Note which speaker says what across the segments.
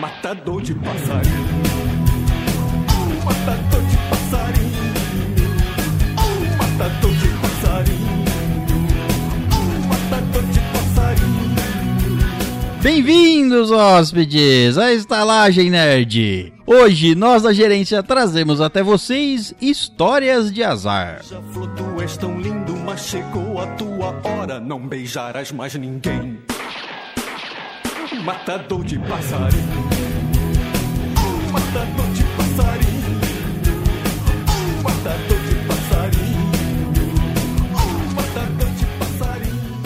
Speaker 1: Matador de passarinho. Oh, matador de passarinho. Oh, matador de passarinho. Oh, matador de passarinho.
Speaker 2: Bem-vindos, hóspedes, à Estalagem Nerd! Hoje, nós da gerência trazemos até vocês histórias de azar.
Speaker 1: Já flutuas tão lindo, mas chegou a tua hora. Não beijarás mais ninguém. Matador de passarinho. Oh, matador de passarinho. Oh, matador de passarinho. Oh, matador de passarinho.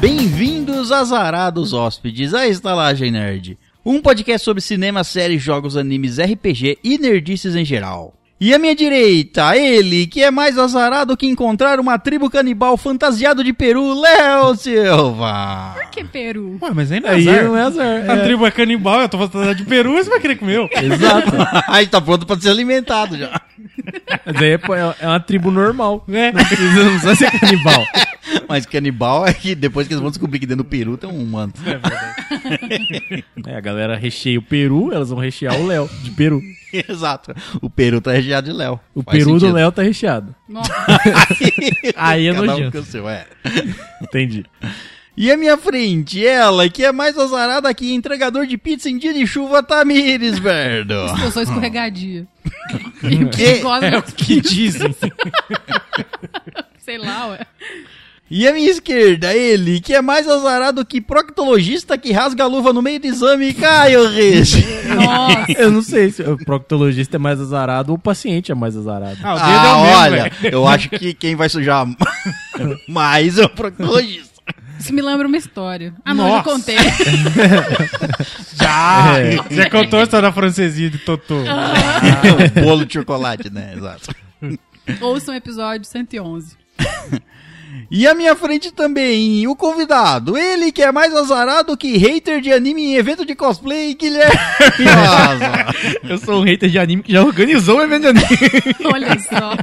Speaker 2: Bem-vindos, azarados hóspedes, à Estalagem Nerd. Um podcast sobre cinema, séries, jogos, animes, RPG e nerdices em geral. E à minha direita, ele que é mais azarado que encontrar uma tribo canibal fantasiado de peru, Léo Silva.
Speaker 3: Por que Peru?
Speaker 4: Ué, mas ainda é
Speaker 5: Aí
Speaker 4: azar.
Speaker 5: não é azar.
Speaker 4: A tribo é canibal, eu tô fantasiado de peru, você vai querer comer eu.
Speaker 2: Exato. Aí tá pronto pra ser alimentado já.
Speaker 5: Mas aí é, pô, é é uma tribo normal.
Speaker 4: Né?
Speaker 5: Não precisa, não precisa ser canibal.
Speaker 2: Mas canibal é que depois que eles vão descobrir que dentro do peru tem um humano.
Speaker 5: É, a galera recheia o peru, elas vão rechear o Léo, de peru.
Speaker 4: É.
Speaker 2: Exato. O peru tá recheado de Léo.
Speaker 5: O
Speaker 2: Faz
Speaker 5: peru
Speaker 2: sentido.
Speaker 5: do Léo tá recheado.
Speaker 3: Nossa,
Speaker 5: Aí é
Speaker 2: Cada um
Speaker 5: nojento.
Speaker 2: com o seu, é.
Speaker 5: Entendi.
Speaker 2: E a minha frente, ela que é mais azarada que entregador de pizza em dia de chuva, Tamires, Verdo.
Speaker 3: eu sou escorregadia.
Speaker 4: É.
Speaker 2: Que-
Speaker 3: Gosto,
Speaker 5: Que dizem?
Speaker 4: É
Speaker 3: sei lá, ué.
Speaker 2: E a minha esquerda, ele que é mais azarado que proctologista que rasga a luva no meio do exame, Caio Reis.
Speaker 3: Nossa,
Speaker 5: Eu não sei se o proctologista é mais azarado ou o paciente é mais azarado.
Speaker 4: Ah, o dedo é o mesmo,
Speaker 2: Ah, olha,
Speaker 4: velho.
Speaker 2: eu acho que quem vai sujar mais é o proctologista.
Speaker 3: isso me lembra uma história. Ah, não, eu já
Speaker 4: Nossa.
Speaker 3: contei.
Speaker 5: É.
Speaker 4: Já! Ah, Já contou a história da francesinha de Totô.
Speaker 2: um bolo de chocolate, né? Exato.
Speaker 3: Ouça um episódio 111.
Speaker 2: E à minha frente também, o convidado, ele que é mais azarado que hater de anime em evento de cosplay, Guilherme Rosa.
Speaker 5: Eu sou um hater de anime que já organizou o evento de anime.
Speaker 3: Olha só.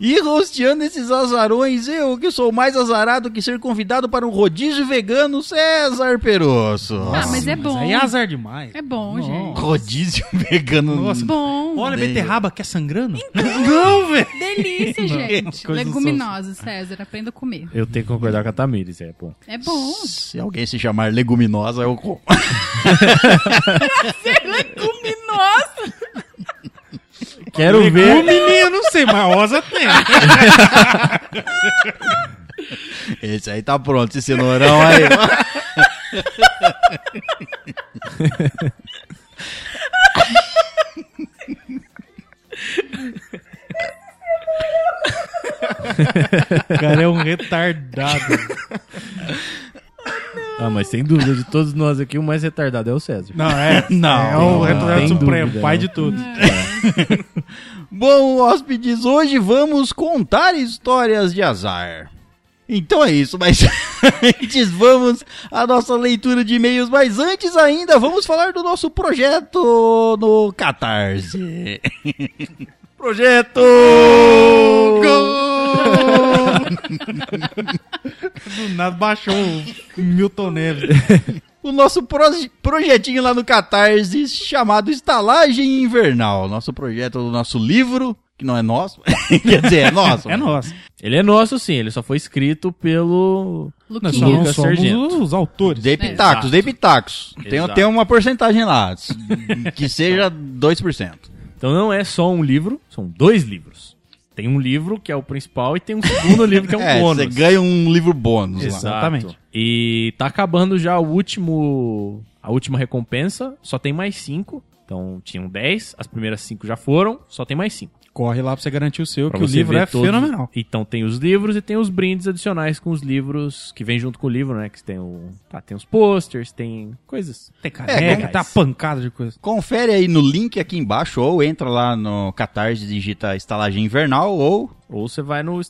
Speaker 2: E rosteando esses azarões, eu que sou mais azarado que ser convidado para um rodízio vegano, César Perosso.
Speaker 3: Ah, mas é bom.
Speaker 4: Aí é azar demais.
Speaker 3: É bom,
Speaker 4: Nossa.
Speaker 3: gente.
Speaker 2: Rodízio vegano.
Speaker 4: Nossa.
Speaker 3: Bom.
Speaker 4: Olha,
Speaker 2: Odeio.
Speaker 4: beterraba que é sangrando? Não, velho!
Speaker 3: Delícia, gente.
Speaker 4: Coisa
Speaker 3: Leguminosa, César. Aprenda a comer.
Speaker 5: Eu tenho que concordar com a Tamires, é, pô.
Speaker 3: É bom.
Speaker 2: Se alguém se chamar leguminosa, eu como.
Speaker 3: Leguminosa.
Speaker 5: Quero
Speaker 4: O
Speaker 5: ver.
Speaker 4: menino, não sei, mas osa tem.
Speaker 2: Esse aí tá pronto, esse cenourão aí.
Speaker 4: O cara é um retardado.
Speaker 5: Ah, mas sem dúvida, de todos nós aqui, o mais retardado é o César.
Speaker 4: Não, é.
Speaker 2: Não,
Speaker 4: É o
Speaker 5: não,
Speaker 4: retardado
Speaker 5: tem
Speaker 4: supremo,
Speaker 5: dúvida,
Speaker 4: pai
Speaker 5: né?
Speaker 4: de tudo.
Speaker 2: Bom, hóspedes, hoje vamos contar histórias de azar. Então é isso, mas antes vamos à nossa leitura de e-mails, mas antes ainda vamos falar do nosso projeto no Catarse. projeto!
Speaker 4: Do nada baixou o Milton Neves.
Speaker 2: o nosso proje- projetinho lá no Catarse chamado Estalagem Invernal. Nosso projeto do nosso livro, que não é nosso, quer dizer, é nosso.
Speaker 4: É nosso.
Speaker 5: Ele é nosso, sim, ele só foi escrito pelo.
Speaker 4: Nós
Speaker 3: Luquinha.
Speaker 4: só não
Speaker 5: Lucas
Speaker 4: somos
Speaker 5: Sargento.
Speaker 4: os autores.
Speaker 2: Dei pitacos,
Speaker 5: Exato.
Speaker 2: dei pitacos. Tem,
Speaker 5: Exato.
Speaker 2: tem uma porcentagem lá, s- que seja 2%.
Speaker 5: Então não é só um livro, são dois livros. Tem um livro que é o principal e tem um segundo livro que é um bônus.
Speaker 2: você ganha um livro bônus lá.
Speaker 4: Exatamente.
Speaker 5: Exatamente. E tá acabando já o último. A última recompensa. Só tem mais cinco. Então tinham dez. As primeiras cinco já foram. Só tem mais cinco.
Speaker 4: Corre lá pra você garantir o seu,
Speaker 5: Pra
Speaker 4: que o
Speaker 5: você
Speaker 4: livro
Speaker 5: ver
Speaker 4: é
Speaker 5: todos.
Speaker 4: fenomenal.
Speaker 5: Então tem os livros e tem os brindes adicionais com os livros que vem junto com o livro, né? Que tem o. Tá, tem os posters, tem coisas.
Speaker 2: É,
Speaker 4: Tem caneca,
Speaker 5: guys.
Speaker 4: tá pancada de coisa.
Speaker 2: Confere aí no link aqui embaixo, ou entra lá no Catarse, digita estalagem invernal, ou.
Speaker 5: Ou você vai no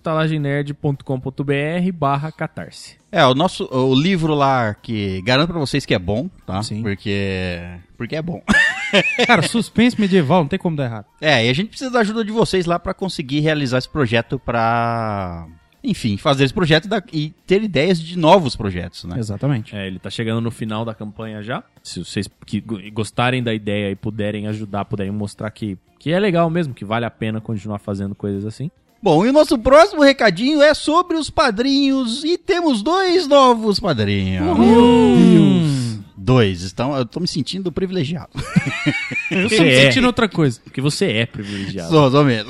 Speaker 5: estalagenerd.com.br barra catarse.
Speaker 2: É, o nosso o livro lá que garanto pra vocês que é bom, tá?
Speaker 4: Sim.
Speaker 2: Porque. Porque é bom.
Speaker 4: Cara, suspense medieval, não tem como dar errado.
Speaker 2: É, e a gente precisa da ajuda de vocês lá pra conseguir realizar esse projeto pra. Enfim, fazer esse projeto e dar- e ter ideias de novos projetos, né?
Speaker 4: Exatamente.
Speaker 5: É, ele tá chegando no final da campanha já. Se vocês que go- gostarem da ideia e puderem ajudar, puderem mostrar que, que é legal mesmo, que vale a pena continuar fazendo coisas assim.
Speaker 2: Bom, e o nosso próximo recadinho é sobre os padrinhos e temos dois novos padrinhos.
Speaker 6: Hum,
Speaker 2: Dois, estão, eu tô me sentindo privilegiado.
Speaker 4: Eu tô
Speaker 5: Você
Speaker 4: me
Speaker 5: é.
Speaker 4: sentindo outra coisa.
Speaker 5: Porque você é privilegiado.
Speaker 2: Só, só mesmo.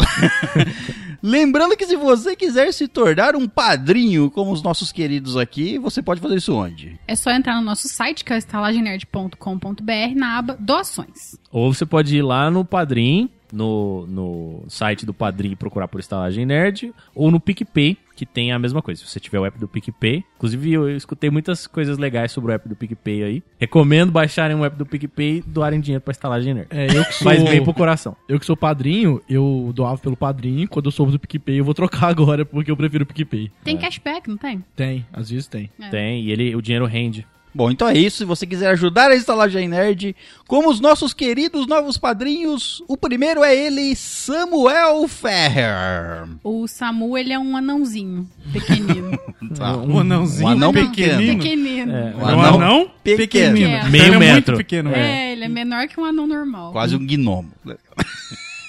Speaker 2: Lembrando que se você quiser se tornar um padrinho como os nossos queridos aqui, você pode fazer isso onde?
Speaker 3: É só entrar no nosso site, que é o estalagenerd.com.br, na aba doações.
Speaker 5: Ou você pode ir lá no Padrim, no, no site do Padrim e procurar por Estalagem Nerd, ou no PicPay, que tem a mesma coisa. Se você tiver o app do PicPay, inclusive eu, eu escutei muitas coisas legais sobre o app do PicPay aí. Recomendo baixarem o app do PicPay e doarem dinheiro pra Estalagem Nerd.
Speaker 6: É, eu que sou.
Speaker 5: Faz bem pro coração.
Speaker 6: Eu que sou padrinho, eu doava pelo padrinho. Quando eu soube do PicPay, eu vou trocar agora, porque eu prefiro o PicPay.
Speaker 4: É.
Speaker 3: Tem cashback, não tem?
Speaker 6: Tem, às vezes tem.
Speaker 3: É.
Speaker 5: Tem, e ele, o dinheiro rende.
Speaker 2: Bom, então é isso. Se você quiser ajudar a Estalagem Nerd, como os nossos queridos novos padrinhos, o primeiro é ele, Samuel Ferrer.
Speaker 3: O Samu, ele é um anãozinho pequenino.
Speaker 2: Tá.
Speaker 4: Um anãozinho
Speaker 2: Um anão
Speaker 4: pequenino.
Speaker 3: pequenino.
Speaker 5: É.
Speaker 4: Um anão, pequenino.
Speaker 3: pequenino.
Speaker 4: Então
Speaker 5: Meio
Speaker 4: ele é
Speaker 5: metro.
Speaker 4: muito pequeno,
Speaker 3: É,
Speaker 4: velho.
Speaker 3: ele é menor que um anão normal.
Speaker 2: Quase um gnomo.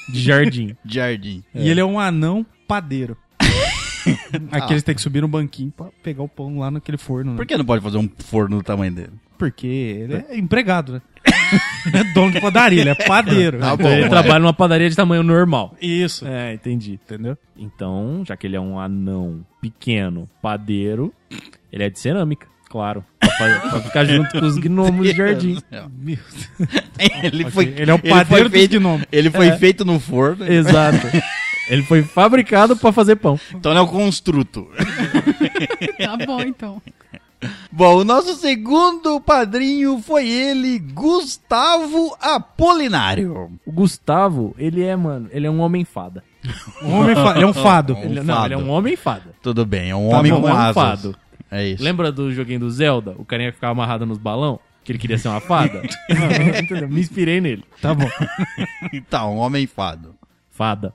Speaker 5: De jardim.
Speaker 2: De jardim.
Speaker 4: E ele é um anão padeiro. Aqueles que tem que subir no banquinho pra pegar o pão lá naquele forno. né?
Speaker 2: Por que não pode fazer um forno do tamanho dele?
Speaker 4: Porque ele é empregado, né? não é dono de padaria, ele é padeiro.
Speaker 2: Tá bom.
Speaker 5: Então ele trabalha numa padaria de tamanho normal.
Speaker 4: Isso.
Speaker 5: É, entendi.
Speaker 4: Entendeu?
Speaker 5: Então, já que ele é um anão pequeno, padeiro, ele é de cerâmica, claro. Pra, fazer- pra ficar junto com os gnomos de jardim.
Speaker 4: Meu
Speaker 2: Ele um foi,
Speaker 4: Ele é o padeiro
Speaker 2: ele foi
Speaker 4: dos
Speaker 2: feito,
Speaker 4: gnomos.
Speaker 2: ele foi feito no forno,
Speaker 5: Exato. Ele foi fabricado pra fazer pão.
Speaker 2: então ele é o construto.
Speaker 3: Tá bom, então.
Speaker 2: Bom, o nosso segundo padrinho foi ele, Gustavo Apolinário.
Speaker 5: O Gustavo, ele é, mano, ele é um homem fada.
Speaker 4: Um homem fa- Ele é um fado.
Speaker 2: Um
Speaker 5: Ele- não,
Speaker 2: fado.
Speaker 5: ele é um homem fada.
Speaker 2: Tudo bem, é um homem
Speaker 5: bom,
Speaker 2: com
Speaker 5: é um
Speaker 2: asas.
Speaker 5: fado.
Speaker 2: É isso.
Speaker 5: Lembra do joguinho do Zelda? O carinha que ficava amarrado nos balão? Que ele queria ser uma fada? Não, entendeu? Me inspirei nele.
Speaker 4: Tá bom.
Speaker 2: Então, um homem fado.
Speaker 5: Fada.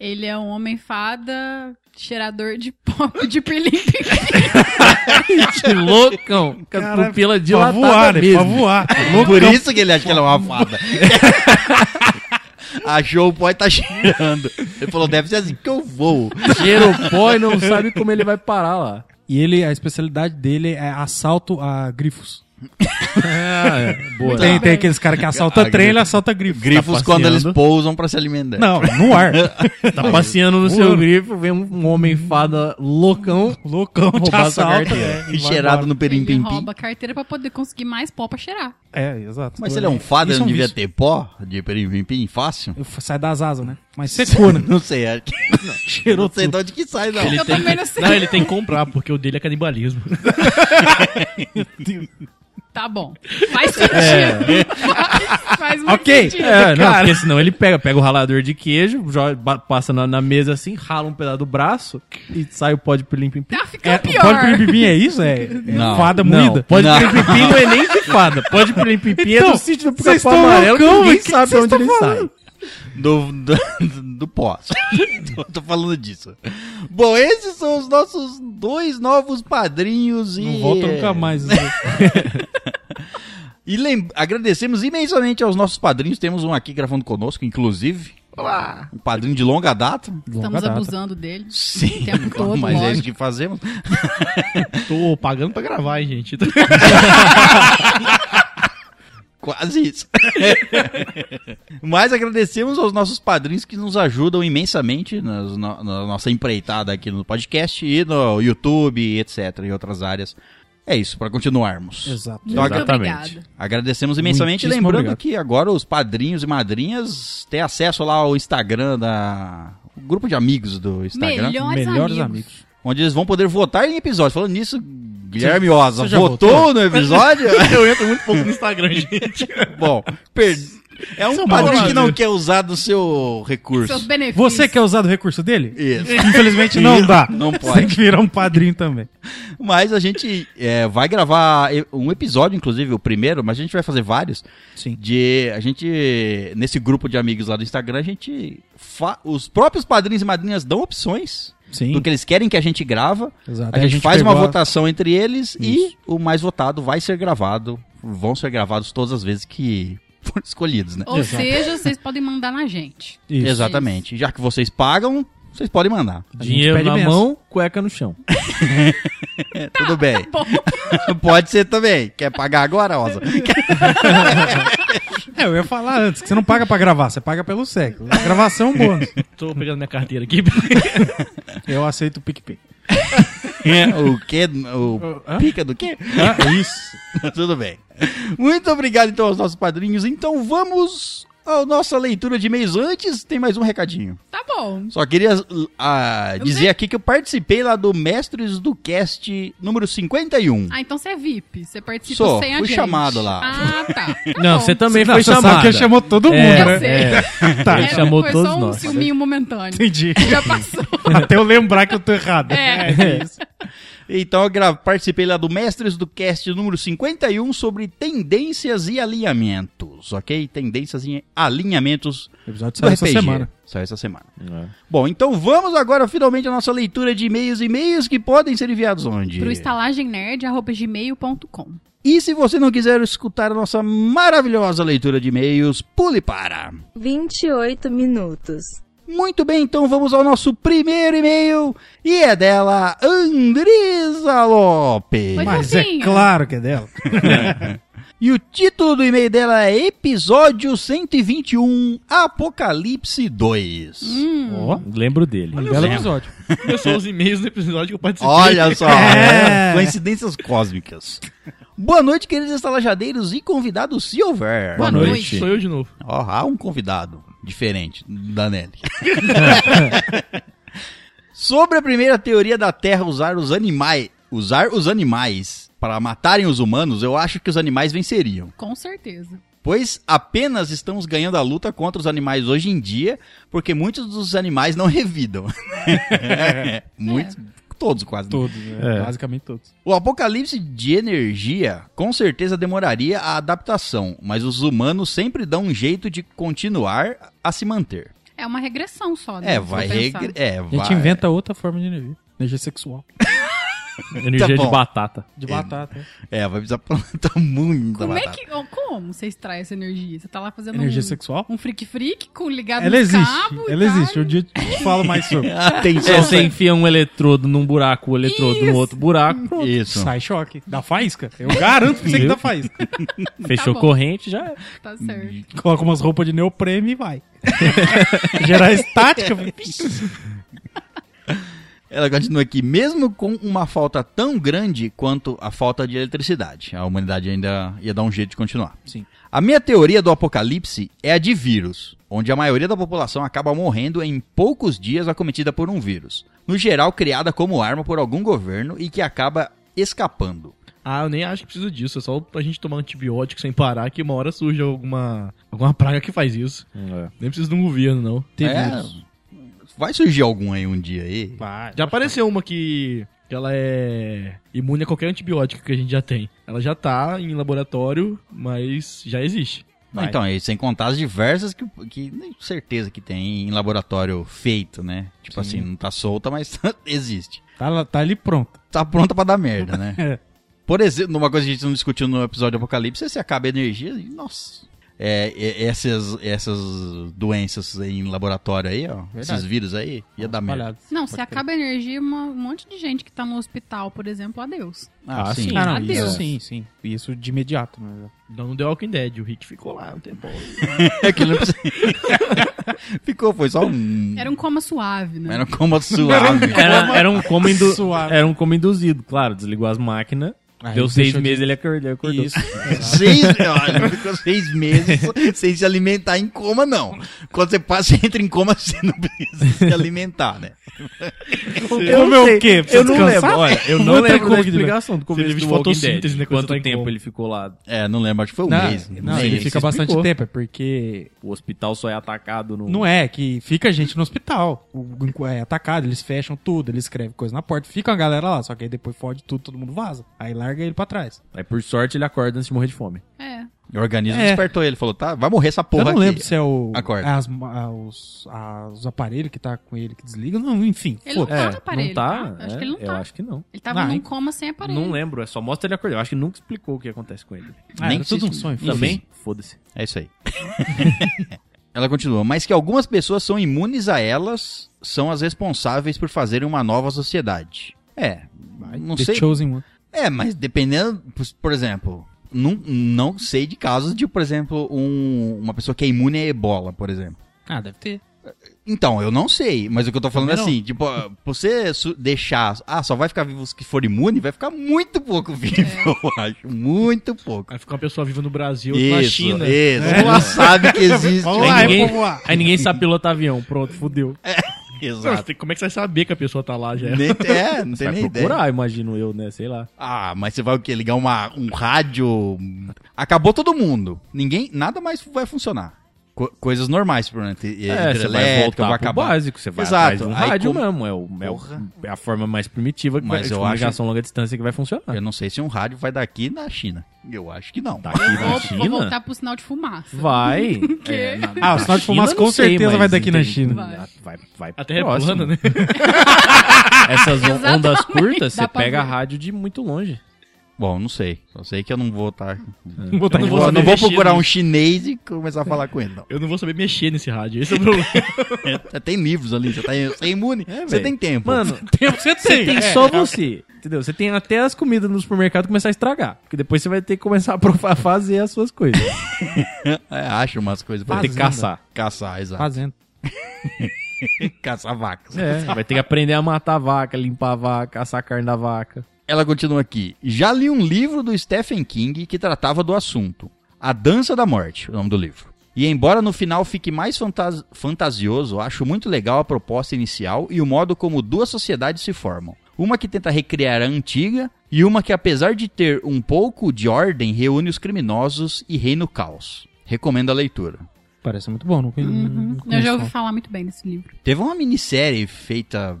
Speaker 3: Ele é um homem fada, cheirador de pó de pirlimpi.
Speaker 5: Que loucão. Com a
Speaker 4: Caralho,
Speaker 5: pupila
Speaker 4: Pra
Speaker 5: dilatada
Speaker 4: voar, né? Pra
Speaker 5: mesmo.
Speaker 4: voar.
Speaker 2: Por isso que ele acha que ele é uma fada. Achou o pó e tá cheirando. Ele falou, deve ser assim que eu vou.
Speaker 5: Cheiro pó e não sabe como ele vai parar lá.
Speaker 4: E ele, a especialidade dele é assalto a grifos.
Speaker 5: boa.
Speaker 3: Tá.
Speaker 4: Tem, tem aqueles caras que assaltam
Speaker 2: Ah,
Speaker 4: trem,
Speaker 2: grifo.
Speaker 4: ele assalta grifos.
Speaker 2: Grifos
Speaker 5: Tá passeando.
Speaker 2: quando eles pousam pra se alimentar.
Speaker 4: Não, no ar.
Speaker 5: Tá passeando no seu grifo, vem um homem fada loucão.
Speaker 4: Loucão de
Speaker 5: Roubar sua
Speaker 4: assalto.
Speaker 5: carteira.
Speaker 4: né?
Speaker 2: E cheirado no perim
Speaker 3: Ele
Speaker 2: pim
Speaker 3: rouba a carteira pra poder conseguir mais pó pra cheirar.
Speaker 4: É, exato.
Speaker 2: Mas se ele é um fado, ele
Speaker 4: Isso
Speaker 2: não
Speaker 4: é um
Speaker 2: devia
Speaker 4: vício.
Speaker 2: ter pó de perim pim pim fácil?
Speaker 4: Sai das asas, né? Mas
Speaker 2: é
Speaker 4: secou, né?
Speaker 2: Não sei, acho que...
Speaker 4: Cheirou
Speaker 2: não sei
Speaker 4: tudo.
Speaker 2: de onde que sai, não.
Speaker 3: Eu também não sei.
Speaker 6: Não, ele tem que comprar, porque o dele é canibalismo.
Speaker 3: Tá bom. Faz sentido. Faz, faz muito
Speaker 4: É. Ok.
Speaker 3: sentido.
Speaker 5: É, não, porque senão ele pega, pega o ralador de queijo, joga- ba- passa na, na mesa assim, rala um pedaço do braço e sai o pó de pilim pim É, pim.
Speaker 3: Tá ficando pior.
Speaker 4: Pode comer bibim, é isso? É, é
Speaker 2: Não.
Speaker 4: fada
Speaker 5: Não,
Speaker 4: moída?
Speaker 5: pó de
Speaker 2: Não.
Speaker 5: pilim pim pim não é nem de fada. Pó de pilim pim pim é
Speaker 4: Então,
Speaker 5: do sítio do
Speaker 4: vocês
Speaker 5: pica-pau
Speaker 4: tão
Speaker 5: amarelo que
Speaker 4: loucão,
Speaker 5: ninguém
Speaker 4: hein? Que
Speaker 5: sabe
Speaker 4: que vocês
Speaker 5: onde
Speaker 4: tão
Speaker 5: ele sai.
Speaker 4: falando?
Speaker 2: do, do, do pó. tô, tô falando disso. Bom, esses são os nossos dois novos padrinhos e.
Speaker 4: Não volta nunca mais.
Speaker 5: né?
Speaker 4: isso aí.
Speaker 2: E lem- agradecemos imensamente aos nossos padrinhos. Temos um aqui gravando conosco, inclusive.
Speaker 4: Ah.
Speaker 2: Olá! Um padrinho de longa data.
Speaker 3: Estamos
Speaker 5: tá?
Speaker 3: abusando dele.
Speaker 2: Sim,
Speaker 3: O tempo todo,
Speaker 2: mas é isso
Speaker 3: lógico.
Speaker 2: que fazemos.
Speaker 6: Tô pagando pra gravar, hein, gente.
Speaker 2: Quase isso. Mas agradecemos aos nossos padrinhos que nos ajudam imensamente nas- na, na nossa empreitada aqui no podcast e no YouTube, etc. e outras áreas. É isso, para continuarmos.
Speaker 4: Exato.
Speaker 3: Muito
Speaker 5: Exatamente.
Speaker 3: obrigada.
Speaker 2: Agradecemos imensamente.
Speaker 4: Muitíssimo
Speaker 2: lembrando
Speaker 4: obrigado.
Speaker 2: que agora os padrinhos e madrinhas têm acesso lá ao Instagram da. O grupo de amigos do Instagram.
Speaker 3: Melhores,
Speaker 4: Melhores
Speaker 3: amigos.
Speaker 4: amigos.
Speaker 2: Onde eles vão poder votar em episódios. Falando nisso, Guilherme Osa
Speaker 4: você já
Speaker 2: votou,
Speaker 4: votou?
Speaker 2: no episódio?
Speaker 6: Eu entro muito pouco no Instagram, gente.
Speaker 2: Bom, per- é um padrinho que não quer usar do seu
Speaker 3: Seus
Speaker 2: recurso.
Speaker 3: benefícios.
Speaker 4: Você quer usar do recurso dele?
Speaker 2: Isso.
Speaker 4: Infelizmente não dá.
Speaker 2: Não
Speaker 4: Você tem
Speaker 2: pode.
Speaker 4: que virar um padrinho também.
Speaker 2: Mas a gente é, vai gravar e- um episódio, inclusive, o primeiro, mas a gente vai fazer vários.
Speaker 4: Sim.
Speaker 2: De a gente, nesse grupo de amigos lá do Instagram, a gente. fa- Os próprios padrinhos e madrinhas dão opções
Speaker 4: Sim.
Speaker 2: do que eles querem que a gente grava.
Speaker 4: Exato.
Speaker 2: A, gente, faz uma
Speaker 4: pegou a-
Speaker 2: votação entre eles e
Speaker 4: Isso.
Speaker 2: o mais votado vai ser gravado. Vão ser gravados todas as vezes que foram escolhidos,
Speaker 4: é
Speaker 2: né?
Speaker 3: Ou seja, vocês podem mandar na gente.
Speaker 4: Isso.
Speaker 2: Exatamente. Já que vocês pagam, vocês podem mandar.
Speaker 4: A gente
Speaker 5: Dinheiro
Speaker 4: pede
Speaker 5: na
Speaker 4: benção.
Speaker 5: mão, cueca no chão.
Speaker 2: É, tudo bem.
Speaker 3: Tá Bom,
Speaker 2: Pode ser também. Quer pagar agora, Osa?
Speaker 4: É, eu ia falar antes, que você não paga pra gravar, você paga pelo sexo. Gravação é um bônus.
Speaker 6: Tô pegando minha carteira aqui.
Speaker 4: Eu aceito o PicPay.
Speaker 2: o quê? O
Speaker 4: Hã?
Speaker 2: pica do quê?
Speaker 4: Ah, isso.
Speaker 2: Tudo bem. Muito obrigado, então, aos nossos padrinhos. Então, vamos à nossa leitura de e-mails. Antes, tem mais um recadinho.
Speaker 3: tá bom.
Speaker 2: Só queria ah, dizer aqui que eu participei lá do Mestres do Cast número 51.
Speaker 3: Ah, então você é VIP. Você participa
Speaker 2: Sou,
Speaker 3: sem a
Speaker 2: fui
Speaker 3: gente.
Speaker 2: chamado lá.
Speaker 3: Ah, tá. Tá
Speaker 5: Não,
Speaker 3: bom.
Speaker 5: você também
Speaker 4: Não,
Speaker 5: foi
Speaker 4: você sabe
Speaker 5: chamado.
Speaker 4: que ele chamou todo mundo,
Speaker 5: É,
Speaker 4: né?
Speaker 3: Eu sei.
Speaker 4: Tá.
Speaker 5: Ele
Speaker 3: É,
Speaker 5: chamou
Speaker 3: foi
Speaker 5: todos
Speaker 3: só um
Speaker 5: nós.
Speaker 3: ciúminho momentâneo.
Speaker 4: Entendi.
Speaker 3: Já passou.
Speaker 4: Até eu lembrar que eu tô errado.
Speaker 3: É.
Speaker 4: isso.
Speaker 2: Então, eu gra- participei lá do Mestres do Cast número 51 sobre tendências e alinhamentos, ok? Tendências e alinhamentos
Speaker 4: O episódio
Speaker 2: do
Speaker 4: saiu essa
Speaker 2: RPG.
Speaker 4: semana.
Speaker 2: Saiu essa semana.
Speaker 5: É.
Speaker 2: Bom, então vamos agora finalmente à nossa leitura de e-mails. E-mails que podem ser enviados onde?
Speaker 3: Pro estalagemnerd.gmail.com
Speaker 2: E se você não quiser escutar a nossa maravilhosa leitura de e-mails, pule para.
Speaker 7: 28 minutos.
Speaker 2: Muito bem, então vamos ao nosso primeiro e-mail. E é dela, Andresa Lopes.
Speaker 3: Oi,
Speaker 4: Mas é
Speaker 3: fofinha.
Speaker 4: claro que é dela.
Speaker 2: E o título do e-mail dela é Episódio 121 Apocalipse 2.
Speaker 5: Ó, lembro dele.
Speaker 4: Belo é um episódio.
Speaker 6: Começou os e-mails do episódio que eu participei.
Speaker 2: Olha só,
Speaker 4: É.
Speaker 2: coincidências cósmicas. Boa noite, queridos estalajadeiros e convidados, se houver.
Speaker 3: Boa
Speaker 5: noite.
Speaker 6: Sou eu de novo.
Speaker 2: Ó, há um convidado diferente da Nelly. Sobre a primeira teoria da Terra usar os animais, usar os animais para matarem os humanos, eu acho que os animais venceriam,
Speaker 3: Com certeza.
Speaker 2: pois apenas estamos ganhando a luta contra os animais hoje em dia, porque muitos dos animais não revidam. Muitos, todos quase. né?
Speaker 4: Todos, né?
Speaker 5: É.
Speaker 4: Basicamente todos.
Speaker 2: O apocalipse de energia com certeza demoraria a adaptação, mas os humanos sempre dão um jeito de continuar a se manter.
Speaker 3: É uma regressão só, né?
Speaker 2: É,
Speaker 3: se
Speaker 2: vai
Speaker 3: for pensar.
Speaker 2: regre... É,
Speaker 4: A gente
Speaker 2: vai.
Speaker 4: inventa outra forma de energia. Energia sexual.
Speaker 5: Energia
Speaker 6: Tá
Speaker 2: bom.
Speaker 5: de batata.
Speaker 4: De batata.
Speaker 2: É, vai precisar plantar muito
Speaker 3: Como é
Speaker 2: batata.
Speaker 3: que. oh, Como você extrai essa energia? Você tá lá fazendo
Speaker 4: Energia
Speaker 3: um,
Speaker 4: sexual?
Speaker 5: Tá
Speaker 3: um freak freak com ligado
Speaker 4: Ela
Speaker 3: nos
Speaker 4: existe.
Speaker 3: cabos e
Speaker 4: Ela
Speaker 3: tal.
Speaker 4: existe. Um dia eu te falo mais sobre.
Speaker 2: Atenção.
Speaker 5: É, você enfia um eletrodo num buraco, o eletrodo no
Speaker 3: Isso.
Speaker 5: outro buraco, pronto.
Speaker 2: Isso.
Speaker 4: Sai choque. Dá faísca? Eu garanto pra você que dá faísca.
Speaker 5: Fechou
Speaker 3: Tá bom.
Speaker 5: corrente, já é.
Speaker 3: Tá
Speaker 2: Hum,
Speaker 3: certo.
Speaker 4: Coloca umas roupas de neoprene e vai. Gerar estática.
Speaker 2: Ela continua aqui. Mesmo com uma falta tão grande quanto a falta de eletricidade, a humanidade ainda ia dar um jeito de continuar.
Speaker 4: Sim.
Speaker 2: A minha teoria do apocalipse é a de vírus, onde a maioria da população acaba morrendo em poucos dias acometida por um vírus. No geral, criada como arma por algum governo e que acaba escapando.
Speaker 6: Ah, eu nem acho que preciso disso. É só pra gente tomar antibiótico sem parar que uma hora surge alguma, alguma praga que faz isso. Nem precisa de um governo, não.
Speaker 2: É, vai surgir algum aí um dia aí.
Speaker 6: Já apareceu uma que, que ela é imune a qualquer antibiótico que a gente já tem. Ela já tá em laboratório, mas já existe.
Speaker 2: Não, Então, aí, sem contar as diversas que, que nem certeza que tem em laboratório feito, né? Tipo assim, não tá solta, mas existe.
Speaker 4: Tá, tá ali pronto.
Speaker 2: Tá pronta pra dar merda, né?
Speaker 4: É.
Speaker 2: Por exemplo, uma coisa que a gente não discutiu no episódio do Apocalipse é se acaba a energia e, nossa. É, e- essas, essas doenças em laboratório aí, ó. Esses vírus aí, ia dar merda.
Speaker 4: Espalhados.
Speaker 3: Não, se acaba a energia, uma- um monte de gente que tá no hospital, por exemplo, adeus.
Speaker 5: Ah, sim.
Speaker 4: Ah, não,
Speaker 3: Adeus.
Speaker 4: isso sim, sim. Isso de imediato. Né?
Speaker 6: Não deu Walking Dead, o Rick ficou lá um tempão.
Speaker 2: É que não precisa- Ficou, foi só um.
Speaker 3: Era um coma suave, né?
Speaker 2: Era um coma suave.
Speaker 5: Era, era um coma indu-
Speaker 4: Suave.
Speaker 5: era um coma induzido, claro. Desligou as máquinas, Deu seis meses ele acor- ele acordou.
Speaker 4: Isso.
Speaker 2: Seis, ó, não ficou seis meses sem se alimentar em coma, não. Quando você passa, você entra em coma, você não precisa se alimentar, né?
Speaker 5: Eu
Speaker 4: é
Speaker 6: Comeu
Speaker 5: sei.
Speaker 6: o quê? Precisa
Speaker 5: Eu não
Speaker 6: descansar?
Speaker 5: lembro. Olha, eu
Speaker 6: Não
Speaker 5: não
Speaker 6: tem
Speaker 5: lembro
Speaker 6: como
Speaker 5: da
Speaker 6: que-
Speaker 5: explicação do
Speaker 6: Você
Speaker 5: começo do
Speaker 6: vive de
Speaker 5: Walking
Speaker 6: fotossíntese,
Speaker 5: Dead.
Speaker 6: né, quando
Speaker 5: Quanto
Speaker 6: você tá em
Speaker 5: tempo
Speaker 4: um
Speaker 6: coma.
Speaker 5: ele ficou lá?
Speaker 2: É, não lembro, acho que foi um
Speaker 4: Não,
Speaker 2: mês.
Speaker 4: não,
Speaker 2: sei.
Speaker 4: ele fica bastante
Speaker 5: explicou.
Speaker 4: tempo, é porque
Speaker 5: O hospital só é atacado no...
Speaker 4: Não é, que fica gente no hospital. O, é atacado, eles fecham tudo, eles escrevem coisa na porta, fica a galera lá, só que aí depois fode tudo, todo mundo vaza. Aí larga ele pra trás.
Speaker 5: Aí, por sorte, ele acorda antes de morrer de fome.
Speaker 3: É.
Speaker 2: O organismo
Speaker 4: É.
Speaker 2: despertou ele, falou, tá, vai morrer essa porra
Speaker 4: Eu não
Speaker 2: aqui.
Speaker 4: lembro se é o.
Speaker 2: Acorda.
Speaker 4: as- a- os, a- os aparelhos que tá com ele que desligam, não, enfim.
Speaker 3: Ele não
Speaker 4: foda.
Speaker 3: tá no aparelho.
Speaker 5: não tá?
Speaker 3: tá? Eu Acho que ele não
Speaker 5: É, Eu
Speaker 3: tá.
Speaker 5: acho que não.
Speaker 3: Ele tava
Speaker 4: Ah,
Speaker 3: num
Speaker 4: hein?
Speaker 3: coma sem aparelho.
Speaker 5: Não lembro, é só mostra ele acordar. Eu acho que nunca explicou o que acontece com ele.
Speaker 4: Ah,
Speaker 2: Nem
Speaker 4: era tudo um
Speaker 2: existe.
Speaker 4: sonho.
Speaker 5: Também? Foda-se.
Speaker 4: um-
Speaker 2: É isso aí. Ela continua, mas que algumas pessoas são imunes a elas, são as responsáveis por fazerem uma nova sociedade. É, não
Speaker 4: The
Speaker 2: sei.
Speaker 4: Chosen One.
Speaker 2: É, mas dependendo, por- por exemplo, não, não sei de casos de, por exemplo, um- uma pessoa que é imune a ebola, por exemplo.
Speaker 4: Ah, deve ter.
Speaker 2: Então, eu não sei, mas o que eu tô falando é
Speaker 4: Também não.
Speaker 2: assim, tipo, ah, você su- deixar, ah, só vai ficar vivo os que for imune, vai ficar muito pouco vivo,
Speaker 4: É.
Speaker 2: eu acho, muito pouco.
Speaker 6: Aí fica uma pessoa viva no Brasil, outra na China.
Speaker 2: isso, não sabe que existe.
Speaker 5: Né?
Speaker 2: um
Speaker 5: lá, É,
Speaker 2: ninguém-
Speaker 5: vamos Aí ninguém sabe pilotar avião. Pronto, fudeu.
Speaker 6: Não,
Speaker 2: Exato.
Speaker 6: você tem- como é que você vai saber que a pessoa tá lá já?
Speaker 2: Nem, é, não
Speaker 5: Você
Speaker 2: tem
Speaker 5: vai
Speaker 2: nem
Speaker 5: procurar,
Speaker 2: ideia.
Speaker 5: imagino eu, né? Sei lá.
Speaker 2: Ah, mas você vai o quê? Ligar uma, um rádio. Acabou todo mundo. Ninguém. Nada mais vai funcionar. Co- coisas normais, por exemplo. e-
Speaker 5: É, você vai
Speaker 2: hidrelétrica,
Speaker 5: voltar
Speaker 2: vai
Speaker 5: pro
Speaker 2: acabar.
Speaker 5: básico, você vai
Speaker 2: Exato.
Speaker 5: atrás de um
Speaker 2: Aí
Speaker 5: rádio
Speaker 2: como-
Speaker 5: mesmo, é, o, é, o-
Speaker 2: Porra.
Speaker 5: é a forma mais primitiva que
Speaker 2: Mas
Speaker 5: vai, de
Speaker 2: eu
Speaker 5: comunicação longa distância que vai funcionar.
Speaker 2: Eu não sei se um rádio vai daqui na China. Eu acho que não.
Speaker 5: Daqui na
Speaker 3: Vou, vou
Speaker 5: China?
Speaker 3: voltar pro sinal de fumaça.
Speaker 5: Vai.
Speaker 3: quê?
Speaker 5: É, na-
Speaker 4: Ah, o
Speaker 5: na
Speaker 4: sinal de
Speaker 5: China,
Speaker 4: fumaça
Speaker 5: não
Speaker 4: com
Speaker 5: sei,
Speaker 4: certeza
Speaker 5: mas
Speaker 4: vai daqui na
Speaker 5: entende-
Speaker 4: China.
Speaker 5: Vai, vai, vai
Speaker 6: A Terra é
Speaker 5: próximo.
Speaker 6: plana, né?
Speaker 5: Essas on-
Speaker 3: Exatamente.
Speaker 5: ondas curtas, você
Speaker 3: Dá pra
Speaker 5: pega a
Speaker 3: ver.
Speaker 5: rádio de muito longe.
Speaker 2: Bom, não sei. Só sei que eu não vou estar.
Speaker 4: Vou botar
Speaker 2: Não
Speaker 4: aqui.
Speaker 6: não vou
Speaker 2: vou,
Speaker 6: saber
Speaker 2: não vou
Speaker 6: mexer
Speaker 2: procurar um
Speaker 6: nisso.
Speaker 2: chinês e começar a falar com ele, não.
Speaker 6: Eu não vou saber mexer nesse rádio. Esse é o problema.
Speaker 2: Tem livros ali, você, tá, você é imune. você
Speaker 5: velho.
Speaker 2: tem tempo.
Speaker 5: Mano,
Speaker 4: Tempo você
Speaker 5: você
Speaker 4: tem.
Speaker 5: tem
Speaker 4: é.
Speaker 5: só você. Entendeu? Você tem até as comidas no supermercado começar a estragar. Porque depois você vai ter que começar a provar- fazer as suas coisas.
Speaker 2: É, acha umas coisas pra
Speaker 5: Vai ter que caçar.
Speaker 2: Caçar, exato.
Speaker 4: Tá. Fazendo.
Speaker 2: Caçar vacas.
Speaker 5: É, vai ter que aprender a matar a vaca, limpar a vaca, caçar a carne da vaca.
Speaker 2: Ela continua aqui. Já li um livro do Stephen King que tratava do assunto. A Dança da Morte, o nome do livro. E embora no final fique mais fantas- fantasioso, acho muito legal a proposta inicial e o modo como duas sociedades se formam. Uma que tenta recriar a antiga e uma que, apesar de ter um pouco de ordem, reúne os criminosos e reina o caos. Recomendo a leitura.
Speaker 4: Parece muito bom, não conhe-
Speaker 3: Uhum.
Speaker 4: não
Speaker 3: Eu já
Speaker 4: conheço,
Speaker 3: ouvi
Speaker 4: não.
Speaker 3: falar muito bem desse livro.
Speaker 2: Teve uma minissérie feita.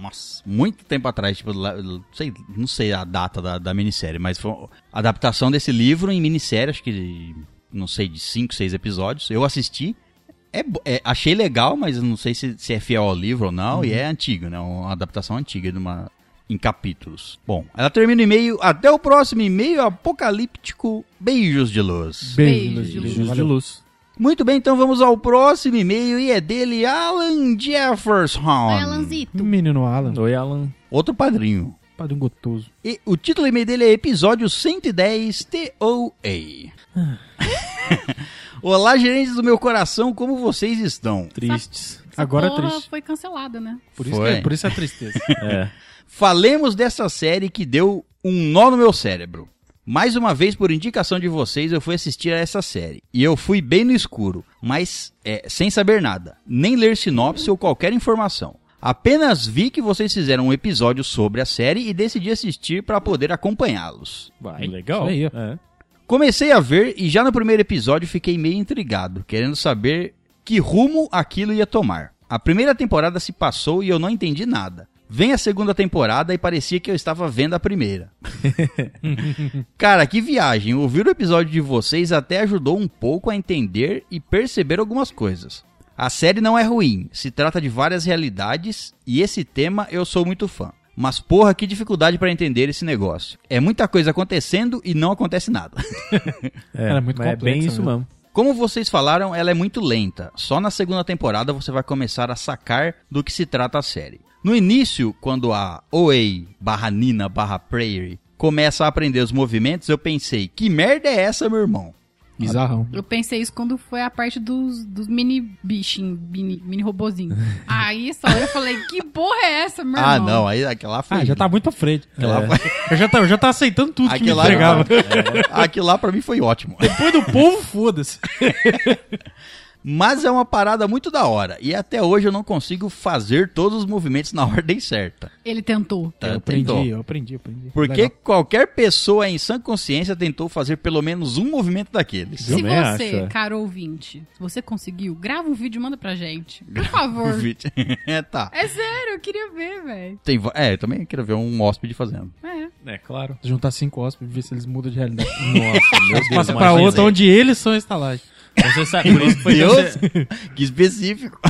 Speaker 2: Nossa, muito tempo atrás, tipo, lá- sei, não sei a data da, da minissérie, mas foi uma adaptação desse livro em minissérie, acho que, não sei, de 5, 6 episódios. Eu assisti, é, bo- é, achei legal, mas eu não sei se, se é fiel ao livro ou não, e é antigo, né? Uma adaptação antiga de uma, em capítulos. Bom, ela termina o e-mail, até o próximo e-mail apocalíptico, beijos de luz.
Speaker 4: Beijo,
Speaker 3: Beijos de
Speaker 4: Beijos
Speaker 5: Beijos de
Speaker 4: valeu.
Speaker 5: luz.
Speaker 2: Muito bem, então vamos ao próximo e-mail, e é dele, Alan Jefferson.
Speaker 3: Vai, Lanzito.
Speaker 4: Um menino Alan,
Speaker 5: Oi, Alan.
Speaker 2: Outro padrinho.
Speaker 4: padre um gotoso.
Speaker 2: E o título do e-mail dele é Episódio 110 TOA. Olá, gerentes do meu coração, como vocês estão?
Speaker 5: Tristes.
Speaker 4: Agora é
Speaker 3: Porra,
Speaker 4: triste.
Speaker 3: foi cancelada, né?
Speaker 4: Por isso,
Speaker 2: Foi.
Speaker 4: que- por isso a tristeza.
Speaker 5: É.
Speaker 2: Falemos dessa série que deu um nó no meu cérebro. Mais uma vez, por indicação de vocês, eu fui assistir a essa série. E eu fui bem no escuro, mas é, sem saber nada. Nem ler sinopse ou qualquer informação. Apenas vi que vocês fizeram um episódio sobre a série e decidi assistir para poder acompanhá-los.
Speaker 5: Vai. Legal.
Speaker 4: Isso aí,
Speaker 5: É.
Speaker 2: Comecei a ver e já no primeiro episódio fiquei meio intrigado, querendo saber que rumo aquilo ia tomar. A primeira temporada se passou e eu não entendi nada. Vem a segunda temporada e parecia que eu estava vendo a primeira. Cara, que viagem! Ouvir o episódio de vocês até ajudou um pouco a entender e perceber algumas coisas. A série não é ruim, se trata de várias realidades e esse tema eu sou muito fã. Mas porra, que dificuldade pra entender esse negócio. É muita coisa acontecendo e não acontece nada.
Speaker 5: É,
Speaker 4: Era muito
Speaker 5: mas é
Speaker 4: complexo
Speaker 5: bem isso mesmo.
Speaker 2: Como vocês falaram, ela é muito lenta. Só na segunda temporada você vai começar a sacar do que se trata a série. No início, quando a OA barra Nina barra Prairie começa a aprender os movimentos, eu pensei, que merda é essa, meu irmão?
Speaker 4: Bizarrão.
Speaker 3: Eu pensei isso quando foi a parte dos, dos mini bichinhos, mini, mini robozinhos. Aí só eu falei, que porra é essa, meu irmão?
Speaker 2: Ah, não, aí aquela lá foi.
Speaker 4: Ah, já tá muito pra frente.
Speaker 5: É.
Speaker 2: Aquela lá,
Speaker 4: Eu, já tá, eu já tá aceitando tudo que me
Speaker 2: aquilo lá,
Speaker 4: entregava.
Speaker 5: tá-
Speaker 2: é, aquilo lá pra mim foi ótimo.
Speaker 4: Depois do povo, foda-se.
Speaker 2: Mas é uma parada muito da hora. E até hoje eu não consigo fazer todos os movimentos na ordem certa.
Speaker 3: Ele tentou.
Speaker 2: Tá,
Speaker 4: eu aprendi,
Speaker 2: tentou.
Speaker 4: eu aprendi, eu aprendi.
Speaker 2: Porque
Speaker 4: Legal.
Speaker 2: qualquer pessoa em sã consciência tentou fazer pelo menos um movimento daqueles.
Speaker 5: Eu
Speaker 3: Se
Speaker 5: também
Speaker 3: você,
Speaker 5: acho, é.
Speaker 3: caro ouvinte, se você conseguiu, grava um vídeo e manda pra gente. Por favor.
Speaker 2: um Vídeo. é, tá.
Speaker 3: É sério, eu queria ver, velho.
Speaker 2: Tem, va- é, eu também quero ver um hóspede fazendo.
Speaker 3: É.
Speaker 5: É, claro.
Speaker 4: Juntar cinco hóspedes e ver se eles mudam de realidade.
Speaker 5: Nossa, meu Deus.
Speaker 4: Passa
Speaker 5: imagina.
Speaker 4: pra outra onde eles são a estalagem.
Speaker 5: Você sabe, por isso que foi
Speaker 3: é.
Speaker 2: Deus,
Speaker 5: cance-
Speaker 2: que específico.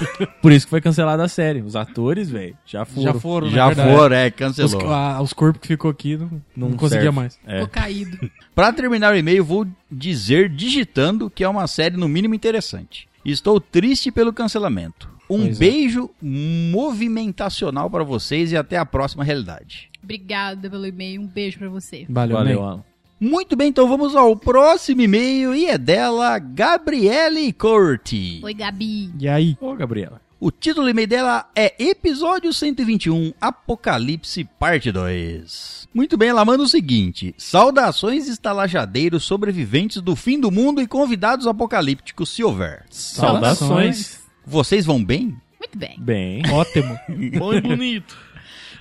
Speaker 5: por isso que foi cancelada a série. Os atores, velho, já foram.
Speaker 4: Já foram, na
Speaker 2: Já
Speaker 4: verdade.
Speaker 2: foram, é,
Speaker 4: Os,
Speaker 2: cancelou.
Speaker 4: a- os corpos que ficou aqui não, não,
Speaker 5: Não
Speaker 4: conseguia
Speaker 5: serve.
Speaker 4: mais.
Speaker 5: É.
Speaker 3: Tô caído.
Speaker 2: Pra terminar o e-mail, vou dizer digitando que é uma série no mínimo interessante. Estou triste pelo cancelamento. Um
Speaker 4: Pois é.
Speaker 2: beijo movimentacional pra vocês e até a próxima realidade.
Speaker 3: Obrigada pelo e-mail, um beijo pra você.
Speaker 4: Valeu,
Speaker 5: Valeu,
Speaker 4: né?
Speaker 5: Alan.
Speaker 2: Muito bem, então vamos ao próximo e-mail e é dela, Gabriele Corti.
Speaker 3: Oi, Gabi.
Speaker 4: E aí?
Speaker 5: Ô, Gabriela.
Speaker 2: O título do e-mail dela é Episódio 121 Apocalipse Parte 2. Muito bem, ela manda o seguinte: Saudações estalajadeiros sobreviventes do fim do mundo e convidados apocalípticos, se houver.
Speaker 5: Saudações.
Speaker 2: Vocês vão bem?
Speaker 3: Muito bem.
Speaker 5: Bem.
Speaker 4: Ótimo.
Speaker 6: Bom e bonito.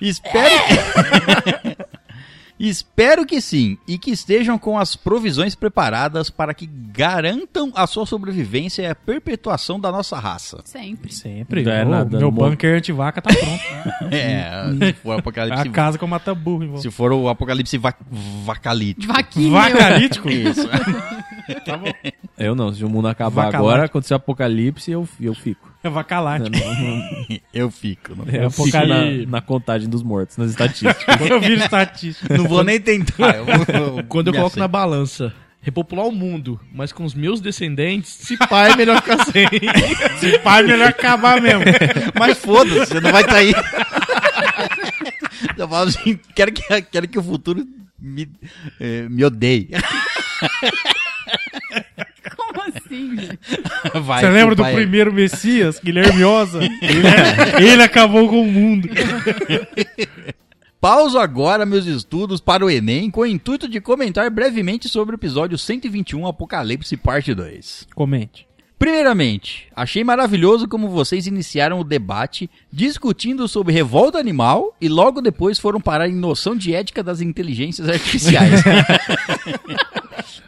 Speaker 2: Espero que... Espero que sim, e que estejam com as provisões preparadas para que garantam a sua sobrevivência e a perpetuação da nossa raça.
Speaker 3: Sempre.
Speaker 4: Sempre.
Speaker 5: Não é
Speaker 4: Ô,
Speaker 5: nada,
Speaker 4: meu
Speaker 5: não-
Speaker 4: bunker antivaca tá pronto.
Speaker 6: Uhum.
Speaker 2: É, se for o
Speaker 4: a
Speaker 2: apocalipse,
Speaker 4: casa que eu mata burro, irmão.
Speaker 2: se for o apocalipse va- vacalítico.
Speaker 3: Vaquinha.
Speaker 4: Vacalítico?
Speaker 2: Isso.
Speaker 4: Tá
Speaker 5: Eu não, se o mundo acabar
Speaker 4: Vaca
Speaker 5: agora,
Speaker 4: lá.
Speaker 5: acontecer apocalipse, eu, eu fico.
Speaker 4: É vacalate.
Speaker 2: Eu fico. Não,
Speaker 5: Eu fico
Speaker 4: apocalipse.
Speaker 5: na, na contagem dos mortos, nas estatísticas.
Speaker 4: Eu vi estatística.
Speaker 2: não vou nem tentar. Ah, eu vou- eu
Speaker 6: Quando eu
Speaker 2: me
Speaker 6: coloco na
Speaker 2: aceito.
Speaker 6: balança, repopular o mundo, mas com os meus descendentes, se pá é melhor ficar sem.
Speaker 4: Esse pai é melhor acabar mesmo.
Speaker 2: Mas foda-se, você não vai estar aí. Eu falo assim, quero que, quero que o futuro me, eh, me odeie.
Speaker 3: Como assim, gente?
Speaker 2: Vai,
Speaker 4: Você lembra
Speaker 2: que
Speaker 4: do
Speaker 2: vai-
Speaker 4: primeiro Messias, Guilherme Osa? é. Ele, é. ele acabou com o mundo.
Speaker 2: Pauso agora meus estudos para o Enem com o intuito de comentar brevemente sobre o episódio 121 Apocalipse Parte 2.
Speaker 4: Comente.
Speaker 2: Primeiramente, achei maravilhoso como vocês iniciaram o debate discutindo sobre revolta animal e logo depois foram parar em noção de ética das inteligências artificiais.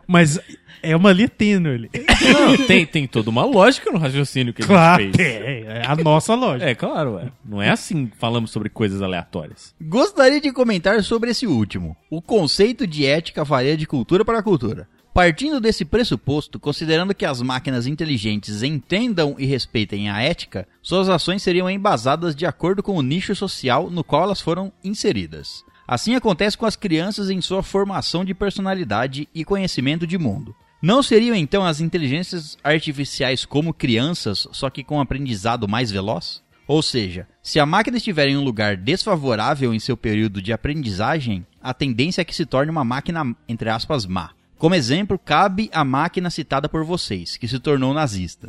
Speaker 4: Mas é uma linha tênue ali.
Speaker 5: Não, tem, tem toda uma lógica no raciocínio que a gente
Speaker 4: Claro,
Speaker 5: fez.
Speaker 4: é, é a nossa lógica.
Speaker 5: É, claro, é. Não é assim que falamos sobre coisas aleatórias.
Speaker 2: Gostaria de comentar sobre esse último. O conceito de ética varia de cultura para cultura. Partindo desse pressuposto, considerando que as máquinas inteligentes entendam e respeitem a ética, suas ações seriam embasadas de acordo com o nicho social no qual elas foram inseridas. Assim acontece com as crianças em sua formação de personalidade e conhecimento de mundo. Não seriam então as inteligências artificiais como crianças, só que com um aprendizado mais veloz? Ou seja, se a máquina estiver em um lugar desfavorável em seu período de aprendizagem, a tendência é que se torne uma máquina, entre aspas, má. Como exemplo, cabe a máquina citada por vocês, que se tornou nazista.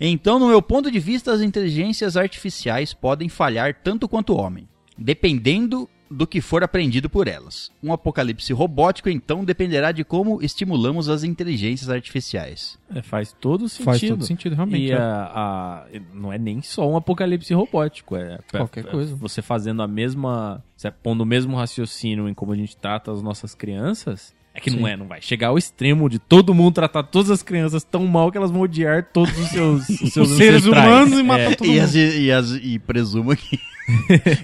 Speaker 2: Então, no meu ponto de vista, as inteligências artificiais podem falhar tanto quanto o homem, dependendo do que for aprendido por elas. Um apocalipse robótico, então, dependerá de como estimulamos as inteligências artificiais.
Speaker 5: É, faz todo sentido.
Speaker 4: Faz todo sentido, realmente.
Speaker 5: E
Speaker 4: é.
Speaker 5: a, a- não é nem só um apocalipse robótico. É,
Speaker 4: Qualquer
Speaker 5: é-
Speaker 4: coisa.
Speaker 5: Você fazendo a mesma. Você pondo o mesmo raciocínio em como a gente trata as nossas crianças. É que não é, não vai chegar ao extremo de todo mundo tratar todas as crianças tão mal que elas vão odiar todos os seus, os seus
Speaker 4: Os seres
Speaker 5: ancestrais.
Speaker 4: humanos e
Speaker 5: É,
Speaker 4: matar todo
Speaker 2: E,
Speaker 4: mundo.
Speaker 2: as, e, as, e presuma que,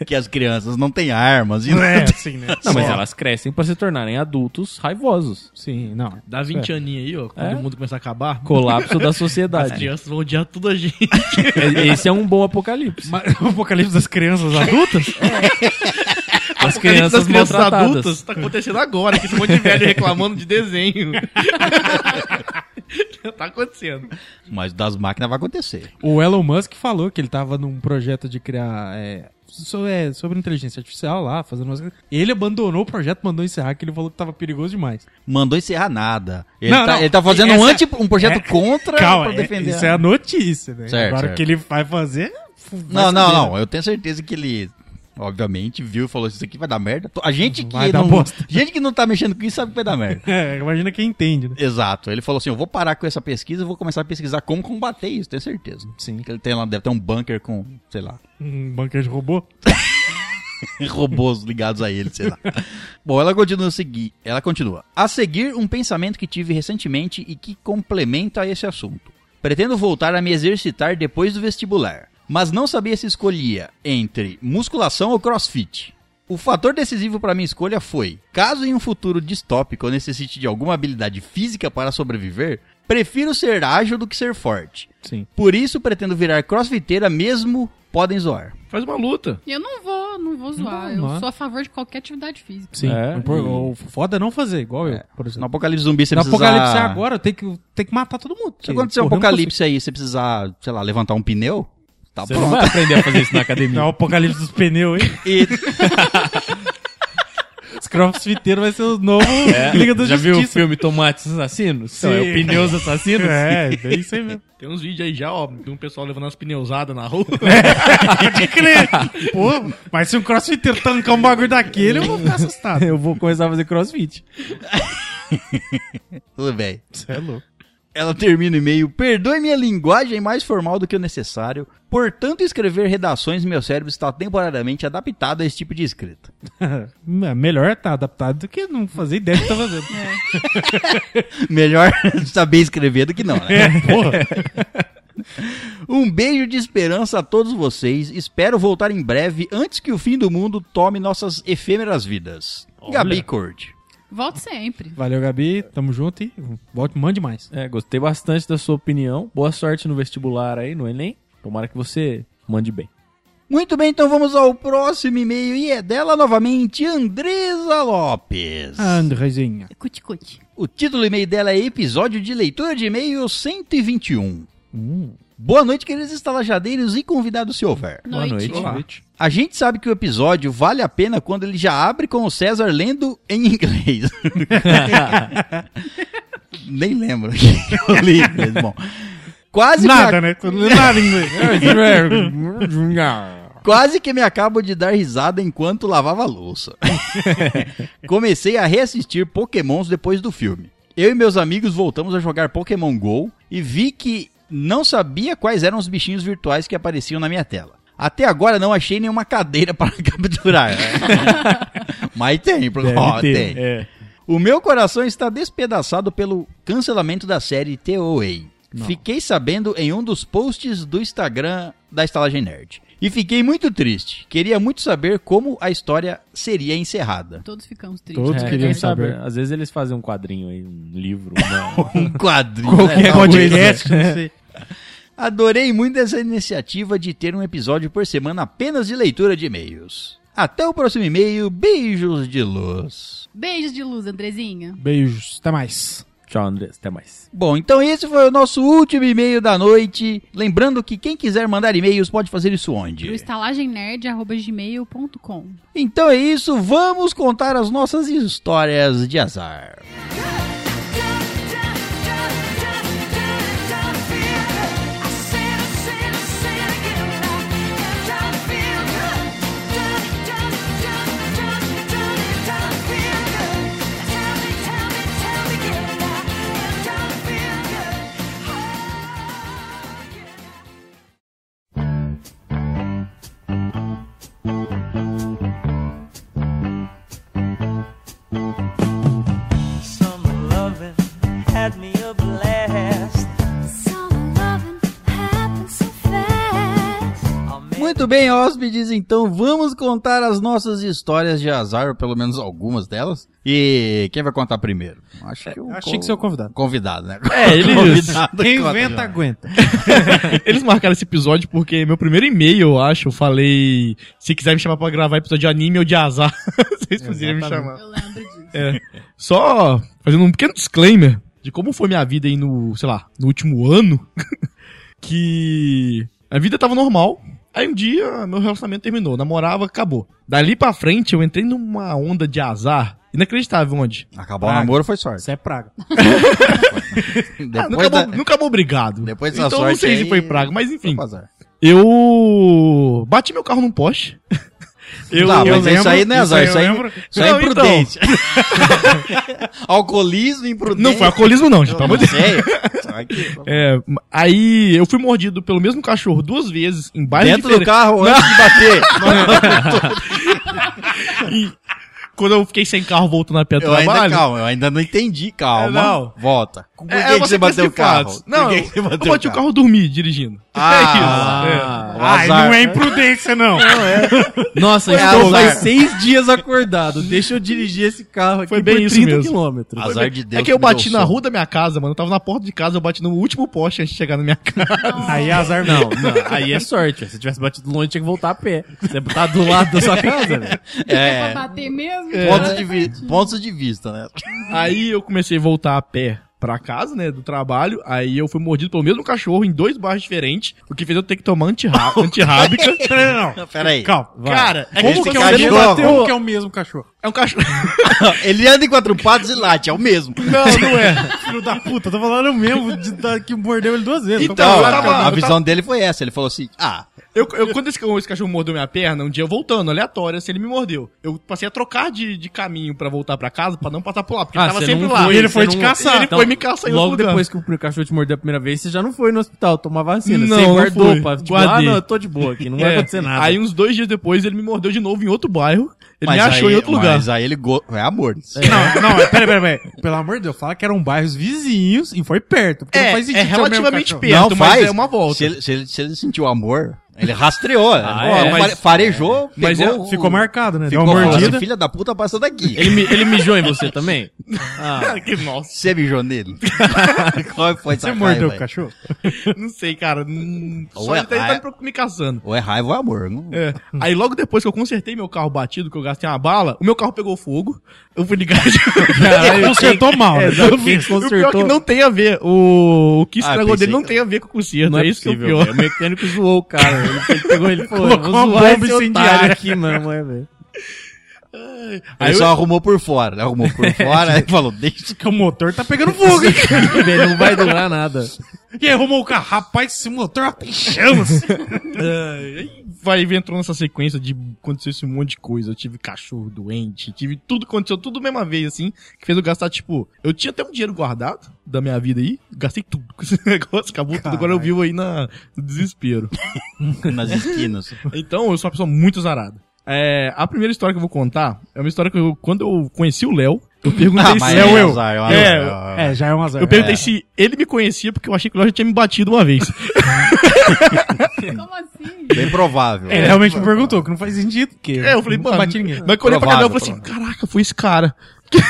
Speaker 2: que as crianças não têm armas. E não
Speaker 4: É, assim, né?
Speaker 5: Não, mas
Speaker 4: Só.
Speaker 5: elas crescem pra se tornarem adultos raivosos.
Speaker 4: Sim, não.
Speaker 6: Dá 20 aninhos aí, ó, quando o mundo começar a acabar.
Speaker 5: Colapso da
Speaker 6: As
Speaker 5: sociedade.
Speaker 6: crianças vão odiar tudo a gente.
Speaker 5: É- Esse é um bom apocalipse.
Speaker 4: Mas o apocalipse das crianças adultas?
Speaker 5: As
Speaker 6: Crianças,
Speaker 5: crianças
Speaker 6: das crianças
Speaker 5: maltratadas.
Speaker 6: adultas tá acontecendo agora, que esse monte de velho reclamando de desenho. tá acontecendo.
Speaker 2: Mas das máquinas vai acontecer.
Speaker 4: O Elon Musk falou que ele tava num projeto de criar é, so- é, sobre inteligência artificial lá, fazendo umas coisas. Ele abandonou o projeto, mandou encerrar, que ele falou que tava perigoso demais.
Speaker 2: Mandou encerrar nada. Ele,
Speaker 4: Não,
Speaker 2: tá,
Speaker 4: não.
Speaker 2: ele tá fazendo um,
Speaker 4: Essa-
Speaker 2: anti, um projeto
Speaker 4: é-
Speaker 2: contra
Speaker 4: Calma,
Speaker 2: pra
Speaker 4: é-
Speaker 2: defender.
Speaker 4: isso é a notícia, né?
Speaker 2: Certo,
Speaker 4: Agora o
Speaker 2: certo.
Speaker 4: que ele vai fazer. vai
Speaker 2: Não, não,
Speaker 4: saber, né?
Speaker 2: não. Eu tenho certeza que ele, obviamente, viu e falou: Isso aqui vai dar merda. A gente que,
Speaker 4: Vai dar
Speaker 2: não,
Speaker 4: bosta.
Speaker 2: gente que não tá mexendo com isso sabe que vai dar merda.
Speaker 4: É, imagina quem entende, né?
Speaker 2: Exato. Ele falou assim: Eu vou parar com essa pesquisa e vou começar a pesquisar como combater isso, tenho certeza.
Speaker 4: Sim.
Speaker 2: Que ele tem lá, deve ter um bunker com, sei lá,
Speaker 4: Um banquete robô.
Speaker 2: robôs ligados a ele, sei lá. Bom, ela continua a seguir. Ela continua. A seguir, um pensamento que tive recentemente e que complementa esse assunto. Pretendo voltar a me exercitar depois do vestibular, mas não sabia se escolhia entre musculação ou crossfit. O fator decisivo para minha escolha foi: caso em um futuro distópico eu necessite de alguma habilidade física para sobreviver, prefiro ser ágil do que ser forte.
Speaker 6: Sim.
Speaker 2: Por isso pretendo virar crossfiteira mesmo, podem zoar.
Speaker 6: Faz uma luta.
Speaker 3: Eu não vou, não vou zoar. eu sou a favor de qualquer atividade física.
Speaker 4: Sim.
Speaker 5: É,
Speaker 4: Pô,
Speaker 5: e-
Speaker 4: O foda é não fazer, igual eu, por
Speaker 2: No
Speaker 4: exemplo.
Speaker 2: apocalipse zumbi você
Speaker 4: No
Speaker 2: precisa...
Speaker 4: apocalipse ah, agora, eu tenho que, tenho que matar todo mundo.
Speaker 2: Se acontecer um apocalipse aí, você precisar, sei lá, levantar um pneu, tá
Speaker 5: Você
Speaker 2: bom.
Speaker 5: não vai aprender a fazer isso na academia.
Speaker 4: É o apocalipse dos pneus, hein?
Speaker 2: E
Speaker 4: Os crossfiteiros vai ser o novo
Speaker 5: É.
Speaker 4: Liga da
Speaker 5: Já
Speaker 4: Justiça.
Speaker 5: viu o filme Tomates Assassinos? Não, é o Pneus Assassinos?
Speaker 4: É, é isso aí mesmo.
Speaker 6: Tem uns vídeos aí já, ó, de um pessoal levando as pneusadas na rua.
Speaker 4: Pode crer. Pô, mas se um crossfiteiro tancar um bagulho daquele, eu vou ficar assustado. Eu vou começar a fazer crossfit.
Speaker 2: tudo bem.
Speaker 4: Você é louco.
Speaker 2: Ela termina o e-mail. Perdoe minha linguagem mais formal do que o necessário. Portanto, escrever redações, meu cérebro está temporariamente adaptado a esse tipo de escrita.
Speaker 4: É melhor tá adaptado do que não fazer ideia do que tá fazendo.
Speaker 2: Melhor saber escrever do que não,
Speaker 5: É.
Speaker 2: né? Um beijo de esperança a todos vocês. Espero voltar em breve, antes que o fim do mundo tome nossas efêmeras vidas. Gabi Cord.
Speaker 3: Volto sempre.
Speaker 4: Valeu, Gabi. Tamo junto e volte, mande mais.
Speaker 5: É, gostei bastante da sua opinião. Boa sorte no vestibular aí, no Enem. Tomara que você mande bem.
Speaker 2: Muito bem, então vamos ao próximo e-mail e é dela novamente, Andresa Lopes.
Speaker 4: Andrezinha.
Speaker 3: Cuti-cuti.
Speaker 2: O título do e-mail dela é Episódio de Leitura de E-mail 121. Uh, Boa noite, queridos estalajadeiros e convidados se houver.
Speaker 5: Boa noite.
Speaker 4: Olá.
Speaker 2: A gente sabe que o episódio vale a pena quando ele já abre com o César lendo em inglês. Nem lembro o que eu li, mas bom. Quase me
Speaker 4: Nada, né? Tô lendo Nada em inglês.
Speaker 2: Quase que me acabo de dar risada enquanto lavava a louça. Comecei a reassistir Pokémons depois do filme. Eu e meus amigos voltamos a jogar Pokémon GO e vi que não sabia quais eram os bichinhos virtuais que apareciam na minha tela. Até agora não achei nenhuma cadeira para capturar. né? Mas tem, pro... ó, tem.
Speaker 5: É.
Speaker 2: O meu coração está despedaçado pelo cancelamento da série TOA. Fiquei sabendo em um dos posts do Instagram da Estalagem Nerd. E fiquei muito triste. Queria muito saber como a história seria encerrada.
Speaker 3: Todos ficamos tristes.
Speaker 4: Todos
Speaker 5: É,
Speaker 4: queriam
Speaker 5: quem
Speaker 4: saber.
Speaker 5: Às vezes eles fazem um quadrinho aí, um livro. uma-
Speaker 2: Um quadrinho. né?
Speaker 4: Qualquer
Speaker 2: Talvez,
Speaker 4: podcast,
Speaker 2: né?
Speaker 4: não sei.
Speaker 2: Adorei muito essa iniciativa de ter um episódio por semana apenas de leitura de e-mails. Até o próximo e-mail. Beijos de luz.
Speaker 3: Beijos de luz, Andrezinha.
Speaker 4: Beijos. Até mais.
Speaker 5: Tchau, Andrés. Até mais.
Speaker 2: Bom, então esse foi o nosso último e-mail da noite. Lembrando que quem quiser mandar e-mails pode fazer isso
Speaker 3: Pro
Speaker 2: onde?
Speaker 3: estalagemnerd.gmail.com
Speaker 2: Então é isso, vamos contar as nossas histórias de azar.
Speaker 8: Summer loving had me a blast. I'll make
Speaker 2: Muito bem, hóspedes, então vamos contar as nossas histórias de azar, ou pelo menos algumas delas. E quem vai contar primeiro? Acho que o
Speaker 4: Achei que você é o convidado.
Speaker 2: convidado, né?
Speaker 5: É, ele
Speaker 2: convidado.
Speaker 4: Quem
Speaker 2: conta
Speaker 4: inventa,
Speaker 2: já.
Speaker 4: aguenta.
Speaker 6: Eles marcaram esse episódio porque meu primeiro e-mail, eu acho, eu falei: se quiser me chamar pra gravar episódio de anime ou de azar, vocês poderiam me chamar.
Speaker 3: Eu lembro disso.
Speaker 6: Só fazendo um pequeno disclaimer de como foi minha vida aí no, sei lá, no último ano, que a vida tava normal. Aí Aí um dia, meu relacionamento terminou. Namorava, acabou. Dali pra frente, eu entrei numa onda de azar. Inacreditável, onde?
Speaker 2: Acabar o namoro foi sorte.
Speaker 4: Isso é praga.
Speaker 6: Ah, nunca,
Speaker 2: Depois da...
Speaker 6: acabou, nunca acabou obrigado.
Speaker 2: Depois dessa
Speaker 6: então não
Speaker 2: sorte
Speaker 6: sei se
Speaker 2: aí-
Speaker 6: foi praga, mas enfim.
Speaker 2: Foi azar.
Speaker 6: Eu bati meu carro num poste. Eu,
Speaker 2: Tá,
Speaker 6: eu
Speaker 2: mas isso aí não é azar,
Speaker 6: eu
Speaker 2: isso aí,
Speaker 6: lembro.
Speaker 2: isso aí é
Speaker 6: Não, então.
Speaker 2: imprudente. Alcoolismo imprudente.
Speaker 6: Não foi alcoolismo, não, gente. Pelo amor de Deus.
Speaker 2: Sério? Só que-
Speaker 6: É, aí eu fui mordido pelo mesmo cachorro duas vezes, em bairros
Speaker 2: Dentro do
Speaker 6: diferentes.
Speaker 2: carro, antes de bater.
Speaker 6: Quando eu fiquei sem carro voltando a pé do
Speaker 2: Eu ainda,
Speaker 6: trabalho.
Speaker 2: calma, eu ainda não entendi. Calma.
Speaker 6: É, não.
Speaker 2: Volta. Por que,
Speaker 6: É,
Speaker 2: que
Speaker 6: você
Speaker 2: você bateu o
Speaker 6: pensa que
Speaker 2: carro?
Speaker 6: fatos.
Speaker 2: Por
Speaker 6: Não,
Speaker 2: que que você
Speaker 6: eu
Speaker 2: bateu
Speaker 6: bati o carro dormir dirigindo. É
Speaker 2: Ah, o
Speaker 4: Ai,
Speaker 2: azar.
Speaker 4: não é imprudência, não.
Speaker 5: Nossa,
Speaker 2: É
Speaker 5: estou
Speaker 2: azar.
Speaker 5: faz seis dias acordado. Deixa eu dirigir esse carro aqui
Speaker 6: Foi bem
Speaker 5: por
Speaker 6: isso
Speaker 5: 30
Speaker 6: mesmo.
Speaker 5: quilômetros.
Speaker 2: Azar de Deus.
Speaker 6: é que eu
Speaker 2: me deu um
Speaker 6: bati na
Speaker 2: sono.
Speaker 6: rua da minha casa, mano. Eu tava na porta de casa, eu bati no último poste antes de chegar na minha casa.
Speaker 4: Aí é azar mesmo.
Speaker 5: Não, não, aí é sorte. Se tivesse batido longe, tinha que voltar a pé. Você tá do lado da sua casa, velho.
Speaker 3: É. Pra bater mesmo?
Speaker 2: Pontos de, vi- pontos de vista, né?
Speaker 6: Aí eu comecei a voltar a pé pra casa, né, do trabalho. Aí eu fui mordido pelo mesmo cachorro em dois bairros diferentes, o que fez eu ter que tomar antirra- antirrábica.
Speaker 4: Não, não, não.
Speaker 2: Pera aí.
Speaker 4: Calma.
Speaker 6: Cara, é
Speaker 4: Como
Speaker 2: Esse
Speaker 4: que, é o mesmo,
Speaker 2: cachorro-
Speaker 4: como que é o mesmo cachorro?
Speaker 6: É um cachorro.
Speaker 2: Ele anda em quatro patas e late, é o mesmo.
Speaker 6: Não, não é.
Speaker 4: Filho da puta, eu tô falando o mesmo de- da- que mordeu ele duas vezes.
Speaker 6: Então,
Speaker 2: Não,
Speaker 6: eu tava-
Speaker 2: a
Speaker 6: eu
Speaker 2: visão dele foi essa. Ele falou assim: ah,
Speaker 6: Eu, eu- quando esse, cachorro- esse cachorro mordeu minha perna, um dia eu voltando, aleatório, assim, ele me mordeu. Eu passei a trocar de, de caminho pra voltar pra casa, pra não passar por lá, porque ele tava
Speaker 5: Ah, você
Speaker 6: sempre
Speaker 5: não
Speaker 6: lá.
Speaker 5: foi,
Speaker 6: ele
Speaker 5: você
Speaker 6: foi te
Speaker 5: não-
Speaker 6: caçar. Ele
Speaker 5: Então,
Speaker 6: foi me caçar em
Speaker 5: Logo
Speaker 6: outro lugar.
Speaker 5: depois que o cachorro te mordeu a primeira vez, você já não foi no hospital tomar vacina.
Speaker 6: Não,
Speaker 5: você
Speaker 6: não
Speaker 5: guardou
Speaker 6: fui.
Speaker 5: pra tipo, ah,
Speaker 6: Guardei.
Speaker 5: não, eu tô de boa aqui, não vai
Speaker 6: É,
Speaker 5: acontecer nada.
Speaker 6: Aí uns dois dias depois ele me mordeu de novo em outro bairro. Ele me
Speaker 2: mas
Speaker 6: achou
Speaker 2: aí-
Speaker 6: em outro lugar.
Speaker 2: Mas aí ele. Go... É amor.
Speaker 4: Não, não, peraí, peraí, peraí. Pelo amor de Deus, fala que eram bairros vizinhos e foi perto. Porque não
Speaker 6: É,
Speaker 4: faz sentido
Speaker 6: é
Speaker 4: ser o mesmo
Speaker 6: relativamente
Speaker 4: cachorro.
Speaker 6: perto,
Speaker 2: Não
Speaker 6: mas
Speaker 2: faz.
Speaker 6: é uma volta.
Speaker 2: Se ele, se ele- se ele sentiu amor, ele rastreou.
Speaker 5: Ah,
Speaker 2: Ó,
Speaker 5: é,
Speaker 2: fare-
Speaker 5: mas-
Speaker 2: farejou,
Speaker 5: Mas
Speaker 2: pegou
Speaker 5: é-
Speaker 2: o-
Speaker 4: Ficou marcado, né?
Speaker 2: Ficou
Speaker 4: Deu uma
Speaker 2: mordida.
Speaker 4: mordida.
Speaker 2: Filha da puta passa daqui.
Speaker 5: Ele, mi- ele mijou em você também? Ah.
Speaker 6: que, nossa,
Speaker 2: Você mijou nele? Qual foi essa
Speaker 4: Você mordeu
Speaker 2: raiva aí?
Speaker 4: o cachorro?
Speaker 6: não sei, cara. hum,
Speaker 2: Ou
Speaker 6: Só
Speaker 2: é
Speaker 6: ele tá, ele tá
Speaker 2: raia-
Speaker 6: me pro- me caçando.
Speaker 2: Ou é raiva ou é amor. Não...
Speaker 6: É. Aí logo depois que eu consertei meu carro batido, que eu gastei uma bala, o meu carro pegou fogo. Eu fui ligar de...
Speaker 4: Ele consertou mal, né?
Speaker 6: É, O pior é que não tem a ver. O, o que estragou
Speaker 2: pensei
Speaker 6: dele não
Speaker 2: que-
Speaker 6: tem a ver com o conserto.
Speaker 5: Não
Speaker 6: é,
Speaker 5: é
Speaker 6: isso que é o
Speaker 5: possível,
Speaker 6: pior.
Speaker 4: né?
Speaker 5: velho. O mecânico zoou o cara. Ele, ele pegou ele, pô, eu
Speaker 4: Colocou
Speaker 5: vou
Speaker 4: uma
Speaker 5: zoar
Speaker 4: bomba
Speaker 5: esse
Speaker 4: incendiária.
Speaker 5: otário aqui, mano. é, velho.
Speaker 2: Ele
Speaker 6: Aí
Speaker 2: só arrumou por fora. né? Arrumou por fora e falou, deixa
Speaker 4: Porque o motor tá pegando fogo. hein?
Speaker 5: Ele não vai durar nada.
Speaker 4: e aí arrumou o carro. Rapaz, esse motor é uma em chamas.
Speaker 6: É, Aí vai entrou nessa sequência de aconteceu esse monte de coisa. Eu tive cachorro doente, tive tudo, aconteceu tudo da mesma vez, assim, que fez eu gastar, tipo, eu tinha até um dinheiro guardado da minha vida aí, gastei tudo com esse negócio, acabou tudo, agora eu
Speaker 4: Caralho.
Speaker 6: vivo aí na, no desespero.
Speaker 2: nas esquinas.
Speaker 6: Então, eu sou uma pessoa muito zarada. É, a primeira história que eu vou contar é uma história que eu, quando eu conheci o Léo, eu perguntei se...
Speaker 4: é o eu.
Speaker 2: azar, Ah, é o
Speaker 6: É,
Speaker 2: azar.
Speaker 4: É, já é um azar.
Speaker 6: Eu perguntei se ele me conhecia, porque eu achei que o Léo já tinha me batido uma vez.
Speaker 3: Como assim?
Speaker 2: é Bem provável.
Speaker 4: É,
Speaker 5: É.
Speaker 4: Ele realmente me perguntou, que não faz sentido. Porque
Speaker 6: É, eu falei, mano.
Speaker 4: Não bati ninguém.
Speaker 6: Mas quando eu olhei pra cara dela, eu falei
Speaker 2: Provável,
Speaker 6: assim: caraca, foi esse cara que,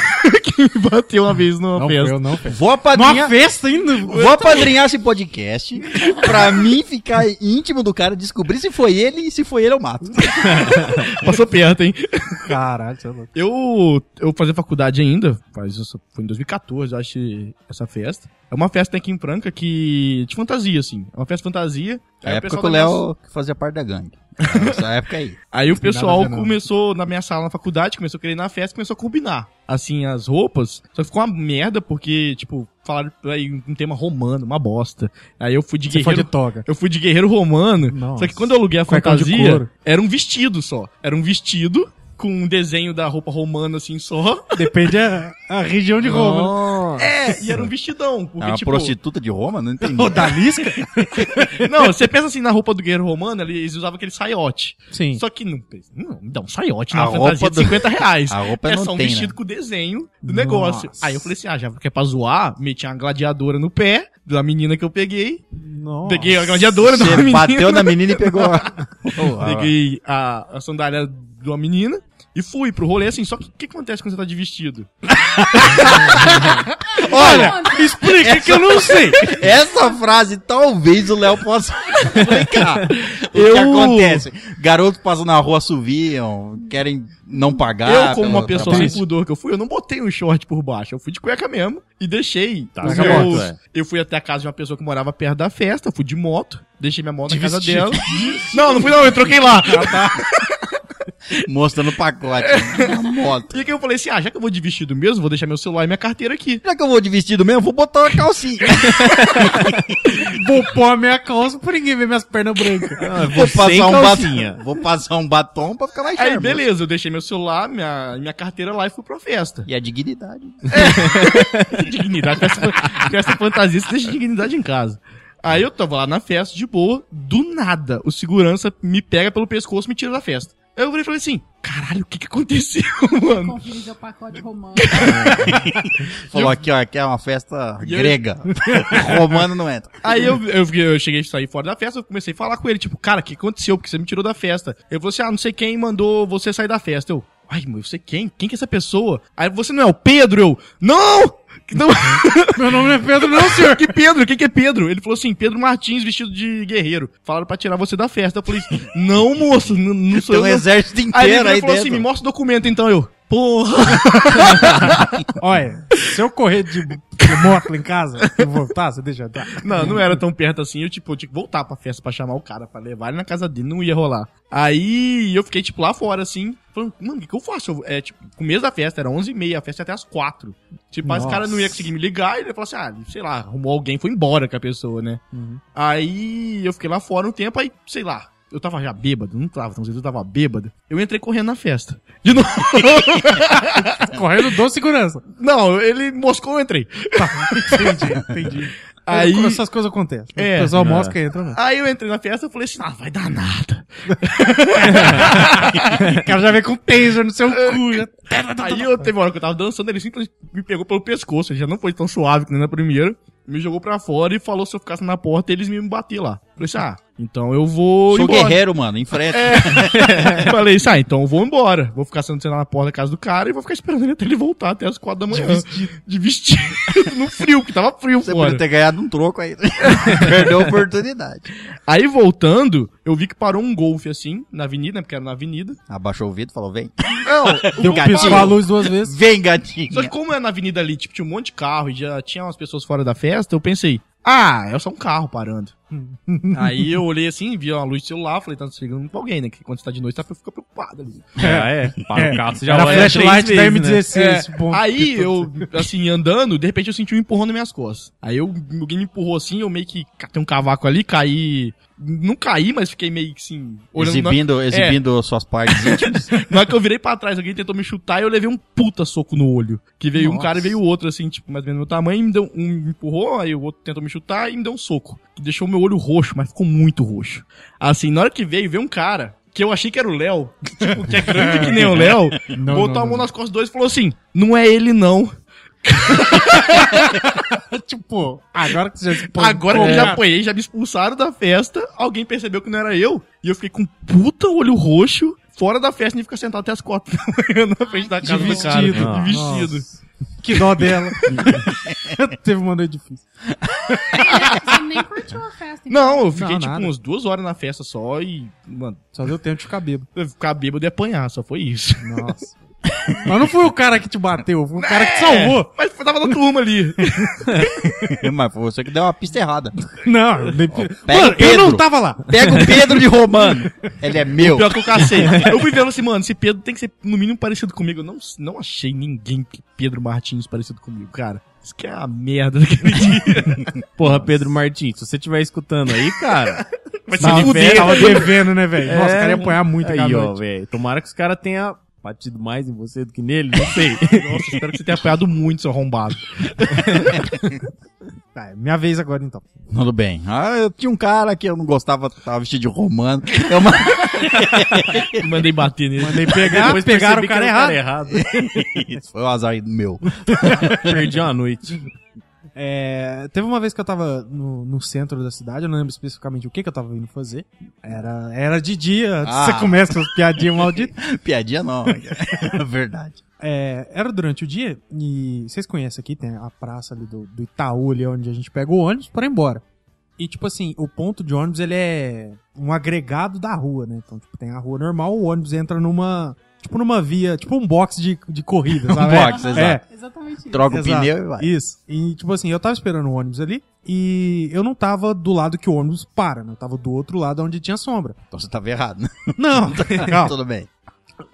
Speaker 6: que me bateu uma vez numa
Speaker 4: Não, foi
Speaker 6: festa.
Speaker 4: eu não, fez.
Speaker 2: Vou
Speaker 4: Numa
Speaker 2: apadrinhar,
Speaker 4: festa ainda?
Speaker 2: vou apadrinhar esse podcast pra mim ficar íntimo do cara, descobrir se foi ele e se foi ele eu mato.
Speaker 6: Passou perto, hein?
Speaker 4: Caralho, você é louco.
Speaker 6: Eu, eu fazia faculdade ainda, faz, isso- foi em 2014, eu acho, essa festa. É uma festa aqui em Franca que. de fantasia, assim. É uma festa de fantasia.
Speaker 2: Na
Speaker 6: Aí
Speaker 2: É época
Speaker 6: É, pessoal tá
Speaker 2: que o
Speaker 6: da minha-
Speaker 2: Léo fazia parte da gangue. Nessa época aí.
Speaker 6: Aí
Speaker 4: tem
Speaker 6: o
Speaker 4: nada
Speaker 6: pessoal
Speaker 4: a ver, não.
Speaker 6: começou na minha sala na faculdade, começou a querer ir na festa, começou a combinar. Assim, as roupas. Só que ficou uma merda, porque, tipo, falaram aí um tema romano, uma bosta. Aí eu fui de
Speaker 4: Você foi
Speaker 6: guerreiro.
Speaker 4: de toga.
Speaker 6: Eu fui de guerreiro romano.
Speaker 4: Nossa.
Speaker 6: Só que quando eu aluguei a
Speaker 4: Cuecão de
Speaker 6: fantasia,
Speaker 4: couro.
Speaker 6: era um vestido só. Era um vestido com um desenho da roupa romana assim só.
Speaker 4: Depende a, a região de Roma.
Speaker 6: É, e era um vestidão. Porque,
Speaker 2: É uma
Speaker 6: tipo,
Speaker 2: prostituta de Roma? Não entendi.
Speaker 4: Odalisca?
Speaker 6: Não, você pensa assim na roupa do guerreiro romano, eles usavam aquele saiote.
Speaker 4: Sim.
Speaker 6: Só que não, não, me dá um saiote na
Speaker 2: A
Speaker 6: fantasia
Speaker 2: roupa
Speaker 6: de
Speaker 2: do-
Speaker 6: 50 reais.
Speaker 2: A roupa
Speaker 6: É
Speaker 2: não
Speaker 6: só um
Speaker 2: tem,
Speaker 6: vestido
Speaker 2: né?
Speaker 6: com o desenho do
Speaker 4: Nossa.
Speaker 6: negócio. Aí eu falei assim: ah, já que é pra zoar, meti uma gladiadora no pé da menina que eu peguei.
Speaker 4: Nossa.
Speaker 6: Peguei a gladiadora da
Speaker 2: Você
Speaker 6: menina.
Speaker 2: bateu na menina e pegou a...
Speaker 6: Peguei a, a sandália de uma menina. E fui pro rolê assim, só que o que acontece quando você tá de vestido?
Speaker 3: Olha!
Speaker 5: Explica
Speaker 6: É
Speaker 5: que eu não sei.
Speaker 2: Essa frase talvez o Léo possa explicar. O
Speaker 5: Eu-
Speaker 2: que acontece? Garoto passa na rua, assoviam, querem não pagar.
Speaker 6: eu, como uma
Speaker 2: Ah, pelo
Speaker 6: pessoa assim,
Speaker 2: trabalho.
Speaker 6: sem pudor que eu fui, eu não botei um short por baixo. Eu fui de cueca mesmo e deixei.
Speaker 5: Tá
Speaker 6: os
Speaker 5: certo,
Speaker 6: meus-
Speaker 5: é.
Speaker 6: Eu fui até a casa de uma pessoa que morava perto da festa, fui de moto, deixei minha moto
Speaker 4: De
Speaker 6: na casa
Speaker 4: vestido.
Speaker 6: dela. não, não fui não, eu troquei lá.
Speaker 2: Mostrando o pacote na moto.
Speaker 6: E aqui eu falei assim, ah, já que eu vou de vestido mesmo, vou deixar meu celular e minha carteira aqui.
Speaker 2: Já que eu vou de vestido mesmo, vou botar uma calcinha.
Speaker 4: Vou pôr a minha calça pra ninguém ver minhas pernas brancas.
Speaker 6: Ah,
Speaker 2: Vou passar, um
Speaker 5: calcinha.
Speaker 2: batom, vou passar um batom pra ficar mais
Speaker 6: é, Aí,
Speaker 2: charmoso.
Speaker 6: beleza, eu deixei meu celular, minha, minha carteira lá e fui pra festa.
Speaker 2: E a dignidade.
Speaker 6: dignidade, com essa, com essa fantasia, você deixa dignidade em casa. Aí eu tava lá na festa, de boa, do nada, o segurança me pega pelo pescoço e me tira da festa. Aí eu virei e falei assim, caralho, o que que aconteceu, mano?
Speaker 3: Confira seu pacote romântico.
Speaker 2: Falou aqui, ó, aqui é uma festa
Speaker 6: E eu-
Speaker 2: grega. Romano não entra.
Speaker 6: Aí eu, eu, fiquei- eu cheguei a sair fora da festa, eu comecei a falar com ele, tipo, cara, o que aconteceu? Porque você me tirou da festa. Eu falei assim, ah, não sei quem mandou você sair da festa. Eu, ai, mas você quem? Quem que é essa pessoa? Aí você não é o Pedro? Eu, não! Que Não,
Speaker 4: Meu nome não é Pedro, não, senhor.
Speaker 6: que Pedro? Quem que é Pedro? Ele falou assim, Pedro Martins vestido de guerreiro. Falaram pra tirar você da festa. Eu falei, não, moço, n- não sou
Speaker 2: Tem um
Speaker 6: eu. não."
Speaker 2: exército
Speaker 6: Aí ele
Speaker 2: inteiro
Speaker 6: virou
Speaker 2: aí,
Speaker 6: e falou
Speaker 2: dentro.
Speaker 6: assim, me mostra o documento então, eu. Porra!
Speaker 4: Olha, se eu correr de, de moto lá em casa, eu vou voltar, você deixa eu entrar.
Speaker 6: Não, não era tão perto assim. Eu, tipo, eu tinha que voltar pra festa pra chamar o cara, pra levar ele na casa dele. Não ia rolar. Aí eu fiquei, tipo, lá fora, assim, falando, mano, o que, que eu faço? Eu- é, tipo, começo da festa, era 11h30, a festa ia até as 4. Tipo, esse
Speaker 4: Nossa.
Speaker 6: cara não ia conseguir me ligar e ele falou assim, ah, sei lá, arrumou alguém, foi embora com a pessoa, né?
Speaker 4: Uhum.
Speaker 6: Aí eu fiquei lá fora um tempo, aí, sei lá. Eu tava já bêbado, não tava, não sei se eu tava bêbado. Eu entrei correndo na festa. De novo.
Speaker 4: Correndo do segurança.
Speaker 6: não, ele moscou, eu entrei.
Speaker 4: Tá, entendi, entendi.
Speaker 6: Aí-
Speaker 4: Essas coisas acontecem.
Speaker 6: É.
Speaker 4: o pessoal
Speaker 5: É.
Speaker 4: mosca e entra, né? não.
Speaker 6: Aí eu entrei na festa e falei assim, ah, vai dar nada.
Speaker 4: O cara já vem com taser no seu cu. já- tá
Speaker 6: Aí eu teve uma hora que eu tava dançando, ele simplesmente me pegou pelo pescoço, ele já não foi tão suave que nem na primeira, me jogou pra fora e falou se eu ficasse na porta, eles iam me bater lá. Falei assim, ah, então eu vou
Speaker 2: Sou
Speaker 6: embora. É.
Speaker 2: guerreiro, mano, enfrenta.
Speaker 6: Falei assim, ah, então eu vou embora. Vou ficar sentado na porta da casa do cara e vou ficar esperando ele até ele voltar até as quatro da manhã. De vestido. no frio, que tava frio
Speaker 2: Você
Speaker 6: fora.
Speaker 2: podia ter ganhado um troco aí. Perdeu a oportunidade.
Speaker 6: Aí voltando, eu vi que parou um golfe assim, na avenida, né, porque era na avenida.
Speaker 2: Abaixou o vidro e falou, vem.
Speaker 6: Não,
Speaker 4: Deu
Speaker 6: o
Speaker 4: um
Speaker 6: golfe
Speaker 4: pisco a
Speaker 6: parou.
Speaker 4: luz duas vezes.
Speaker 2: Vem, gatinho.
Speaker 6: Só que como é na avenida ali, tipo, tinha um monte de carro e já tinha umas pessoas fora da festa, eu pensei, ah, é só um carro parando. Aí eu olhei assim, vi uma luz de celular, falei, tá chegando pra alguém, né? Que quando você tá de noite, tá fica preocupado ali.
Speaker 5: Ah, é. Para o carro, você já
Speaker 4: Era
Speaker 5: olha
Speaker 4: flashlight
Speaker 5: três
Speaker 4: da
Speaker 5: vezes, né?
Speaker 4: M16. bom.
Speaker 6: Aí eu, assim, andando, de repente eu senti um empurrão nas minhas costas. Aí eu, alguém me empurrou assim, eu meio que catei um cavaco ali, caí. Não caí, mas fiquei meio que assim, olhando na,
Speaker 2: Exibindo, exibindo suas partes íntimas.
Speaker 6: na hora que eu virei pra trás, alguém tentou me chutar e eu levei um puta soco no olho. Que veio um
Speaker 2: Nossa.
Speaker 6: cara e veio outro, assim, tipo, mais ou menos do meu tamanho, e me deu um me empurrou, aí o outro tentou me chutar e me deu um soco. Que deixou meu olho roxo, mas ficou muito roxo. Assim, na hora que veio, veio um cara, que eu achei que era o Léo, tipo, que é grande que nem o Léo,
Speaker 4: Não,
Speaker 6: botou
Speaker 4: não,
Speaker 6: a
Speaker 4: não.
Speaker 6: mão nas costas dos dois e falou assim: não é ele não.
Speaker 4: Tipo, agora que você já se
Speaker 6: Agora que eu já
Speaker 4: já
Speaker 6: apanhei, já me expulsaram da festa, alguém percebeu que não era eu, e eu fiquei com um puta olho roxo. Fora da festa, e ficar sentado até as quatro da manhã na frente da casa do cara.
Speaker 4: vestido.
Speaker 6: De vestido.
Speaker 4: Que dó dela. Teve uma noite difícil.
Speaker 3: Você nem curtiu a festa. então.
Speaker 6: Não, eu fiquei
Speaker 4: Não,
Speaker 6: tipo
Speaker 4: nada.
Speaker 6: umas duas horas na festa só e, mano,
Speaker 4: Só deu tempo de ficar bêbado.
Speaker 6: eu ficar bêbado e apanhar, só foi isso.
Speaker 4: Nossa. Mas não foi o cara que te bateu, foi o cara que te
Speaker 6: É.
Speaker 4: salvou.
Speaker 6: Mas tava na turma ali.
Speaker 2: Mas foi você que deu uma pista errada.
Speaker 4: Não, nem...
Speaker 2: pega
Speaker 4: Mano,
Speaker 2: o
Speaker 4: eu
Speaker 2: Pedro.
Speaker 4: não tava lá.
Speaker 2: Pega o Pedro de Romano. Ele é meu.
Speaker 6: Pior que eu cacei. Eu fui vendo assim, mano, esse Pedro tem que ser no mínimo parecido comigo. Eu não, não achei ninguém que Pedro Martins parecido comigo, cara. Isso que é a merda daquele dia.
Speaker 5: Porra, Pedro Martins, se você estiver escutando aí, cara.
Speaker 6: Vai
Speaker 5: Não,
Speaker 6: se
Speaker 5: velho,
Speaker 6: fuder.
Speaker 4: Tava devendo, né, velho? Nossa, o cara ia apanhar muito aquela
Speaker 5: aí, ó,
Speaker 4: noite.
Speaker 5: velho. Tomara que os caras tenham batido mais em você do que nele, não sei.
Speaker 6: Nossa, espero que você tenha apanhado muito, seu arrombado.
Speaker 4: Tá, é minha vez agora, então.
Speaker 2: Tudo bem. Ah, eu tinha um cara que eu não gostava, tava vestido de romano. É Eu ma-
Speaker 6: Mandei bater nele.
Speaker 4: Mandei
Speaker 5: Ah,
Speaker 4: pegar, pegaram o
Speaker 5: um
Speaker 4: cara errado.
Speaker 5: errado.
Speaker 2: Isso foi o azar meu.
Speaker 5: Perdi uma noite.
Speaker 4: É, teve uma vez que eu tava no, no centro da cidade, eu não lembro especificamente o que que eu tava indo fazer. Era, era de dia,
Speaker 2: Ah.
Speaker 4: você começa com as piadinhas malditas.
Speaker 2: Piadinha não. Verdade.
Speaker 4: É, era durante o dia, e vocês conhecem aqui, tem a praça ali do, do Itaú, ali onde a gente pega o ônibus para ir embora. E, tipo assim, o ponto de ônibus, ele é um agregado da rua, né? Então, tipo, tem a rua normal, o ônibus entra numa... Tipo numa via, tipo um box de, de corrida, sabe?
Speaker 2: um box,
Speaker 4: é,
Speaker 2: exato.
Speaker 4: É,
Speaker 3: Exatamente isso.
Speaker 2: Troca
Speaker 4: Exato.
Speaker 2: o pneu e vai.
Speaker 4: Isso. E, tipo assim, eu tava esperando o ônibus ali e eu não tava do lado que o ônibus para, né? Eu tava do outro lado onde tinha sombra.
Speaker 2: Então você tava errado, né?
Speaker 4: Não, calma.
Speaker 2: Tudo bem.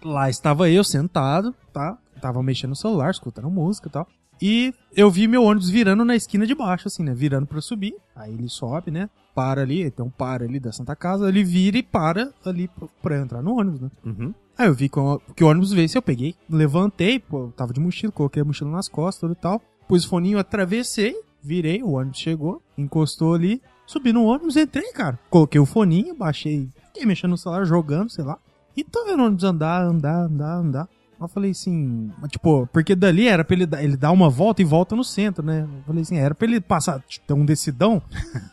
Speaker 4: Lá estava eu sentado, tá? Tava mexendo no celular, escutando música e tal. E eu vi meu ônibus virando na esquina de baixo, assim, né? Virando pra subir. Aí ele sobe, né? Para ali, tem um para ali da Santa Casa. Ele vira e para ali pra- pra entrar no ônibus, né?
Speaker 5: Uhum.
Speaker 4: Aí eu vi que o, que o ônibus veio, se eu peguei, levantei, pô, eu tava de mochila, coloquei a mochila nas costas tudo e tal. Pus o foninho, atravessei, virei, o ônibus chegou, encostou ali, subi no ônibus, entrei, cara. Coloquei o foninho, baixei, fiquei mexendo no celular, jogando, sei lá. E tô vendo o ônibus andar, andar, andar, andar. Aí Eu falei assim, mas, tipo, porque dali era pra ele, dar- ele dar uma volta e volta no centro, né? Eu falei assim, era pra ele passar, tipo, ter um decidão.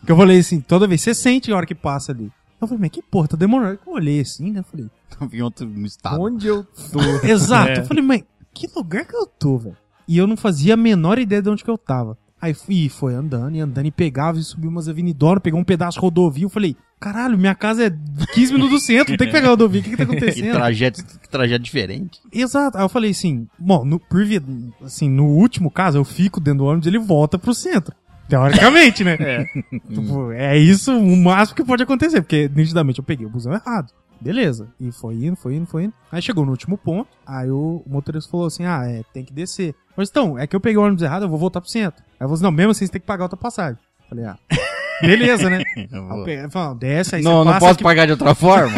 Speaker 4: que eu falei assim, toda vez, você sente a hora que passa ali. Eu falei, mas que porra, tá demorando. Eu olhei assim, né? Eu falei,
Speaker 2: Tava em outro um estado.
Speaker 4: Onde eu tô? Exato. Eu falei, mãe, que lugar que eu tô, velho? E eu não fazia a menor ideia de onde que eu tava. Aí fui, foi andando e andando e pegava e subia umas avenidoras, pegou um pedaço de rodovia. Eu falei, caralho, minha casa é 15 minutos do centro, tem que pegar a rodovia, o que que tá
Speaker 2: Que
Speaker 4: acontecendo?
Speaker 2: trajeto, que trajeto diferente.
Speaker 4: Exato. Aí eu falei assim, bom, no, por via- assim, no último caso, eu fico dentro do ônibus e ele volta pro centro. Teoricamente, né? é. Tipo, é isso o máximo que pode acontecer, porque nitidamente eu peguei o busão errado. Beleza. E foi indo, foi indo, foi indo. Aí chegou no último ponto, aí o motorista falou assim, ah, é, tem que descer. Mas então, é que eu peguei o ônibus errado, eu vou voltar pro centro. Aí eu falei assim, não, mesmo assim você tem que pagar outra passagem. Falei, ah, beleza, né? Aí eu peguei, ele falou, não, desce, aí
Speaker 2: Não,
Speaker 4: você
Speaker 2: não
Speaker 4: passa
Speaker 2: posso
Speaker 4: aqui
Speaker 2: pagar de outra forma.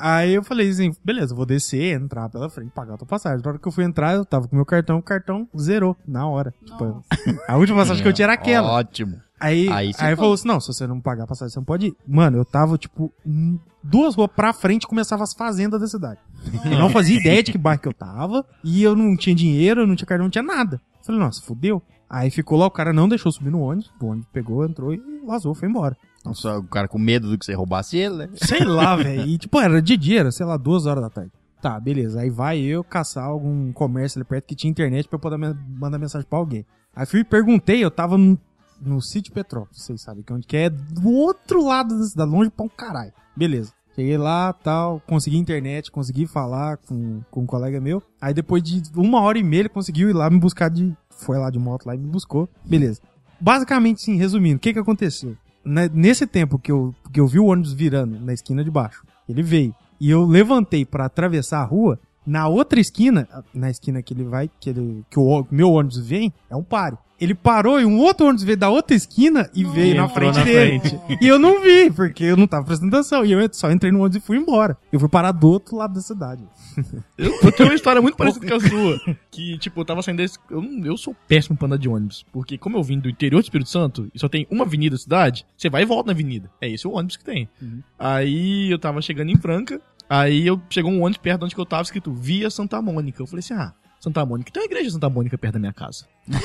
Speaker 4: Aí eu falei assim, beleza, eu vou descer, entrar pela frente, pagar a tua passagem. Na hora que eu fui entrar, eu tava com meu cartão, o cartão zerou na hora. Tipo,
Speaker 3: Nossa.
Speaker 4: a última passagem que eu tinha era aquela.
Speaker 2: Ótimo.
Speaker 4: Aí,
Speaker 2: É, Aí
Speaker 4: aí,
Speaker 2: você
Speaker 4: falou assim: não, se você não pagar a passagem, você não pode ir. Mano, eu tava, tipo, um- duas ruas pra frente começava as fazendas da cidade. Eu não fazia ideia de que bairro que eu tava. E eu não tinha dinheiro, eu não tinha cartão, não tinha nada. Eu Falei, nossa, fudeu. Aí ficou lá, o cara não deixou eu subir no ônibus. O ônibus pegou, entrou e vazou, foi embora.
Speaker 2: Então, Só o cara com medo do que você roubasse ele, né?
Speaker 4: Sei lá, velho. E, tipo, era de dia, era, sei lá, duas horas da tarde. Tá, beleza. Aí vai eu caçar algum comércio ali perto que tinha internet pra eu poder me- mandar mensagem pra alguém. Aí fui e perguntei, eu tava no, no sítio Petrópolis, vocês sabem que é onde que é, do outro lado da cidade, longe pra um caralho. Beleza. Cheguei lá, tal, consegui internet, consegui falar com, com um colega meu. Aí depois de uma hora e meia ele conseguiu ir lá me buscar de... Foi lá de moto lá e me buscou. Beleza. Basicamente, sim, resumindo, o que que aconteceu? Na- nesse tempo que eu, que eu vi o ônibus virando na esquina de baixo, ele veio. E eu levantei pra atravessar a rua. Na outra esquina, na esquina que ele vai, que, ele, que o ô- meu ônibus vem, é um pare. Ele parou e um outro ônibus veio da outra esquina e veio na
Speaker 5: Entrou
Speaker 4: frente
Speaker 5: na
Speaker 4: dele. E eu não vi, porque eu não tava prestando atenção. E eu só entrei no ônibus e fui embora. Eu fui parar do outro lado da cidade.
Speaker 6: Eu tenho uma história muito parecida com a sua. Que, tipo, eu tava saindo da es- eu, não- eu sou péssimo pra andar de ônibus. Porque, como eu vim do interior do Espírito Santo e só tem uma avenida da cidade, você vai e volta na avenida. É esse o ônibus que tem.
Speaker 4: Uhum.
Speaker 6: Aí eu tava chegando em Franca, aí eu chegou um ônibus perto de onde que eu tava escrito Via Santa Mônica. Eu falei assim: ah, Santa Mônica, tem uma igreja Santa Mônica perto da minha casa.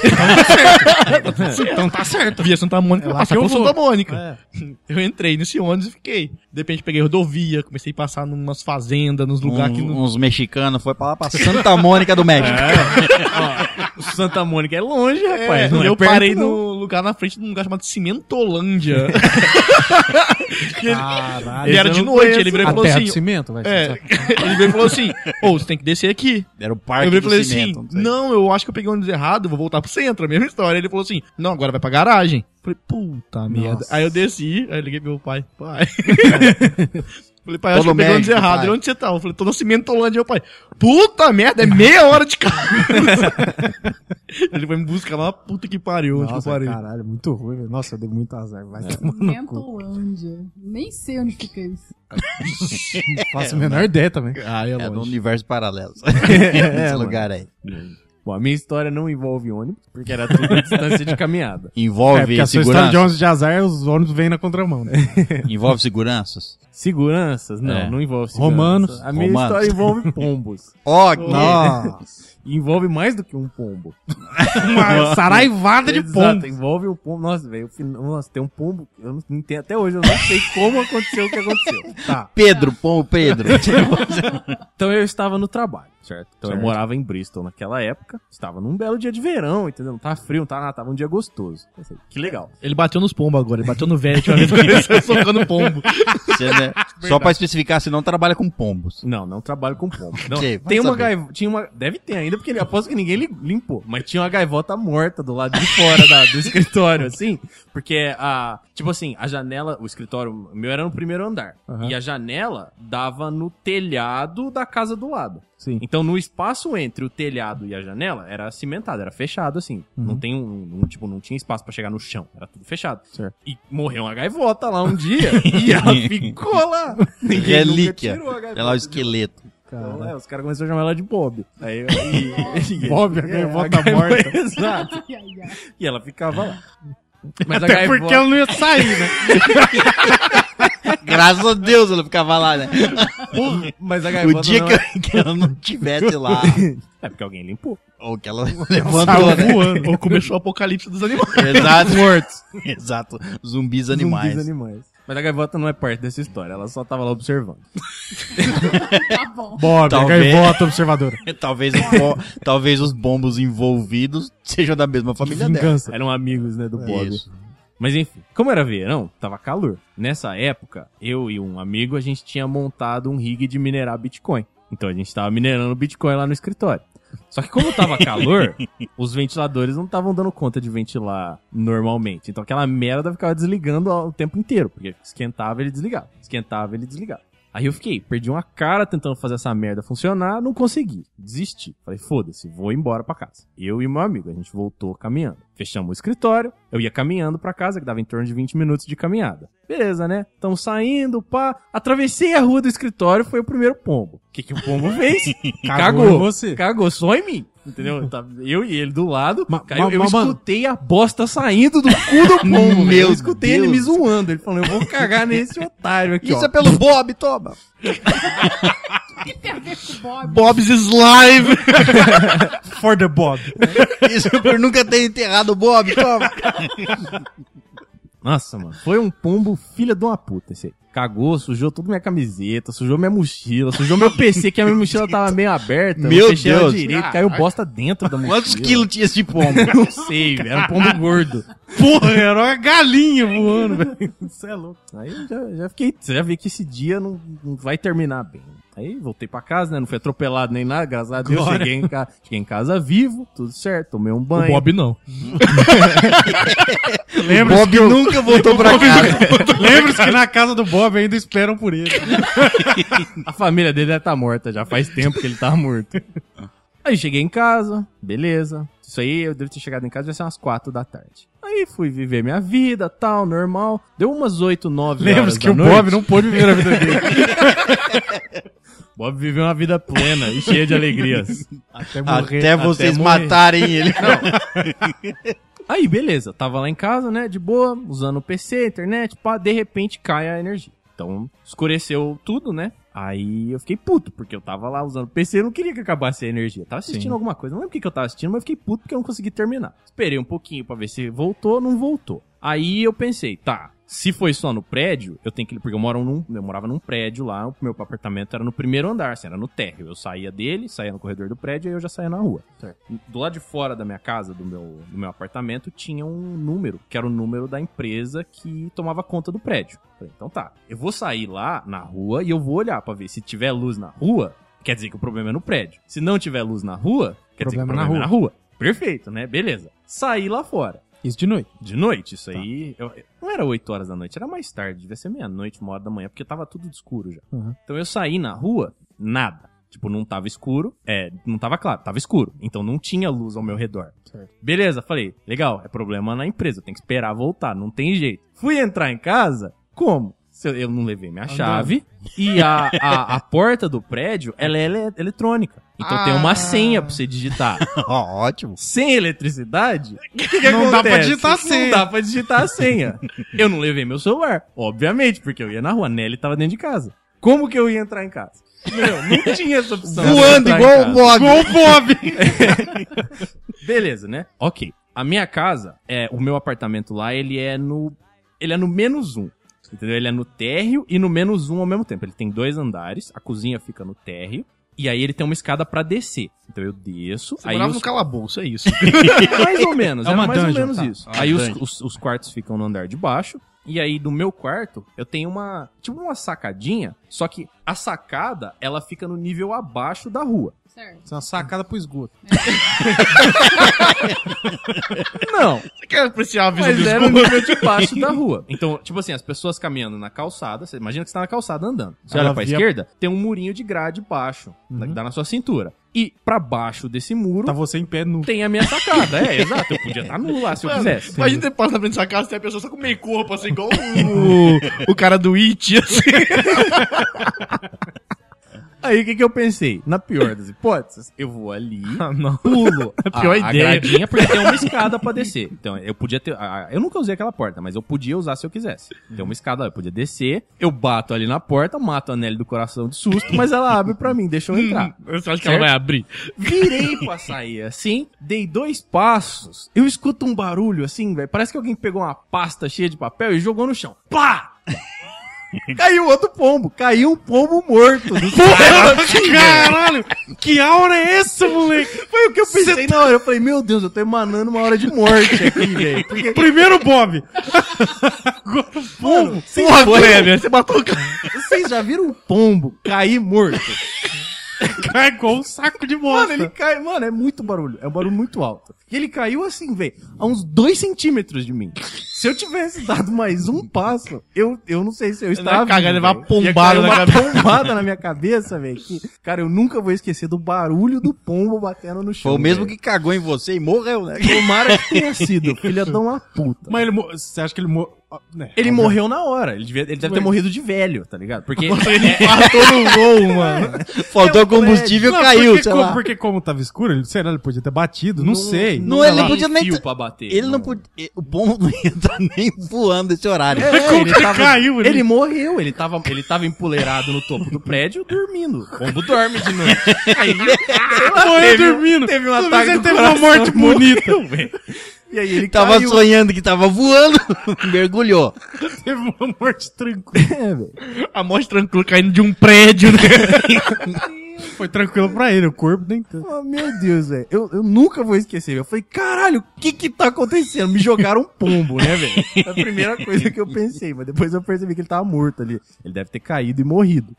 Speaker 6: então tá certo. Via Santa Mônica,
Speaker 4: É
Speaker 6: vai
Speaker 4: lá
Speaker 6: passar
Speaker 4: que eu
Speaker 6: por
Speaker 4: vou. É.
Speaker 6: Santa Mônica. Eu entrei nesse ônibus e fiquei. De repente peguei rodovia, comecei a passar numas fazendas, nos lugares que
Speaker 2: Um-
Speaker 6: não
Speaker 2: Uns mexicanos foi pra lá pra Santa Mônica do México.
Speaker 5: Ó, Santa Mônica é longe, rapaz.
Speaker 6: É,
Speaker 5: não é
Speaker 6: eu
Speaker 5: perto,
Speaker 6: parei
Speaker 5: não.
Speaker 6: no lugar na frente de um lugar chamado Cimentolândia. E ele,
Speaker 4: Ah, Caralho.
Speaker 6: ele era
Speaker 5: eu
Speaker 6: de
Speaker 5: não
Speaker 6: noite,
Speaker 5: conheço.
Speaker 6: ele virou e
Speaker 4: A
Speaker 6: falou
Speaker 4: terra
Speaker 6: assim.
Speaker 4: do cimento, vai Tá,
Speaker 6: É, ele veio e falou assim: Ô, você tem que descer aqui.
Speaker 2: Era o
Speaker 6: Aí
Speaker 2: parque
Speaker 6: eu virei e
Speaker 2: do
Speaker 6: falei
Speaker 2: cimento.
Speaker 6: assim:
Speaker 2: sei.
Speaker 6: Não, eu acho que eu peguei o ônibus errado, vou voltar pro centro, a mesma história. Ele falou assim: Não, agora vai pra garagem. Eu Falei, puta merda. Aí eu desci, aí eu liguei pro meu pai, pai. Falei, pai, eu acho
Speaker 2: Tô
Speaker 6: que
Speaker 2: no
Speaker 6: eu peguei o ônibus
Speaker 2: médico,
Speaker 6: errado.
Speaker 2: pai.
Speaker 6: Ele, onde você tá? Eu falei, tô no Cimentolândia, meu pai. Puta merda, é meia hora de carro. Ele foi me buscar lá, puta que pariu, onde que eu
Speaker 4: Nossa,
Speaker 6: parei. É.
Speaker 4: caralho, muito ruim. velho. Nossa, eu dei muito azar. Vai tomar no cu.
Speaker 3: Mentolândia. Nem sei onde fica isso.
Speaker 4: Faço a menor ideia também.
Speaker 6: Ah,
Speaker 2: É do universo paralelo.
Speaker 4: É,
Speaker 2: Esse
Speaker 4: mano.
Speaker 2: lugar aí.
Speaker 5: Bom, a minha história não envolve ônibus, porque era tudo distância de caminhada.
Speaker 4: É,
Speaker 2: Envolve
Speaker 4: porque a sua história de
Speaker 2: segurança?
Speaker 4: 11 de azar, os ônibus vêm na contramão, né?
Speaker 2: Envolve seguranças?
Speaker 5: Seguranças? Não,
Speaker 2: É.
Speaker 5: não envolve segurança.
Speaker 4: Romanos.
Speaker 5: A minha
Speaker 2: Romanos.
Speaker 5: história envolve pombos.
Speaker 2: Ó,
Speaker 4: Nossa.
Speaker 5: E envolve mais do que um pombo.
Speaker 4: Uma saraivada de
Speaker 5: Exato,
Speaker 4: pombo.
Speaker 5: envolve o pombo. Nossa, velho, o fin- nossa, tem um pombo. Eu não não entendo até hoje, eu não sei como aconteceu o que aconteceu. Tá.
Speaker 2: Pedro, põe o Pedro.
Speaker 5: Então eu estava no trabalho, certo? Então
Speaker 2: Certo.
Speaker 5: eu morava em Bristol naquela época. Estava num belo dia de verão, entendeu? Não tava frio, não tava nada, tava um dia gostoso. Pensei, que legal.
Speaker 6: Ele bateu nos pombos agora, ele bateu no velho, tinha uma vez que ele saiu socando pombo.
Speaker 2: Você, né? Só pra especificar, senão trabalha com pombos.
Speaker 5: Não, não trabalho com pombo. Não,
Speaker 2: Que? Vai
Speaker 5: tem uma
Speaker 2: saber.
Speaker 5: gaivota. Tinha uma. Deve ter ainda, porque ele- aposto que ninguém li- limpou. Mas tinha uma gaivota morta do lado de fora da- do escritório, assim. Porque a. Tipo assim, a janela. O escritório meu era no primeiro andar. E a janela dava no telhado da casa do lado.
Speaker 4: Sim.
Speaker 5: Então, no espaço entre o telhado e a janela, era cimentado, era fechado, assim. Não tem um, um- Tipo, não tinha espaço pra chegar no chão. Era tudo fechado.
Speaker 4: Certo.
Speaker 5: E morreu uma gaivota lá um dia. e ela ficou lá. Ninguém nunca
Speaker 2: Relíquia.
Speaker 5: tirou a gaivota
Speaker 2: É lá o
Speaker 5: de lá.
Speaker 2: esqueleto.
Speaker 5: Então, é, os caras começaram a chamar ela de Bob. Aí, eu- e,
Speaker 6: é,
Speaker 4: Bob, a gaivota morta.
Speaker 5: Exato.
Speaker 3: Ai, ai, ai.
Speaker 5: E ela ficava lá. Mas a
Speaker 4: Até
Speaker 5: gaivota...
Speaker 4: porque ela não ia sair, né?
Speaker 2: Graças a Deus ela ficava lá, né?
Speaker 5: Mas a
Speaker 2: O
Speaker 5: gaivota
Speaker 2: dia
Speaker 5: não
Speaker 2: que
Speaker 5: é...
Speaker 2: ela, que ela não tivesse lá,
Speaker 5: é porque alguém limpou.
Speaker 2: ou que ela
Speaker 4: Saiu
Speaker 2: levantou, né?
Speaker 4: voando.
Speaker 6: Ou começou o apocalipse dos animais.
Speaker 2: Exato. Mortos. Exato. Zumbis animais.
Speaker 5: Zumbis animais. Mas a gaivota não é parte dessa história, ela só tava lá observando.
Speaker 3: Tá bom.
Speaker 4: Bob,
Speaker 2: Talvez.
Speaker 4: gaivota observadora.
Speaker 2: Talvez, o bo- talvez os bombos envolvidos sejam da mesma família dela.
Speaker 4: Vingança.
Speaker 5: Eram amigos, né, do Bob.
Speaker 2: Isso.
Speaker 5: Mas enfim, como era verão, tava calor. Nessa época, eu e um amigo, a gente tinha montado um rig de minerar Bitcoin. Então a gente tava minerando Bitcoin lá no escritório. Só que como tava calor, os ventiladores não estavam dando conta de ventilar normalmente. Então aquela merda ficava desligando o tempo inteiro, porque esquentava ele desligava, esquentava ele desligava. Aí eu fiquei, perdi uma cara tentando fazer essa merda funcionar, não consegui. Desisti. Falei, foda-se, vou embora pra casa. Eu e meu amigo, a gente voltou caminhando. Fechamos o escritório, eu ia caminhando pra casa, que dava em torno de 20 minutos de caminhada. Beleza, né? Tamo saindo, pá. Atravessei a rua do escritório, foi o primeiro pombo. O que, que o pombo fez?
Speaker 4: Cagou em você.
Speaker 5: Cagou só em mim. Entendeu? Tava Eu e ele do lado.
Speaker 4: Ma-
Speaker 5: caiu-
Speaker 4: ma-
Speaker 5: eu
Speaker 4: ma- mano.
Speaker 5: escutei a bosta saindo do cu do pombo. velho.
Speaker 2: Meu
Speaker 5: eu escutei ele me
Speaker 2: Deus.
Speaker 5: zoando. Ele falou: eu vou cagar nesse otário aqui. ó.
Speaker 2: Isso é pelo Bob, toma.
Speaker 3: O que tem a ver com o Bob?
Speaker 6: Bob's is live!
Speaker 4: For the Bob.
Speaker 2: Isso é por nunca ter enterrado o Bob, toma.
Speaker 5: Nossa, mano. Foi um pombo filha de uma puta esse aí. Cagou, sujou toda minha camiseta, sujou minha mochila, sujou meu PC, que a minha mochila tava meio aberta. eu
Speaker 2: Meu
Speaker 5: fechei ela
Speaker 2: Deus.
Speaker 5: direito, caiu bosta dentro da mochila.
Speaker 2: Quantos quilos tinha esse pombo?
Speaker 5: Não sei, velho. Era um pombo gordo.
Speaker 4: Porra, era uma galinha voando, velho.
Speaker 5: Isso é louco. Aí eu já, já fiquei. Você já vê que esse dia não, não vai terminar bem. Aí voltei pra casa, né? Não fui atropelado nem nada, graças a Deus. Cheguei em, ca... Cheguei em casa vivo, tudo certo. Tomei um banho.
Speaker 6: não.
Speaker 4: Lembra-se
Speaker 2: Bob
Speaker 6: é
Speaker 4: que eu-
Speaker 2: nunca voltou pra casa.
Speaker 4: Lembra-se que na casa do Bob ainda esperam por ele.
Speaker 5: A família dele já tá morta, já faz tempo que ele tá morto. Aí cheguei em casa, beleza. Isso aí eu devo ter chegado em casa, já são umas quatro da tarde. Aí fui viver minha vida, tal, normal. Deu umas oito, nove horas
Speaker 4: Lembra-se que
Speaker 5: da
Speaker 4: o
Speaker 5: noite.
Speaker 4: Bob não pôde viver a vida dele.
Speaker 5: Bob viveu uma vida plena e cheia de alegrias.
Speaker 4: Até
Speaker 2: Até vocês
Speaker 5: morrer.
Speaker 2: matarem ele.
Speaker 5: Aí, beleza. Tava lá em casa, né? De boa, usando o PC, internet, pá. De repente cai a energia. Então, escureceu tudo, né? Aí eu fiquei puto, porque eu tava lá usando o PC, eu não queria que acabasse a energia. Tava assistindo alguma coisa, não lembro o que, que eu tava assistindo, mas eu fiquei puto porque eu não consegui terminar. Esperei um pouquinho pra ver se voltou, não voltou. Aí eu pensei, tá, se foi só no prédio, eu tenho que. Porque eu, moro num, eu morava num prédio lá, o meu apartamento era no primeiro andar, assim, era no térreo. Eu saía dele, saía no corredor do prédio e eu já saía na rua. Do lado de fora da minha casa, do meu, do meu apartamento, tinha um número, que era o número da empresa que tomava conta do prédio. Falei, então tá, eu vou sair lá na rua e eu vou olhar pra ver se tiver luz na rua, quer dizer que o problema é no prédio. Se não tiver luz na rua, quer dizer que o
Speaker 4: Problema na
Speaker 5: problema é na rua. Perfeito, né? Beleza. Saí lá fora.
Speaker 4: Isso de noite.
Speaker 5: De noite, isso aí. eu- não era 8 horas da noite, era mais tarde, devia ser meia-noite, uma hora da manhã, porque tava tudo escuro já.
Speaker 4: Uhum.
Speaker 5: Então eu saí na rua, nada. Tipo, não tava escuro, é, não tava claro, tava escuro. Então não tinha luz ao meu redor. Beleza, falei, legal, é problema na empresa, eu tenho que esperar voltar, não tem jeito. Fui entrar em casa, como? se eu- eu não levei minha chave. E a, a, a porta do prédio, ela é ele- eletrônica. Então tem uma senha pra você digitar.
Speaker 2: Ó, ótimo.
Speaker 5: Sem eletricidade,
Speaker 4: Não dá pra
Speaker 5: acontece?
Speaker 4: digitar a
Speaker 5: Não
Speaker 4: senha.
Speaker 5: dá pra digitar a senha. eu não levei meu celular, obviamente, porque eu ia na rua, a Nelly tava dentro de casa. Como que eu ia entrar em casa? Meu, não tinha essa opção. de
Speaker 2: Voando
Speaker 5: entrar em
Speaker 2: igual
Speaker 5: casa.
Speaker 2: o Bob.
Speaker 5: Beleza, né? Ok. A minha casa, é, o meu apartamento lá, ele é no. Ele é no menos um. Entendeu? Ele é no térreo e no menos um ao mesmo tempo. Ele tem dois andares, a cozinha fica no térreo. E aí ele tem uma escada pra descer. Então eu desço.
Speaker 6: Você
Speaker 5: aí
Speaker 6: morava
Speaker 5: os-
Speaker 6: no calabouço, é isso.
Speaker 5: mais ou menos,
Speaker 4: É
Speaker 5: é
Speaker 4: uma
Speaker 5: mais
Speaker 4: dungeon,
Speaker 5: ou menos
Speaker 4: tá.
Speaker 5: isso.
Speaker 4: É uma
Speaker 5: aí os,
Speaker 4: dungeon.
Speaker 5: os, os quartos ficam no andar de baixo. E aí, do meu quarto, eu tenho uma. Tipo uma sacadinha. Só que a sacada, ela fica no nível abaixo da rua.
Speaker 3: Certo.
Speaker 4: Isso é uma sacada pro esgoto.
Speaker 5: Não!
Speaker 6: Você quer apreciar a visão
Speaker 5: Mas
Speaker 6: do
Speaker 5: era um o
Speaker 6: escuro?
Speaker 5: nível de baixo da rua. Então, tipo assim, as pessoas caminhando na calçada, você imagina que você tá na calçada andando. Você
Speaker 4: Ela
Speaker 5: olha pra
Speaker 4: via-
Speaker 5: esquerda, tem um murinho de grade baixo, da- que dá na sua cintura. E pra baixo desse muro,
Speaker 4: Tá você em pé nu.
Speaker 5: tem a minha sacada. É, exato. Eu podia estar nu lá se eu quisesse.
Speaker 6: Imagina você passa na frente da sua casa e tem a pessoa só com meio corpo, assim, igual o, o cara do It, assim.
Speaker 5: Aí o que, que eu pensei? Na pior das hipóteses, eu vou ali,
Speaker 4: não.
Speaker 5: pulo a,
Speaker 6: pior
Speaker 5: a
Speaker 6: ideia.
Speaker 5: gradinha, porque tem uma escada pra descer. Então eu podia ter. a- a- eu nunca usei aquela porta, mas eu podia usar se eu quisesse. Tem uma escada, eu podia descer, eu bato ali na porta, mato a Nelly do coração de susto, mas ela abre pra mim, deixa eu entrar.
Speaker 6: Você acha que
Speaker 5: ela vai
Speaker 6: abrir?
Speaker 5: Virei pra sair assim, dei dois passos, eu escuto um barulho assim, velho. Parece que alguém pegou uma pasta cheia de papel e jogou no chão. Pá! Caiu outro pombo, caiu um pombo morto do
Speaker 4: Caralho! Que aura é essa, moleque?
Speaker 5: Foi o que eu pensei na hora. Eu falei, meu Deus, eu tô emanando uma hora de morte aqui, velho. Porque,
Speaker 4: Primeiro Bob!
Speaker 5: pombo, vocês,
Speaker 6: Porra,
Speaker 5: né?
Speaker 6: Kleber, você matou o cara.
Speaker 5: vocês já viram um pombo cair morto?
Speaker 6: é
Speaker 4: Carregou um saco de bosta.
Speaker 5: Mano, ele cai, mano, é muito barulho. É um barulho muito alto. E ele caiu assim, velho, a uns dois centímetros de mim. Se eu tivesse dado mais um passo, eu, eu não sei se eu
Speaker 6: vai
Speaker 5: estava.
Speaker 6: cagar,
Speaker 5: Tá vivo,
Speaker 6: levar
Speaker 5: velho.
Speaker 6: pombada
Speaker 5: Ia cair
Speaker 6: na
Speaker 5: uma
Speaker 6: cabeça.
Speaker 5: pombada na minha cabeça, velho. que, Cara, eu nunca vou esquecer do barulho do pombo batendo no chão.
Speaker 2: Foi o mesmo
Speaker 5: velho.
Speaker 2: que cagou em você e morreu, né?
Speaker 5: Tomara que tenha sido, filha de uma puta.
Speaker 4: Mas ele mo- Você acha que ele morreu?
Speaker 6: ah,
Speaker 4: Né.
Speaker 5: Ele morreu na hora. Ele, devia- ele deve ter morrido de velho, tá ligado? Porque
Speaker 6: Matou no voo, mano.
Speaker 2: Faltou combustível,
Speaker 4: Não,
Speaker 2: caiu,
Speaker 4: porque,
Speaker 2: sei
Speaker 4: como,
Speaker 2: lá.
Speaker 4: porque como tava escuro, ele, será ele podia ter batido? Não, sei.
Speaker 2: não ele
Speaker 5: dava
Speaker 2: podia
Speaker 5: um
Speaker 2: nem
Speaker 5: fio
Speaker 2: ter-
Speaker 5: pra bater.
Speaker 2: Ele não podia. O pombo não ia entrar nem voando esse horário.
Speaker 5: É,
Speaker 4: Como
Speaker 5: ele
Speaker 4: que
Speaker 5: tava-
Speaker 4: caiu, ele-
Speaker 5: Ele morreu. Ele tava, ele tava empoleirado no topo do prédio, dormindo. O pombo dorme de noite. Aí, sei lá,
Speaker 4: Morreu
Speaker 5: teve um-
Speaker 4: dormindo.
Speaker 5: Teve um
Speaker 4: Talvez
Speaker 5: ataque
Speaker 4: ele
Speaker 5: do
Speaker 4: teve
Speaker 5: coração,
Speaker 4: uma morte bonita.
Speaker 5: morreu, velho. E aí ele
Speaker 2: Tava
Speaker 5: caiu.
Speaker 2: sonhando que tava voando, mergulhou.
Speaker 4: Teve uma morte tranquila.
Speaker 5: É,
Speaker 6: A morte tranquila caindo de um prédio, né?
Speaker 4: Foi tranquilo pra ele, o corpo nem tanto.
Speaker 5: Ah, meu Deus, velho. Eu, eu nunca vou esquecer. Eu falei, caralho, o que que tá acontecendo? Me jogaram um pombo, né, velho? Foi A primeira coisa que eu pensei, mas depois eu percebi que ele tava morto ali. Ele deve ter caído e morrido.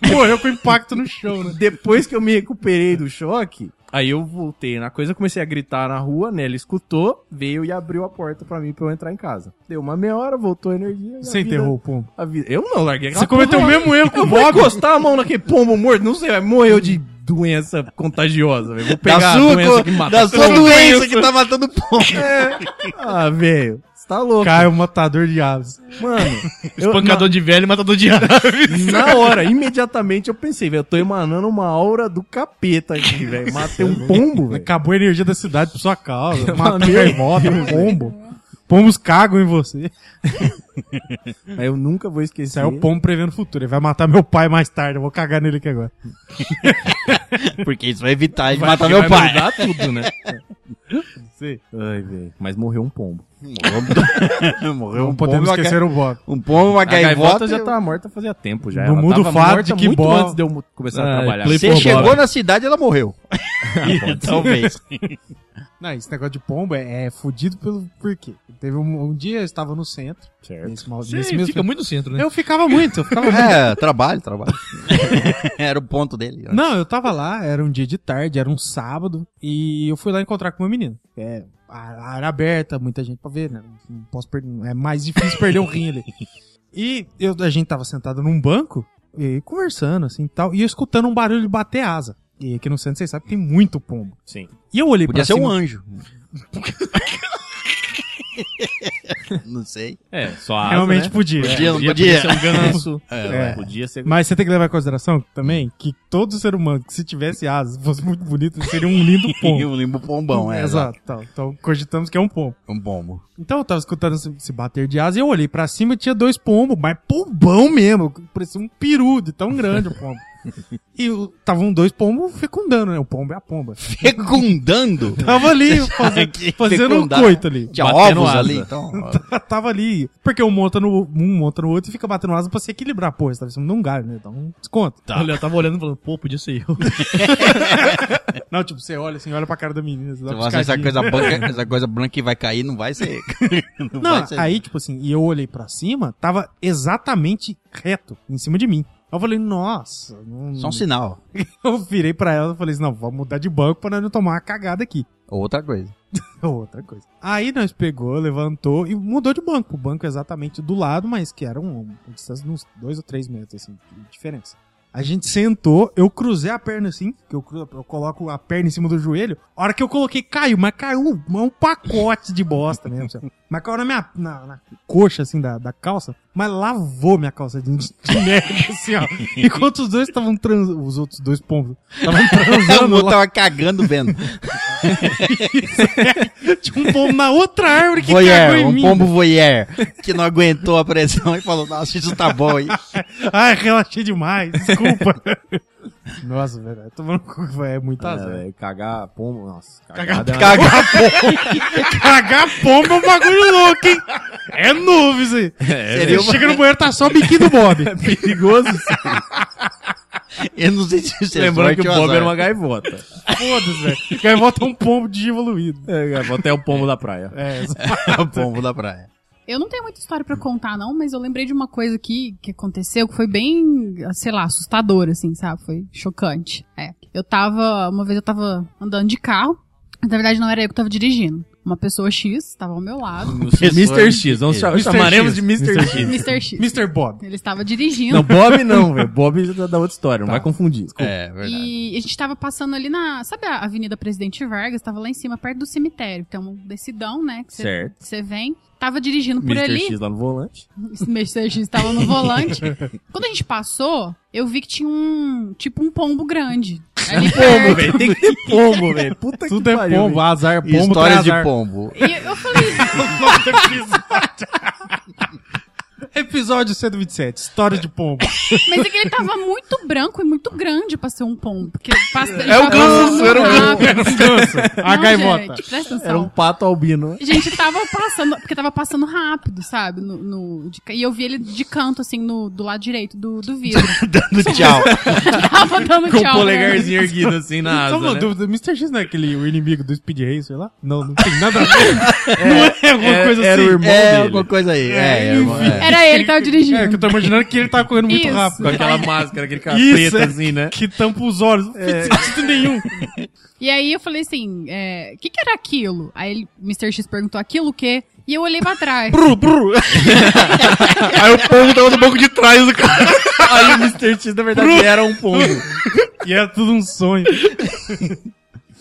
Speaker 4: Morreu com impacto no chão, né?
Speaker 5: Depois que eu me recuperei do choque, aí eu voltei na coisa, comecei a gritar na rua, né? Ele escutou, veio e abriu a porta pra mim pra eu entrar em casa. Deu uma meia hora, voltou a energia. e a
Speaker 4: Você
Speaker 5: vida-
Speaker 4: enterrou o pombo.
Speaker 5: a vida- Eu não, larguei aquela
Speaker 4: Você cometeu o
Speaker 5: porra lá.
Speaker 4: mesmo erro que
Speaker 5: Eu
Speaker 4: o
Speaker 5: vou
Speaker 4: Bob.
Speaker 5: encostar a mão naquele pombo morto, não sei, vai morreu de doença contagiosa, velho. Vou pegar
Speaker 2: da
Speaker 5: a
Speaker 2: sua,
Speaker 5: doença
Speaker 2: co-
Speaker 5: que mata.
Speaker 2: da sua doença que tá matando o pombo.
Speaker 5: Ah, velho, você tá louco.
Speaker 4: Caio, matador de aves.
Speaker 5: Mano, eu-
Speaker 6: Espancador de velho e matador de aves.
Speaker 5: na, na hora, imediatamente eu pensei, velho, eu tô emanando uma aura do capeta aqui, velho. Matei um pombo, velho.
Speaker 4: Acabou a energia da cidade por sua causa. Matou
Speaker 5: Meu
Speaker 4: gaivota, pombo. Pombos cagam em você.
Speaker 5: Mas eu nunca vou esquecer.
Speaker 4: Isso aí é o pombo prevendo o futuro. Ele vai matar meu pai mais tarde. Eu vou cagar nele aqui agora.
Speaker 2: Porque isso vai evitar de
Speaker 5: Vai-
Speaker 2: matar
Speaker 5: vai
Speaker 2: meu pai.
Speaker 5: mudar tudo, né?
Speaker 4: Sei.
Speaker 5: Ai, velho. Mas morreu um pombo.
Speaker 2: Morreu
Speaker 4: Não
Speaker 2: um pombo,
Speaker 4: podemos
Speaker 2: uma
Speaker 4: esquecer
Speaker 2: ga-
Speaker 4: o Bob.
Speaker 2: um pombo, uma
Speaker 5: A gaivota,
Speaker 2: gaivota.
Speaker 5: já
Speaker 2: e-
Speaker 5: tá morta fazia tempo já.
Speaker 4: No
Speaker 5: Ela
Speaker 4: mundo
Speaker 5: tava
Speaker 4: fato
Speaker 5: morta
Speaker 4: de que
Speaker 5: muito
Speaker 4: bola-
Speaker 5: antes de eu mu- começar
Speaker 4: Ah,
Speaker 5: a trabalhar.
Speaker 4: play
Speaker 2: Você
Speaker 4: Pô,
Speaker 2: chegou
Speaker 4: Bob.
Speaker 2: na cidade, ela morreu. Talvez.
Speaker 4: Não, esse negócio de pombo é, é fudido pelo por quê? Teve um, um dia eu estava no centro.
Speaker 5: Certo.
Speaker 4: Nesse, mal-
Speaker 6: Você
Speaker 4: nesse mesmo
Speaker 6: fica muito no centro, né?
Speaker 4: Eu ficava muito, eu ficava muito.
Speaker 2: É, trabalho, trabalho. Era o ponto dele. ó.
Speaker 4: Não, eu tava lá, era um dia de tarde, era um sábado, e eu fui lá encontrar com o meu menino. É, a área aberta, muita gente pra ver, né? Não posso perder, é mais difícil perder o rim ali. E eu, a gente tava sentado num banco, e conversando, assim, e tal, e eu escutando um barulho de bater asa. E aqui no centro, vocês sabem, tem muito pombo.
Speaker 5: Sim.
Speaker 2: um
Speaker 4: E eu olhei
Speaker 2: Podia
Speaker 4: pra
Speaker 2: ser
Speaker 4: cima...
Speaker 2: um anjo. Não sei.
Speaker 5: É, só asa,
Speaker 4: Realmente
Speaker 5: né?
Speaker 4: podia.
Speaker 2: Podia, não podia?
Speaker 5: Podia ser um ganso.
Speaker 4: É.
Speaker 5: Podia ser...
Speaker 4: Mas você tem que levar em consideração também que todo ser humano que se tivesse asas fosse muito bonito, seria um lindo pombo.
Speaker 2: um limbo pombão, é. Exato.
Speaker 4: Exato. Tá, então cogitamos que é um pombo.
Speaker 2: Um pombo.
Speaker 4: Então eu tava escutando esse esse bater de asa e eu olhei pra cima e tinha dois pombos, mas pombão mesmo. Parecia um peru de tão grande o pombo. E eu- tavam dois pombos fecundando, né? O pombo é a pomba.
Speaker 2: Fecundando?
Speaker 4: Tava ali fazendo, fazendo um
Speaker 2: fecundar.
Speaker 4: coito ali.
Speaker 2: Tinha
Speaker 5: Batendo
Speaker 2: ovos
Speaker 5: asa.
Speaker 2: ali, então.
Speaker 4: Tava ali. Porque um monta, no, um monta no outro e fica batendo asa pra se equilibrar. Pô, você tava em cima de um galho, né? Então um desconto.
Speaker 2: Tá.
Speaker 6: Olha, eu tava olhando e falando, pô, podia ser eu.
Speaker 4: Não, tipo, você olha assim, olha pra cara da menina. Você dá
Speaker 2: Se
Speaker 4: uma
Speaker 2: você Tipo, essa
Speaker 4: piscadinha.
Speaker 2: coisa, branca, essa coisa branca que vai cair, não vai ser. Não,
Speaker 4: Não,
Speaker 2: vai ser.
Speaker 4: aí, tipo assim, e eu olhei pra cima, tava exatamente reto, em cima de mim. Eu falei, nossa. Não...
Speaker 2: Só um sinal.
Speaker 4: Eu virei pra ela e falei assim, não, vamos mudar de banco pra nós não tomar uma cagada aqui.
Speaker 2: Outra coisa.
Speaker 4: Outra coisa. Aí nós pegou, levantou e mudou de banco. O banco é exatamente do lado, mas que era um, uma distância de uns dois ou três metros, assim, de diferença. A gente sentou, eu cruzei a perna assim, que eu, cru- eu coloco a perna em cima do joelho. A hora que eu coloquei, caiu, mas caiu um- um pacote de bosta mesmo. assim. Mas caiu na minha na, na coxa, assim, da, da calça. Mas lavou minha calça de, de merda, assim, ó. Enquanto os dois estavam transando, os outros dois pombos, estavam
Speaker 2: O
Speaker 4: transando
Speaker 2: outro
Speaker 4: lá.
Speaker 2: tava cagando vendo.
Speaker 4: Tinha um pombo na outra árvore que
Speaker 2: voyeur,
Speaker 5: é,
Speaker 4: cagou em
Speaker 2: um
Speaker 4: mim.
Speaker 2: pombo voyeur, que não aguentou a pressão e falou, nossa, isso tá bom aí.
Speaker 4: Ai, relaxei demais, desculpa. Nossa, velho, é tomando cu, velho, é muito
Speaker 5: Ah,
Speaker 4: azar.
Speaker 5: velho, cagar pombo, nossa. Cagada,
Speaker 2: Cagar
Speaker 4: Cagar pomba é um bagulho louco, hein? É novo isso aí.
Speaker 2: seria
Speaker 4: Chega no banheiro, tá só o biquinho do Bob.
Speaker 5: É perigoso.
Speaker 2: Eu não sei se isso é
Speaker 5: Lembrando
Speaker 2: sorte
Speaker 5: que o
Speaker 2: ou
Speaker 5: Bob
Speaker 2: azar.
Speaker 5: era uma gaivota.
Speaker 4: Foda-se, velho. Gaivota é um pombo desevoluído.
Speaker 5: É, gaivota é o pombo da praia.
Speaker 4: É, só-
Speaker 2: o pombo da praia.
Speaker 3: Eu não tenho muita história pra contar, não, mas eu lembrei de uma coisa aqui que aconteceu que foi bem, sei lá, assustadora, assim, sabe? Foi chocante. É. Eu tava, uma vez eu tava andando de carro, na verdade não era eu que tava dirigindo. Uma pessoa X tava ao meu lado,
Speaker 5: Mr. é X, vamos
Speaker 4: Mr.
Speaker 5: chamar, chamaremos
Speaker 4: X.
Speaker 5: de Mr. X.
Speaker 3: Mr. X.
Speaker 4: Mr. Bob.
Speaker 3: Ele estava dirigindo.
Speaker 5: Não, Bob não, velho. Bob é da outra história, não vai confundir.
Speaker 2: É, verdade.
Speaker 3: E a gente tava passando ali na. Sabe a Avenida Presidente Vargas? Tava lá em cima, perto do cemitério. Tem um decidão, né? Que você-
Speaker 5: Certo.
Speaker 3: que você vem. Tava dirigindo por
Speaker 5: Mr.
Speaker 3: ali.
Speaker 5: X lá no volante.
Speaker 3: Esse Mr. X tava no volante. Quando a gente passou, eu vi que tinha um. Tipo um pombo grande.
Speaker 5: Um
Speaker 3: Ali perto.
Speaker 5: velho. Tem que ter pombo, velho. Puta
Speaker 4: Tudo é pombo, azar, pombo,
Speaker 2: Histórias
Speaker 4: tem
Speaker 2: de
Speaker 4: azar.
Speaker 2: pombo.
Speaker 3: E eu falei,
Speaker 4: Episódio 127, história de pombo.
Speaker 3: mas é que ele tava muito branco e muito grande pra ser um pombo. Porque passa, ele
Speaker 6: É o
Speaker 3: tava
Speaker 6: ganso,
Speaker 3: passando
Speaker 6: era o
Speaker 3: rápido.
Speaker 4: Descansa, a
Speaker 3: Não,
Speaker 4: gaivota.
Speaker 3: gente, presta atenção.
Speaker 5: Era um pato albino. né?
Speaker 3: A gente tava passando, porque tava passando rápido, sabe? No, no- de ca- e eu vi ele de canto, assim, no, do lado direito do, do vidro.
Speaker 2: Dando tchau.
Speaker 3: tava dando
Speaker 5: Com o
Speaker 3: tchau.
Speaker 5: polegarzinho erguido assim na
Speaker 4: Só
Speaker 5: asa,
Speaker 4: uma
Speaker 5: né?
Speaker 4: dúvida, Mr. X não é aquele o inimigo do Speed Racer lá? Não, não tem nada a ver. não é alguma
Speaker 5: é-
Speaker 4: coisa
Speaker 5: era
Speaker 4: assim.
Speaker 5: o irmão
Speaker 2: é,
Speaker 5: dele.
Speaker 2: alguma coisa aí. É, é, irmão, é.
Speaker 3: Era ele que tava dirigindo.
Speaker 4: É, que eu tô imaginando que ele tá correndo muito
Speaker 3: Isso.
Speaker 4: rápido.
Speaker 5: Com aquela máscara, aquele cara
Speaker 4: Isso,
Speaker 5: preta
Speaker 4: é.
Speaker 5: assim, né?
Speaker 4: Que tampa os olhos. Não
Speaker 5: É.
Speaker 4: fez sentido nenhum.
Speaker 3: E aí eu falei assim, o que que era aquilo? Aí ele, Mr. X perguntou, aquilo o quê? E eu olhei pra trás.
Speaker 2: é.
Speaker 6: Aí o povo tava no banco de trás do cara.
Speaker 5: Aí o Mr. X, na verdade, era um pombo.
Speaker 4: E era tudo um sonho.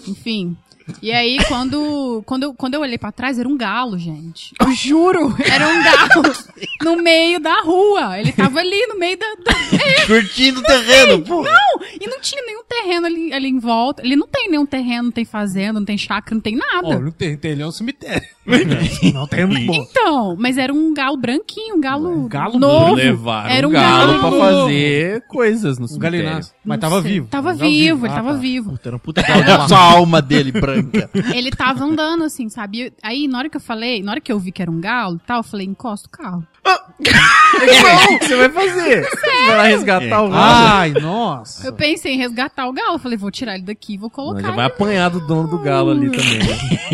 Speaker 3: Enfim. E aí, quando, quando, eu, quando eu olhei pra trás, era um galo, gente. Eu juro, era um galo no meio da rua. Ele tava ali no meio da, da,
Speaker 2: Curtindo o terreno, pô.
Speaker 3: Não! E não tinha nenhum terreno ali, ali em volta. Ele não tem nenhum terreno, não tem fazenda, não tem chácara, não tem nada.
Speaker 4: não tem, tem ele é um cemitério. não tem muito bom.
Speaker 3: Então, mas era um galo branquinho, um galo,
Speaker 4: galo
Speaker 3: novo.
Speaker 5: Levaram
Speaker 3: Era um
Speaker 5: um galo,
Speaker 3: galo.
Speaker 5: pra fazer É coisas
Speaker 6: É.
Speaker 5: no
Speaker 4: Um
Speaker 5: cemitério.
Speaker 4: galinaço.
Speaker 3: Não
Speaker 4: Mas tava
Speaker 3: sei.
Speaker 4: vivo.
Speaker 3: Tava
Speaker 4: Tava
Speaker 3: vivo,
Speaker 4: vivo.
Speaker 3: ele
Speaker 4: Ah,
Speaker 3: tava
Speaker 4: tá.
Speaker 3: vivo.
Speaker 6: Era um puta
Speaker 2: Olha só a alma dele branca.
Speaker 3: Ele tava andando assim, sabe? E Aí, na hora que eu falei, na hora que eu vi que era um galo e tal, eu falei, encosta o carro.
Speaker 5: O que você vai fazer? Você vai lá resgatar o galo.
Speaker 4: Ai, nossa.
Speaker 3: Eu pensei em resgatar o galo. Eu falei, vou tirar ele daqui e vou
Speaker 5: Não,
Speaker 3: colocar
Speaker 5: já vai
Speaker 3: ele.
Speaker 5: apanhar do dono do galo ali também. né?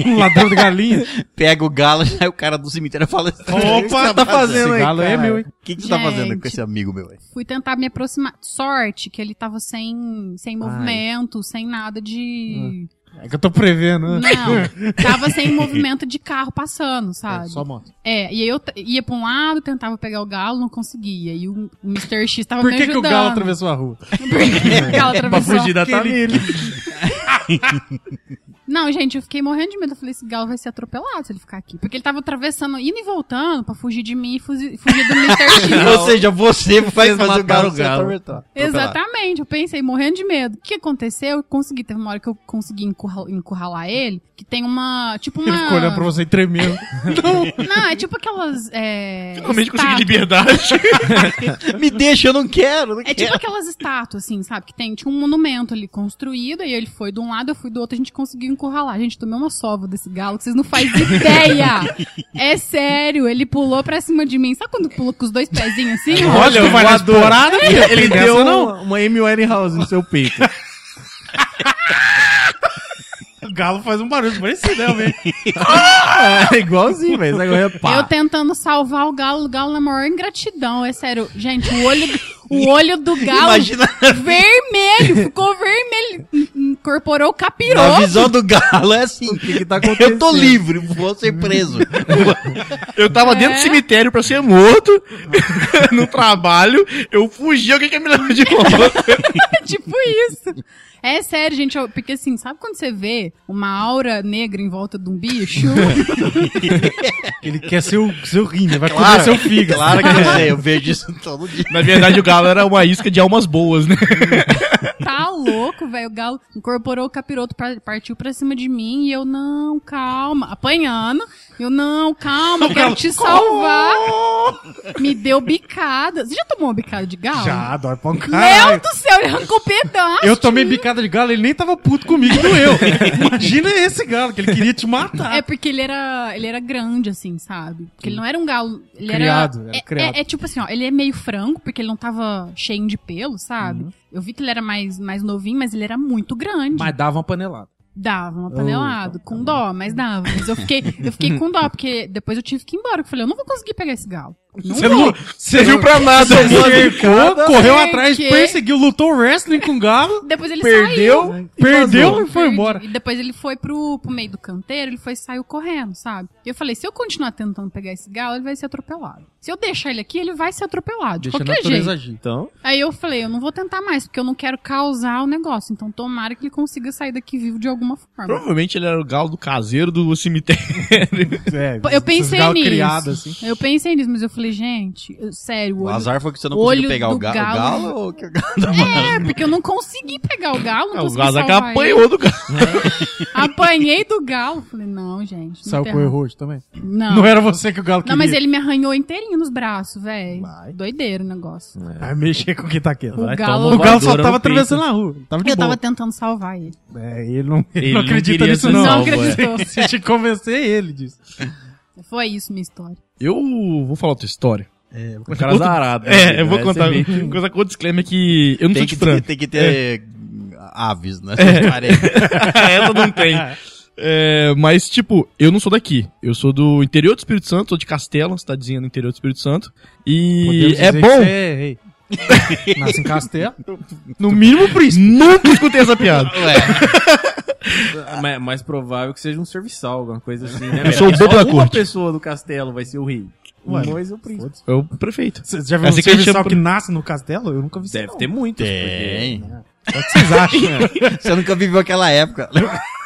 Speaker 4: Um ladrão de galinha.
Speaker 2: Pega o galo, aí o cara do cemitério fala...
Speaker 4: Opa,
Speaker 2: tá
Speaker 4: Esse galo aí é meu, hein?
Speaker 2: O que, que você tá fazendo
Speaker 3: Gente.
Speaker 2: com esse amigo meu aí?
Speaker 3: Fui tentar me aproximar. Sorte que ele tava sem, sem movimento, sem nada de...
Speaker 4: É que eu tô prevendo, né?
Speaker 3: Não, tava sem movimento de carro passando, sabe?
Speaker 4: É, só moto.
Speaker 3: É, e aí eu t- ia pra um lado, tentava pegar o galo, não conseguia. E o Mr. X tava
Speaker 4: Por
Speaker 3: me
Speaker 4: que, que o
Speaker 3: ajudando.
Speaker 4: galo atravessou a rua?
Speaker 3: Por que que o galo
Speaker 5: Pra
Speaker 3: atravessou?
Speaker 5: fugir da família.
Speaker 3: Não, Não, gente, eu fiquei morrendo de medo. Eu falei, esse galo vai ser atropelado se ele ficar aqui. Porque ele tava atravessando, indo e voltando pra fugir de mim e fuzi- fugir do Mr. X.
Speaker 2: Ou seja, você vai fazer o
Speaker 9: mataram
Speaker 2: galo
Speaker 9: o
Speaker 2: se
Speaker 9: galo.
Speaker 2: atormentar.
Speaker 3: Exatamente, eu pensei, morrendo de medo. O que aconteceu? Eu consegui, teve uma hora que eu consegui encurra- encurralar ele, que tem uma, tipo uma...
Speaker 4: Ele ficou olhando pra um você e tremendo.
Speaker 3: Não, é tipo aquelas, é...
Speaker 6: Finalmente consegui
Speaker 3: estátuas.
Speaker 6: liberdade.
Speaker 2: Me deixa, eu não quero, não
Speaker 3: É
Speaker 2: quero.
Speaker 3: tipo aquelas estátuas, assim, sabe? Que tem, tinha um monumento ali construído, aí ele foi de um lado, eu fui do outro, a gente conseguiu encurralar. Gente, tomei uma sova desse galo que vocês não fazem ideia! é sério, ele pulou pra cima de mim. Sabe quando pulou com os dois pezinhos assim? ó?
Speaker 4: Olha, vai na estourada,
Speaker 9: é um Ele deu
Speaker 4: essa
Speaker 9: uma, uma Amy Winehouse no seu peito.
Speaker 4: O galo faz um barulho parecido, realmente.
Speaker 9: é igualzinho, velho. Esse negócio é pá.
Speaker 3: Eu tentando salvar o galo, o galo na maior ingratidão, é sério. Gente, o olho, o olho do galo
Speaker 2: Imagina
Speaker 3: vermelho, ficou vermelho, in- incorporou o
Speaker 2: a
Speaker 3: capiroto.
Speaker 2: visão do galo, é assim.
Speaker 9: O que que tá
Speaker 2: Eu tô
Speaker 9: acontecendo?
Speaker 2: livre, vou ser preso.
Speaker 6: Eu tava dentro do cemitério pra ser morto, no trabalho, eu fugi, alguém quer me levar de volta.
Speaker 3: tipo isso. É sério, gente, eu- porque assim, sabe quando você vê uma aura negra em volta de um bicho?
Speaker 4: Ele quer seu, seu rim, né? Vai
Speaker 2: Claro.
Speaker 4: comer seu fígado.
Speaker 2: Claro que eu sei, eu vejo isso todo dia.
Speaker 6: Na verdade, o galo era uma isca de almas boas, né?
Speaker 3: Tá louco, velho. O galo incorporou o capiroto, pra- partiu pra cima de mim e eu, não, calma. Apanhando. Eu, não, calma, eu quero te salvar. Me deu bicada. Você já tomou uma bicada de galo?
Speaker 4: Já, dói pra um
Speaker 3: Meu
Speaker 4: caralho.
Speaker 3: do céu, ele arrancou pedaço.
Speaker 4: Eu tomei bicada de galo, ele nem tava puto comigo, doeu. Imagina esse galo, que ele queria te matar.
Speaker 3: É porque ele era, ele era grande, assim, sabe? Porque ele não era um galo. Ele
Speaker 4: Criado,
Speaker 3: era.
Speaker 4: era
Speaker 3: é-
Speaker 4: criado.
Speaker 3: É, é tipo assim, ó, ele é meio frango, porque ele não tava cheio de pelo, sabe? Eu vi que ele era mais, mais novinho, mas ele era muito grande.
Speaker 4: Uhum. Mas tá dava uma panelada.
Speaker 3: Dava uma panelada, com dó, mas dava. Mas eu fiquei, eu fiquei com dó, porque depois eu tive que ir embora. Eu falei, eu não vou conseguir pegar esse galo. Não
Speaker 4: Você
Speaker 3: vou.
Speaker 4: não, você viu
Speaker 6: pra nada,
Speaker 4: Você cercou, correu atrás,
Speaker 3: Porque-
Speaker 4: perseguiu, lutou wrestling com o galo,
Speaker 3: Depois ele saiu.
Speaker 4: perdeu, perdeu e foi
Speaker 3: Perdi.
Speaker 4: embora.
Speaker 3: E depois ele foi pro, pro meio do canteiro, ele foi saiu correndo, sabe? E eu falei, se eu continuar tentando pegar esse galo, ele vai ser atropelado. Se eu deixar ele aqui, ele vai ser atropelado, de qualquer jeito.
Speaker 4: agir.
Speaker 5: Então,
Speaker 3: Aí eu falei, eu não vou tentar mais, porque eu não quero causar o negócio. Então tomara que ele consiga sair daqui vivo de alguma forma.
Speaker 6: Provavelmente ele era o galo do caseiro do cemitério.
Speaker 4: É,
Speaker 3: Eu pensei
Speaker 4: galo
Speaker 3: nisso.
Speaker 4: criado, assim.
Speaker 3: Eu pensei nisso, mas eu falei, gente, eu- sério, o
Speaker 2: O
Speaker 3: olho
Speaker 2: azar foi que você não
Speaker 3: Olho
Speaker 2: conseguiu pegar o,
Speaker 3: do
Speaker 2: ga o
Speaker 3: galo.
Speaker 2: galo ou que o galo
Speaker 3: É, porque eu não consegui pegar o
Speaker 4: É,
Speaker 3: galo, não
Speaker 6: o
Speaker 3: consegui
Speaker 6: galo que
Speaker 3: salvar
Speaker 6: apanhou do galo.
Speaker 3: ele. Apanhei do galo. Falei, não, gente. não
Speaker 4: Saiu
Speaker 3: tem
Speaker 4: com o
Speaker 3: erro.
Speaker 4: roxo também.
Speaker 3: Não.
Speaker 4: Não. era você que o galo queria.
Speaker 3: Não, mas ele me arranhou inteirinho nos braços, velho. Doideira o negócio.
Speaker 4: Vai mexer com o que tá aqui.
Speaker 3: é- O
Speaker 5: vai,
Speaker 2: um
Speaker 3: galo-
Speaker 5: toma
Speaker 4: O galo só
Speaker 5: voadora
Speaker 4: tava
Speaker 5: no peito.
Speaker 4: atravessando a rua. ele Tava de
Speaker 3: Eu
Speaker 4: boa.
Speaker 3: tava tentando salvar ele.
Speaker 4: É, ele não, ele
Speaker 5: Ele
Speaker 4: não
Speaker 5: não
Speaker 4: acredita
Speaker 5: queria
Speaker 4: nisso,
Speaker 5: ser
Speaker 4: não.
Speaker 3: Não
Speaker 5: salvo,
Speaker 3: acreditou.
Speaker 4: Se te convencer, ele disso.
Speaker 3: Foi isso minha história.
Speaker 6: Eu vou falar outra história.
Speaker 5: O cara azarado. né?
Speaker 6: É, eu vou
Speaker 5: Vai
Speaker 6: contar
Speaker 5: ser bem-
Speaker 6: uma coisa com o disclaimer que eu não
Speaker 2: tem
Speaker 6: sou
Speaker 2: que,
Speaker 6: de Franca.
Speaker 2: tem que ter aves né? nessa história aí.
Speaker 6: Essa não tem. É, mas, tipo, eu não sou daqui. Eu sou do interior do Espírito Santo, sou de Castelo, cidadezinha do interior do Espírito Santo. E
Speaker 4: Podemos
Speaker 6: é
Speaker 4: dizer que
Speaker 6: bom.
Speaker 4: você é rei. Nasce em castelo.
Speaker 6: No mínimo, príncipe. Nunca escutei essa piada.
Speaker 5: é
Speaker 9: Mais, mais provável que seja um serviçal, alguma coisa assim, né?
Speaker 6: Eu sou o
Speaker 9: Porque
Speaker 6: bobo
Speaker 9: só
Speaker 6: da
Speaker 9: uma
Speaker 6: corte.
Speaker 9: pessoa do castelo vai ser o rei.
Speaker 4: Ué.
Speaker 9: Mas o príncipe.
Speaker 6: É o prefeito.
Speaker 4: Você já viu um
Speaker 6: É assim que a gente
Speaker 4: serviçal
Speaker 6: chama-
Speaker 4: que nasce no castelo? Eu nunca vi isso.
Speaker 9: Deve
Speaker 4: não.
Speaker 9: ter muitos. porque-
Speaker 2: Tem.
Speaker 4: É o que vocês acham?
Speaker 2: Você nunca viveu aquela época.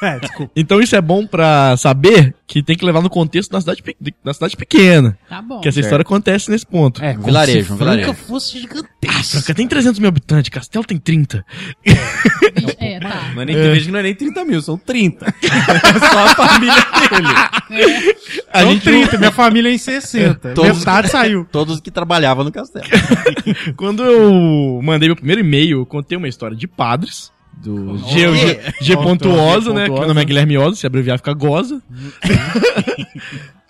Speaker 4: é, desculpa.
Speaker 6: Então isso é bom pra saber que tem que levar no contexto da cidade, pe- de- da cidade pequena.
Speaker 3: Tá bom.
Speaker 6: Que essa história acontece nesse ponto.
Speaker 4: É,
Speaker 2: Um vilarejo, um vilarejo.
Speaker 4: fosse gigante.
Speaker 6: Ah, Franca tem 300 mil habitantes, Castelo tem 30.
Speaker 3: É, tá.
Speaker 9: Não é nem, tem vezes que não é nem 30 mil, são 30. É só a família dele.
Speaker 6: A
Speaker 4: São
Speaker 6: gente
Speaker 4: 30, um minha família é em 60.
Speaker 2: Todos-
Speaker 4: Metade saiu.
Speaker 2: Todos que trabalhavam no castelo.
Speaker 6: Quando eu mandei meu primeiro e-mail, eu contei uma história de padres. Do G, G, G. ponto Oza, né? Que meu nome é Guilherme Oza, se abreviar fica Goza.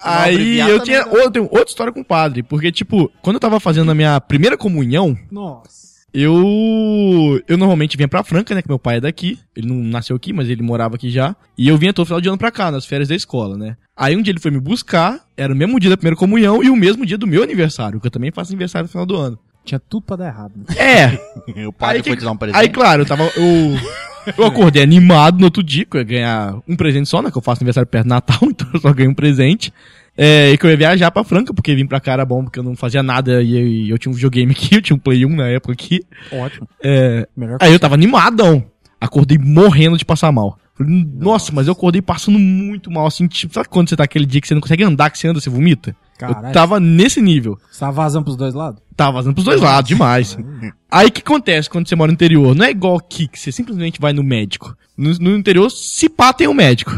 Speaker 6: Aí
Speaker 2: abreviar
Speaker 6: eu,
Speaker 2: também
Speaker 6: tinha,
Speaker 2: dá.
Speaker 6: ou- eu tenho outra história com o padre, porque, tipo, quando eu tava fazendo a minha primeira comunhão,
Speaker 4: Nossa.
Speaker 6: eu eu normalmente vinha pra Franca, né? Que meu pai é daqui. Ele não nasceu aqui, mas ele morava aqui já. E eu vinha todo final de ano pra cá, nas férias da escola, né? Aí um dia ele foi me buscar, era o mesmo dia da primeira comunhão e o mesmo dia do meu aniversário, que eu também faço aniversário no final do ano.
Speaker 4: Tinha tudo pra dar errado. Né?
Speaker 6: É,
Speaker 2: O padre
Speaker 6: Aí que-
Speaker 2: foi te dar um presente.
Speaker 6: Aí, claro, eu tava. Eu, eu acordei animado no outro dia, que eu ia ganhar um presente só, né? Que eu faço aniversário perto do Natal, então eu só ganhei um presente. É, e que eu ia viajar pra Franca, porque vim pra cá era bom, porque eu não fazia nada e, e eu tinha um videogame aqui, eu tinha um Play 1 na época aqui.
Speaker 4: Ótimo.
Speaker 6: É,
Speaker 4: Melhor
Speaker 6: aí eu tava animadão. Acordei morrendo de passar mal. Falei, Nossa, mas eu acordei passando muito mal, assim, tipo, sabe quando você tá aquele dia que você não consegue andar, que você anda, você vomita?
Speaker 4: Caralho.
Speaker 6: Eu tava nesse nível.
Speaker 4: Você tá vazando pros dois lados?
Speaker 6: Tava vazando pros dois lados, demais. Aí o que acontece quando você mora no interior? Não é igual aqui, que você simplesmente vai no médico. No, no interior, se pá, tem um médico.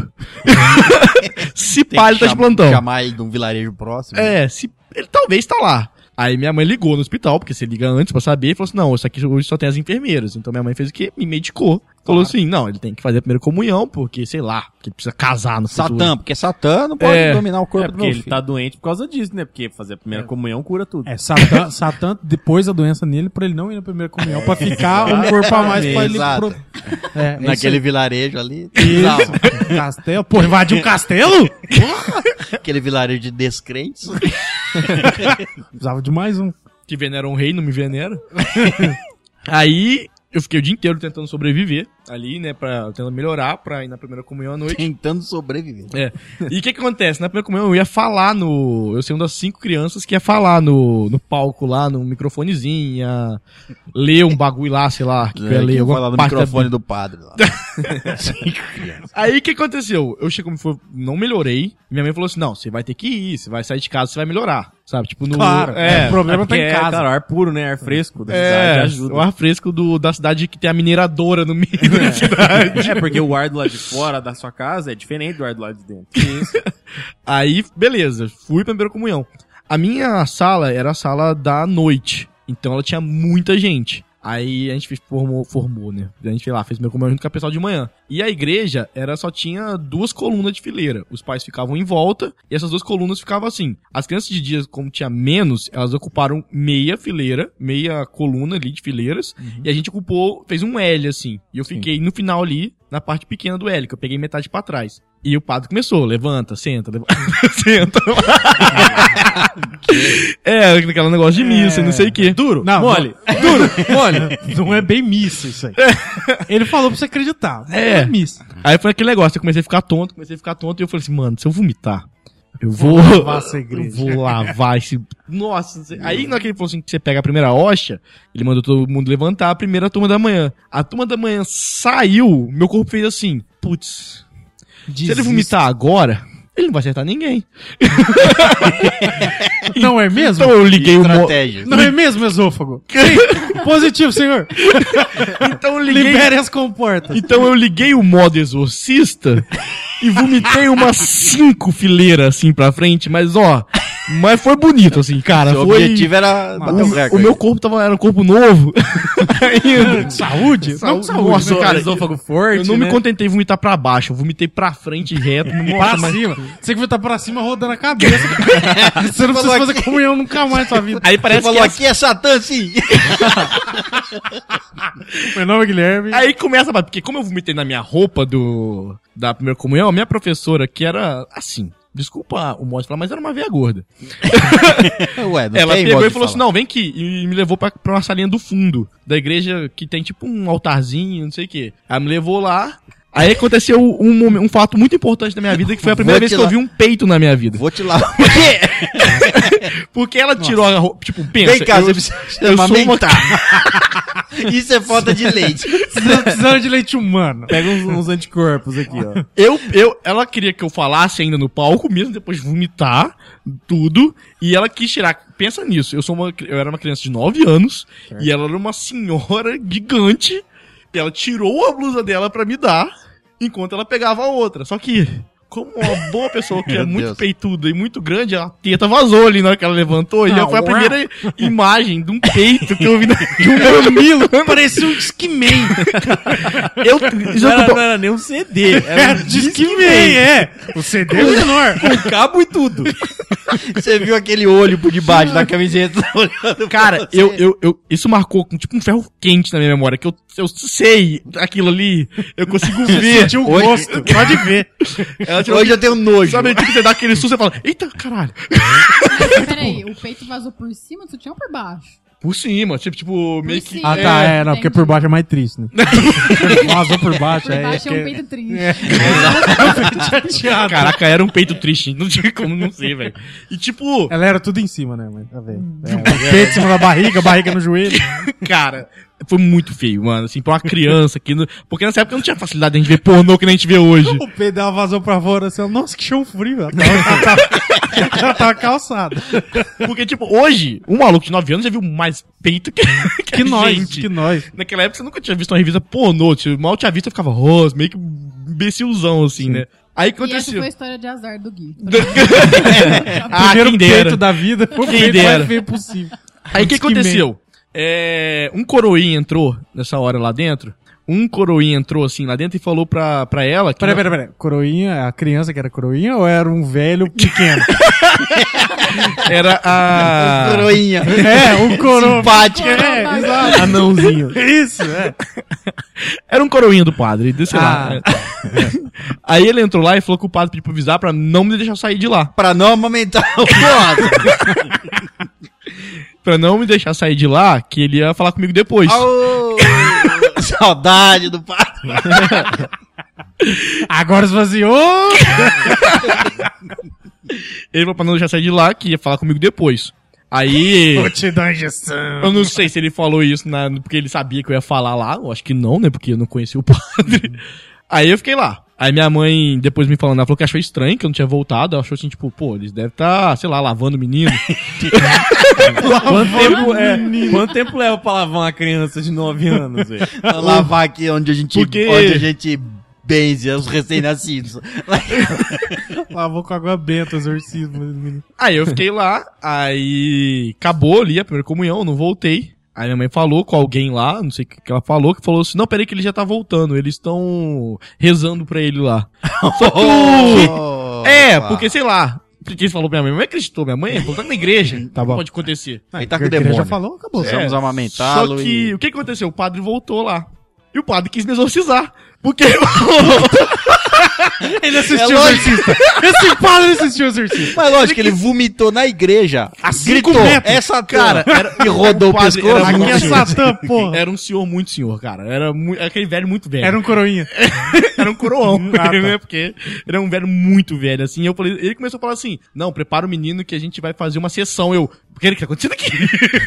Speaker 6: se
Speaker 9: Tem
Speaker 6: pá,
Speaker 9: que
Speaker 6: ele tá de
Speaker 9: cham-
Speaker 6: plantão.
Speaker 9: Chamar ele de um vilarejo próximo.
Speaker 6: É, se, ele talvez tá lá. Aí minha mãe ligou no hospital, porque você liga antes pra saber, e falou assim, não, isso aqui hoje só tem as enfermeiras. Então minha mãe fez o quê? Me medicou. Falou assim, não, ele tem que fazer a primeira comunhão, porque, sei lá, porque ele precisa casar no futuro.
Speaker 2: Satã, porque Satã não pode
Speaker 6: É.
Speaker 2: dominar o corpo
Speaker 5: É
Speaker 2: do
Speaker 5: porque
Speaker 2: meu
Speaker 5: ele
Speaker 2: filho.
Speaker 5: tá doente por causa disso, né? Porque fazer a primeira comunhão cura tudo.
Speaker 4: É, Satã, Satã depois a doença nele pra ele não ir na primeira comunhão, pra ficar um corpo a mais pra ele...
Speaker 9: Exato.
Speaker 4: pro- É, é isso
Speaker 9: Naquele vilarejo ali.
Speaker 4: aí.
Speaker 2: tá
Speaker 9: Não,
Speaker 4: Um Castelo. Pô, invadiu o castelo?
Speaker 9: aquele vilarejo de descrentes.
Speaker 4: Precisava de mais um.
Speaker 6: que venera um rei, não me venera. Aí eu fiquei o dia inteiro tentando sobreviver ali, né, pra tentando melhorar, pra ir na primeira comunhão à noite.
Speaker 9: Tentando sobreviver.
Speaker 6: e o que que acontece? Na primeira comunhão eu ia falar no... Eu sei uma das cinco crianças que ia falar no, no palco lá, no microfonezinho, ia ler um bagulho lá, sei lá, que eu ia
Speaker 9: É,
Speaker 6: ler
Speaker 9: que eu
Speaker 6: alguma
Speaker 9: falar no
Speaker 6: parte da
Speaker 9: microfone do padre lá.
Speaker 6: Aí o que aconteceu? Eu cheguei, foi- não melhorei. Minha mãe falou assim: não, você vai ter que ir, você vai sair de casa, você vai melhorar. Sabe? Tipo, no.
Speaker 4: Claro,
Speaker 6: é.
Speaker 4: o problema tá
Speaker 5: Porque
Speaker 4: em
Speaker 5: é,
Speaker 4: casa.
Speaker 5: cara, ar puro, né? Ar fresco da
Speaker 6: É,
Speaker 5: cidade
Speaker 6: o
Speaker 5: ajuda.
Speaker 6: ar fresco do, da cidade que tem a mineradora no meio né? da cidade.
Speaker 5: É, porque o ar do lado de fora da sua casa é diferente do ar do lado de dentro. Isso.
Speaker 6: Aí, beleza, fui pra primeira comunhão. A minha sala era a sala da noite, então ela tinha muita gente. Aí a gente fez, formou, formou, né? A gente fez lá, fez primeira comunhão junto com o pessoal de manhã. E a igreja era só tinha duas colunas de fileira. Os pais ficavam em volta e essas duas colunas ficavam assim. As crianças de dias, como tinha menos, elas ocuparam meia fileira, meia coluna ali de fileiras. E a gente ocupou, fez um L assim. E eu fiquei no final ali, na parte pequena do L, que eu peguei metade pra trás. E o padre começou, levanta, senta, levanta, senta. é, aquele negócio de missa, não sei
Speaker 4: É,
Speaker 6: o quê. Duro.
Speaker 4: Não,
Speaker 5: Mole.
Speaker 4: Duro, mole. Não é bem missa isso aí. Ele falou pra você acreditar. mas
Speaker 6: É.
Speaker 4: Não é missa.
Speaker 6: Aí foi aquele negócio, eu comecei a ficar tonto, comecei a ficar tonto, e eu falei assim, mano, se eu vomitar, eu vou...
Speaker 4: lavar essa igreja.
Speaker 6: Eu vou lavar esse... Nossa, você- aí naquele falou assim, que você pega a primeira hoxa, ele mandou todo mundo levantar, a primeira turma da manhã. A turma da manhã saiu, meu corpo fez assim, putz, se ele
Speaker 4: Desisto.
Speaker 6: vomitar agora, ele não vai acertar ninguém.
Speaker 4: Não é mesmo?
Speaker 6: Então eu liguei o... mo-
Speaker 9: Estratégia.
Speaker 4: Não é mesmo, esôfago? Positivo, senhor.
Speaker 6: Então eu liguei...
Speaker 4: Libere as comportas.
Speaker 6: Então eu liguei o modo exorcista e vomitei umas cinco fileiras assim pra frente, mas ó, mas foi bonito assim, cara.
Speaker 9: O
Speaker 6: foi...
Speaker 9: objetivo era bater um
Speaker 6: O,
Speaker 9: recorde.
Speaker 6: o meu corpo tava, era um corpo novo. Ainda.
Speaker 4: Saúde? Não, saúde.
Speaker 6: Nossa, né, cara,
Speaker 5: esôfago forte.
Speaker 6: eu não me
Speaker 5: né?
Speaker 6: contentei em vomitar pra baixo, eu vomitei pra frente reto.
Speaker 4: Pra
Speaker 6: Nossa, mas...
Speaker 4: cima. Você que vai estar pra cima rodando a cabeça. Você não precisa
Speaker 9: Falou
Speaker 4: fazer comunhão nunca mais na sua vida.
Speaker 6: Aí
Speaker 9: Ele
Speaker 6: parece
Speaker 9: falou,
Speaker 6: que
Speaker 9: aqui é Satã, sim.
Speaker 4: Meu nome é Guilherme.
Speaker 6: Aí começa, a- porque como eu vomitei na minha roupa do da primeira comunhão, a minha professora que era assim, desculpa o mote falar, mas era uma veia gorda.
Speaker 9: Ué, não
Speaker 6: Ela
Speaker 9: tem
Speaker 6: pegou
Speaker 9: modo
Speaker 6: e
Speaker 9: de
Speaker 6: falou assim:
Speaker 9: falar.
Speaker 6: não, vem aqui. E me levou pra, pra uma salinha do fundo da igreja que tem tipo um altarzinho, não sei o quê. Aí me levou lá. Aí aconteceu um, momen- um fato muito importante da minha vida, que foi a
Speaker 9: Vou
Speaker 6: primeira vez
Speaker 9: te
Speaker 6: que eu
Speaker 9: lá-
Speaker 6: vi um peito na minha vida.
Speaker 9: Vou te lá.
Speaker 6: Porque ela tirou a roupa, tipo, pensa.
Speaker 9: Vem cá,
Speaker 6: eu,
Speaker 9: você precisa
Speaker 6: eu sou uma-
Speaker 9: amamentar. Isso é falta de leite.
Speaker 4: Precisando- Precisando de leite humano.
Speaker 5: Pega uns, uns anticorpos aqui, ó.
Speaker 6: eu, eu- ela queria que eu falasse ainda no palco, mesmo depois de vomitar tudo, e ela quis tirar. Pensa nisso, eu, sou uma, cri- eu era uma criança de 9 anos, e ela era uma senhora gigante, e ela tirou a blusa dela pra me dar, enquanto ela pegava a outra. Só que, como uma boa pessoa que é
Speaker 9: Meu
Speaker 6: muito
Speaker 9: Deus.
Speaker 6: peituda e muito grande, a teta vazou ali na hora que ela levantou, e
Speaker 4: Ah,
Speaker 6: foi a
Speaker 4: uau.
Speaker 6: primeira imagem de um peito que eu vi na... de um
Speaker 4: Camilo, parecia um Discman.
Speaker 6: Eu, isso
Speaker 5: Não
Speaker 6: eu
Speaker 5: era,
Speaker 6: tô-
Speaker 5: não era nem um CD,
Speaker 4: É,
Speaker 5: era um
Speaker 4: Discman, é. O CD é menor.
Speaker 5: com cabo e tudo.
Speaker 9: Você viu aquele olho por debaixo da camiseta olhando
Speaker 6: Cara, eu, eu, eu, isso marcou com tipo um ferro quente na minha memória, que eu, eu sei aquilo ali, eu consigo ver.
Speaker 4: Sentiu o
Speaker 9: Hoje-
Speaker 4: gosto. Pode ver.
Speaker 6: Ela tirou-
Speaker 9: Hoje eu tenho nojo.
Speaker 6: Sabe, tipo, você dá aquele susto e fala, eita, caralho.
Speaker 4: Tipo,
Speaker 3: Peraí, o peito vazou por cima do sutiã ou por baixo?
Speaker 6: Por cima, tipo, tipo meio que...
Speaker 3: cima.
Speaker 4: Ah, tá. É, não,
Speaker 3: entendi.
Speaker 4: porque por baixo é mais triste, né? Vazou por baixo.
Speaker 3: Por
Speaker 4: É,
Speaker 3: baixo é, um
Speaker 4: que-
Speaker 3: peito triste.
Speaker 4: é. chateado.
Speaker 6: Caraca, era um peito triste, não tinha como não ser, velho. E tipo,
Speaker 4: Hum. um Ela era tudo em cima, né, mãe? Tá vendo? É, o peito em cima da barriga, barriga no joelho.
Speaker 6: cara, Foi muito feio, mano, assim, pra uma criança que. não- Porque nessa época não tinha facilidade de a gente ver pornô que nem a gente vê hoje.
Speaker 4: O pedal vazou pra fora assim, nossa, que chão frio. né? Ela tava- Ela tava calçada.
Speaker 6: Porque, tipo, hoje, um maluco de 9 anos já viu mais peito que, que,
Speaker 4: Que
Speaker 6: a
Speaker 4: nós,
Speaker 6: gente.
Speaker 4: que nós.
Speaker 6: Naquela época você nunca tinha visto uma revista pornô, tipo, mal tinha visto, eu ficava rosto, meio que imbecilzão, assim, né? Aí o que
Speaker 3: E essa
Speaker 6: aconteceu.
Speaker 3: foi a história de azar do Gui.
Speaker 6: Ah,
Speaker 4: Primeiro
Speaker 6: quem dera.
Speaker 4: peito da vida foi o
Speaker 6: Quem
Speaker 4: peito
Speaker 6: dera.
Speaker 4: mais feio possível.
Speaker 6: Aí o que
Speaker 4: Disque
Speaker 6: aconteceu? É, um coroinha entrou nessa hora lá dentro. Um coroinha entrou assim lá dentro e falou pra, pra ela que.
Speaker 4: Peraí, peraí, peraí. Coroinha, a criança que era coroinha ou era um velho pequeno?
Speaker 6: Era
Speaker 9: Ah.
Speaker 6: a.
Speaker 2: Coroinha.
Speaker 4: é, um coroa.
Speaker 2: Simpática.
Speaker 4: É, exato. Anãozinho. Isso, é.
Speaker 6: Era um coroinha do padre, de- sei
Speaker 4: Ah.
Speaker 6: lá. É. Aí ele entrou lá e falou que o padre pediu pra avisar pra não me deixar sair de lá.
Speaker 2: Pra não amamentar o coado.
Speaker 6: Pra não me deixar sair de lá, que ele ia falar comigo depois.
Speaker 2: Au! Saudade do padre.
Speaker 4: Agora você fala assim, ô!
Speaker 6: Ele falou pra não deixar sair de lá, que ia falar comigo depois. Aí.
Speaker 4: Vou te dar uma injeção.
Speaker 6: Eu não sei se ele falou isso na- porque ele sabia que eu ia falar lá. Eu acho que não, né? Porque eu não conhecia o padre. Aí eu fiquei lá. Aí minha mãe, depois me falando, ela falou que achou estranho que eu não tinha voltado. Ela achou assim, tipo, pô, eles devem estar, sei lá, lavando o menino.
Speaker 9: Quanto tempo, é, quanto tempo leva pra lavar uma criança de 9 anos, velho?
Speaker 2: Vamos lavar aqui onde a gente,
Speaker 6: Porque-
Speaker 2: onde a gente benze os recém-nascidos.
Speaker 4: Lavou com água benta, os exorcismos.
Speaker 6: aí eu fiquei lá, aí acabou ali a primeira comunhão, eu não voltei. Aí minha mãe falou com alguém lá, não sei o que que ela falou, que falou assim, não, peraí que ele já tá voltando, eles estão rezando pra ele lá. Só que o-
Speaker 2: Oh,
Speaker 6: É,
Speaker 2: opa.
Speaker 6: porque sei lá. Porque ele falou pra minha mãe, minha mãe acreditou, minha mãe voltou na igreja.
Speaker 4: Tá bom.
Speaker 6: Pode acontecer.
Speaker 2: Ele tá com
Speaker 4: A
Speaker 2: o
Speaker 4: igreja
Speaker 2: demônio.
Speaker 4: já falou, acabou.
Speaker 2: É. Vamos
Speaker 6: Só
Speaker 2: amamentá-lo
Speaker 6: que
Speaker 2: e-
Speaker 6: o que aconteceu? O padre voltou lá. E o padre quis me exorcizar. Porque É
Speaker 4: Ele
Speaker 2: assistiu
Speaker 4: assistiu
Speaker 2: o
Speaker 4: o exorcista. Esse padre assistiu o exorcista.
Speaker 2: Mas lógico que ele vomitou na igreja.
Speaker 4: cinco
Speaker 2: Gritou.
Speaker 4: metros.
Speaker 2: Essa cara. Era, e rodou o
Speaker 6: O padre
Speaker 2: pescoço.
Speaker 6: era
Speaker 4: Aqui é
Speaker 6: Nossa.
Speaker 4: Satã, porra.
Speaker 6: era um senhor muito senhor, cara. Era mu- era aquele velho muito velho.
Speaker 4: Era um coroinha.
Speaker 6: Era um coroão,
Speaker 4: Ah, tá.
Speaker 6: né? Porque era um velho muito velho, assim. Eu falei, ele começou a falar assim: não, prepara o menino que a gente vai fazer uma sessão. Eu, porque ele que tá acontecendo aqui?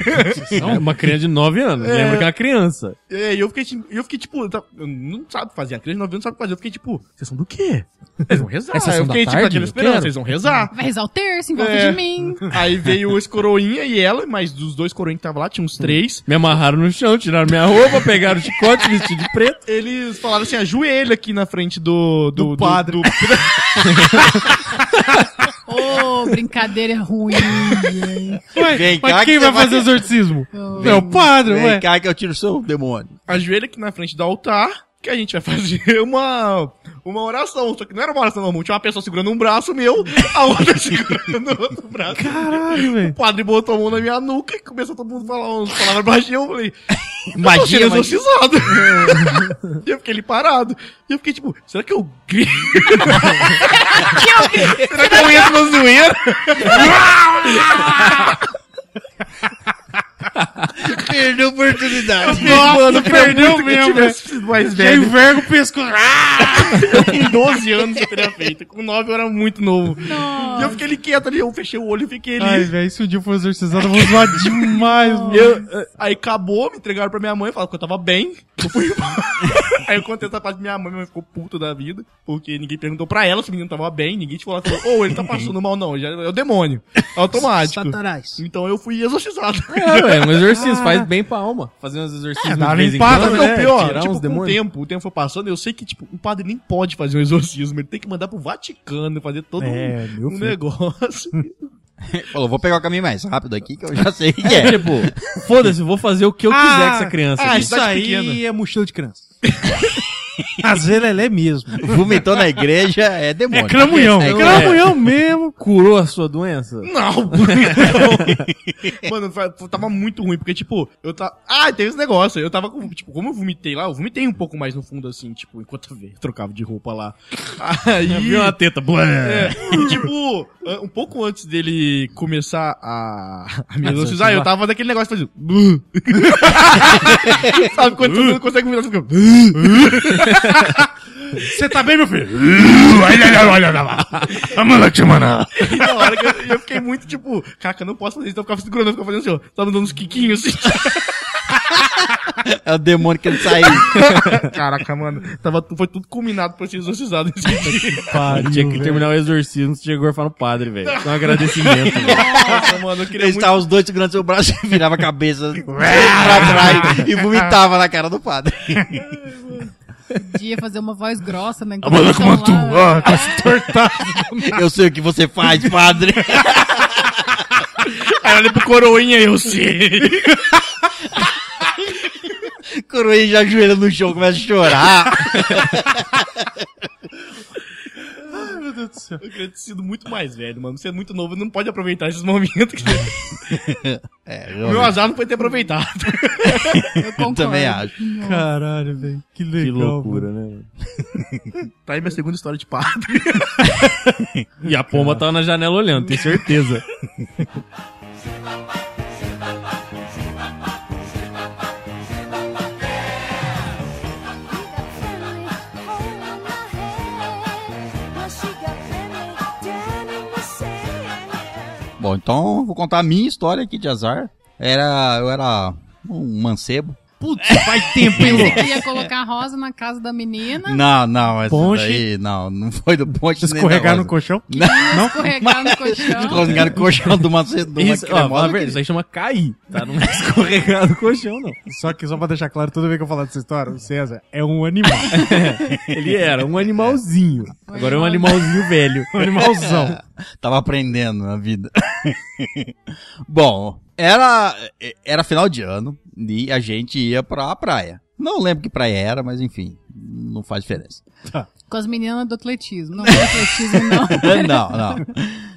Speaker 9: Não, uma criança de 9 anos. Lembra que era criança.
Speaker 6: É, e eu fiquei, tipo- eu fiquei tipo, tá- eu não sabe fazer, a criança de 9 anos não sabe fazer. Eu fiquei tipo, sessão do quê? Eles vão rezar.
Speaker 4: É sessão
Speaker 6: eu
Speaker 4: da
Speaker 6: fiquei tipo,
Speaker 4: tarde?
Speaker 6: aquela
Speaker 4: Eu
Speaker 6: esperança,
Speaker 4: quero.
Speaker 6: eles vão rezar.
Speaker 3: Vai rezar o terço em volta
Speaker 6: É.
Speaker 3: de mim.
Speaker 6: Aí veio esse coroinha e ela, mas dos dois coroinhas que tava lá, tinha uns três.
Speaker 9: Me amarraram no chão, tiraram minha roupa, pegaram o chicote, vestido de preto.
Speaker 6: Eles falaram assim, ajoelha aqui na frente do... Do,
Speaker 4: padre.
Speaker 3: Ô, brincadeira ruim. hein?
Speaker 4: Ué,
Speaker 2: Vem cá
Speaker 4: mas
Speaker 2: que
Speaker 4: quem
Speaker 2: você
Speaker 4: vai
Speaker 2: vai-
Speaker 4: fazer exorcismo?
Speaker 3: Ô,
Speaker 4: É o padre,
Speaker 2: Vem
Speaker 4: ué.
Speaker 2: cá que eu tiro o seu demônio.
Speaker 6: ajoelha aqui na frente do altar, que a gente vai fazer uma... Uma oração, só que não era uma oração normal, tinha uma pessoa segurando um braço meu, a outra segurando o outro braço.
Speaker 4: Caralho,
Speaker 6: O
Speaker 4: velho.
Speaker 6: padre botou a mão na minha nuca e começou todo mundo a falar umas palavras baixinhas. Eu falei,
Speaker 2: Magia,
Speaker 6: magia,
Speaker 2: magia.
Speaker 6: exorcizado. e eu fiquei ali parado. E eu fiquei tipo, será que eu grito? será que eu entro na zoeira?
Speaker 2: Perdeu a oportunidade.
Speaker 6: Nossa, né? eu queria
Speaker 4: perdeu
Speaker 6: muito que eu
Speaker 4: mesmo,
Speaker 6: tivesse sido mais
Speaker 4: Já
Speaker 6: velho.
Speaker 4: enverga o pescoço.
Speaker 6: Ah! Com 12 anos eu teria feito. Com 9 eu era muito novo. E eu
Speaker 3: Nossa.
Speaker 6: fiquei ali quieto ali, eu fechei o olho e fiquei ali.
Speaker 4: Ai, velho, se um dia eu for exorcizado, eu vou zoar demais, mano.
Speaker 6: Eu- eh, aí acabou, me entregaram pra minha mãe, falaram que eu tava bem. Eu fui embora. aí eu contei essa parte pra minha mãe, minha mãe ficou puta da vida, porque ninguém perguntou pra ela se o menino tava bem, ninguém te falou, ela falou, ô, ele tá passando mal não, já, é o demônio. Automático. então eu fui exorcizado.
Speaker 9: É, ué, um exorcismo. Faz bem pra alma. Fazer uns exorcismos
Speaker 4: É, dá
Speaker 9: de
Speaker 4: uma
Speaker 9: vez em
Speaker 4: limpada,
Speaker 6: Mas
Speaker 9: quando,
Speaker 6: não,
Speaker 9: né?
Speaker 6: pior,
Speaker 9: Tirar
Speaker 6: tipo,
Speaker 9: uns
Speaker 6: com o
Speaker 9: demônios.
Speaker 6: tempo, o tempo foi passando, eu sei que, tipo, um padre nem pode fazer um exorcismo, ele tem que mandar pro Vaticano, fazer todo um-
Speaker 4: É, meu
Speaker 6: um
Speaker 4: filho.
Speaker 6: negócio.
Speaker 2: Falou, vou pegar o caminho mais rápido aqui que eu já sei que
Speaker 9: É,
Speaker 2: é.
Speaker 9: tipo, foda-se, vou fazer o que eu
Speaker 4: Ah,
Speaker 9: quiser com essa criança.
Speaker 6: ah,
Speaker 9: aqui.
Speaker 4: Isso
Speaker 6: cidade
Speaker 4: aí
Speaker 6: pequena.
Speaker 4: é mochila de criança. Às vezes ela é mesmo.
Speaker 2: Vomitou na igreja, é demônio.
Speaker 4: É cramunhão.
Speaker 2: É,
Speaker 4: É cramunhão mesmo.
Speaker 9: Curou a sua doença?
Speaker 6: Não! não. Mano, fa- tava muito ruim, porque, tipo, eu tava. Ah, tem esse negócio. Eu tava com. Tipo, como eu vomitei lá, eu vomitei um pouco mais no fundo, assim, tipo, enquanto eu ve- trocava de roupa lá. Aí.
Speaker 9: teta. É.
Speaker 6: É, e, tipo, ah, um pouco antes dele começar a, a me exorcizar, eu tava naquele negócio fazendo. "Buh". Sabe quando você não consegue vomitar, você fica. "Buh".
Speaker 4: Você tá bem, meu filho?
Speaker 6: E na hora que eu, eu fiquei muito, tipo, caraca, eu não posso fazer isso, então eu ficava segurando, eu ficava fazendo assim, ó. Tava dando uns quiquinhos assim.
Speaker 2: É É o demônio que ele saiu.
Speaker 6: Caraca, mano. Tava, tu- foi tudo culminado pra ser exorcizado nesse dia.
Speaker 5: Tinha que terminar o exorcismo, você chegou e falar no padre, velho. Isso é um agradecimento. velho.
Speaker 6: Nossa, mano, eu queria
Speaker 2: Eles
Speaker 6: muito...
Speaker 2: estavam os dois segurando seu braço e virava a cabeça pra trás e vomitava na cara do padre.
Speaker 3: Podia fazer uma voz grossa, né?
Speaker 6: Mano,
Speaker 3: Então,
Speaker 6: como tu...
Speaker 3: lá-
Speaker 6: Ah, com esse tortado.
Speaker 2: Eu sei o que você faz, padre.
Speaker 6: Aí olha pro coroinha eu sei.
Speaker 2: Coroinha já ajoelha no chão, começa a chorar.
Speaker 6: Eu queria ter sido muito mais velho, mano. Você é muito novo, não pode aproveitar esses momentos. o meu azar não foi ter aproveitado.
Speaker 3: Eu concordo.
Speaker 2: Também acho.
Speaker 4: Caralho, velho. Que
Speaker 5: Que
Speaker 4: legal.
Speaker 5: loucura, né?
Speaker 6: Tá aí minha segunda história de padre.
Speaker 5: E a pomba tava na janela olhando, tenho certeza.
Speaker 2: Bom, então eu vou contar a minha história aqui de azar. Era. Eu era um mancebo.
Speaker 4: Putz, faz tempo, hein,
Speaker 3: Você
Speaker 4: louco?
Speaker 3: queria colocar a rosa na casa da menina,
Speaker 4: Ah.
Speaker 2: Não, não, essa
Speaker 4: Ponche.
Speaker 2: daí, não, não foi do ponte. nem
Speaker 4: Escorregar
Speaker 2: da
Speaker 4: no
Speaker 2: rosa.
Speaker 4: colchão?
Speaker 3: não, escorregar no colchão.
Speaker 2: Escorregar no colchão do mancebo.
Speaker 5: Isso, ó, fala a verdade, isso aí chama cair, tá? Não é escorregar no colchão, não.
Speaker 4: Só que só pra deixar claro, toda vez que eu falar dessa história, o César é um animal.
Speaker 5: Ele era um animalzinho.
Speaker 3: Foi
Speaker 5: Agora é um
Speaker 3: uma-
Speaker 5: animalzinho velho.
Speaker 4: Um animalzão.
Speaker 2: Tava aprendendo na vida. Bom, era era final de ano e a gente ia pra praia. Não lembro que praia era, mas enfim, não faz diferença.
Speaker 3: Com as meninas do atletismo. Não, do atletismo não.
Speaker 2: não, não. É,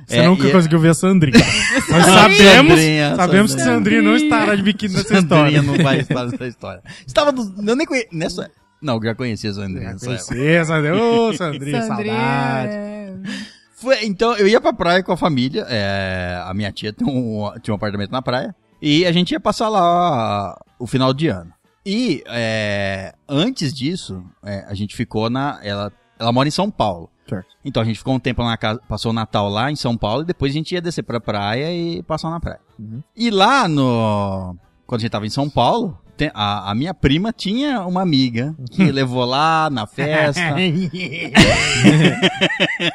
Speaker 4: Você
Speaker 5: É,
Speaker 4: nunca
Speaker 2: e- Ah,
Speaker 4: conseguiu ver a Sandrinha. Mas sabemos,
Speaker 2: Sandrinha,
Speaker 4: sabemos que Sandrinha não
Speaker 3: Sandrinha.
Speaker 4: estará de biquíni nessa
Speaker 2: Sandrinha
Speaker 4: história.
Speaker 2: não vai estar nessa história. Estava do, eu nem conhe, nessa Não, eu já conhecia a Sandrinha. nessa época.
Speaker 4: Conhecer, Sandrinha. Ô, Sandrinha,
Speaker 3: Sandrinha.
Speaker 4: saudade.
Speaker 2: Foi- então, eu ia pra praia com a família. é, a minha tia tem um- tinha um apartamento na praia. E a gente ia passar lá o final de ano. E é, antes disso, é, a gente ficou na. Ela, ela mora em São Paulo.
Speaker 4: Certo.
Speaker 2: Então a gente ficou um tempo lá na casa, passou o Natal lá em São Paulo e depois a gente ia descer pra praia e passar na praia.
Speaker 4: Uhum.
Speaker 2: E lá no. Quando a gente tava em São Paulo, tem- a, a minha prima tinha uma amiga
Speaker 4: Uhum.
Speaker 2: que levou lá na festa.
Speaker 4: É,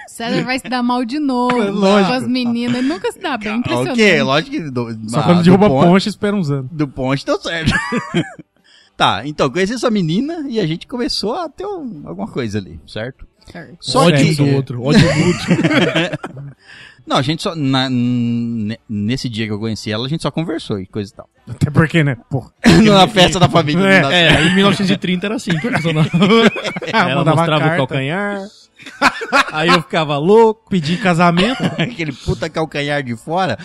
Speaker 3: César vai se dar mal de novo. Com as meninas. Ele nunca se dá bem. Impressionante.
Speaker 2: Ah, ok, lógico que. do-
Speaker 4: Só
Speaker 2: ah,
Speaker 4: quando
Speaker 2: do
Speaker 4: derruba a
Speaker 2: ponto-
Speaker 4: ponte, espera uns anos.
Speaker 2: do ponte deu certo. tá, então, conheci essa menina e a gente começou a ter um- alguma coisa ali, certo?
Speaker 3: Certo.
Speaker 2: Só
Speaker 6: ódio um
Speaker 2: que...
Speaker 6: do outro, ódio mútuo.
Speaker 2: Não, a gente só... na- n- nesse dia que eu conheci ela, a gente só conversou e coisa e tal.
Speaker 4: Até porque, né? Porra.
Speaker 2: Na festa da família.
Speaker 4: É,
Speaker 2: da-
Speaker 6: É, em 1930 era assim que funcionava.
Speaker 5: Ela
Speaker 4: mandava
Speaker 5: mostrava
Speaker 4: carta.
Speaker 5: o calcanhar. Aí eu ficava louco.
Speaker 4: Pedir em casamento,
Speaker 2: Aquele puta calcanhar de fora.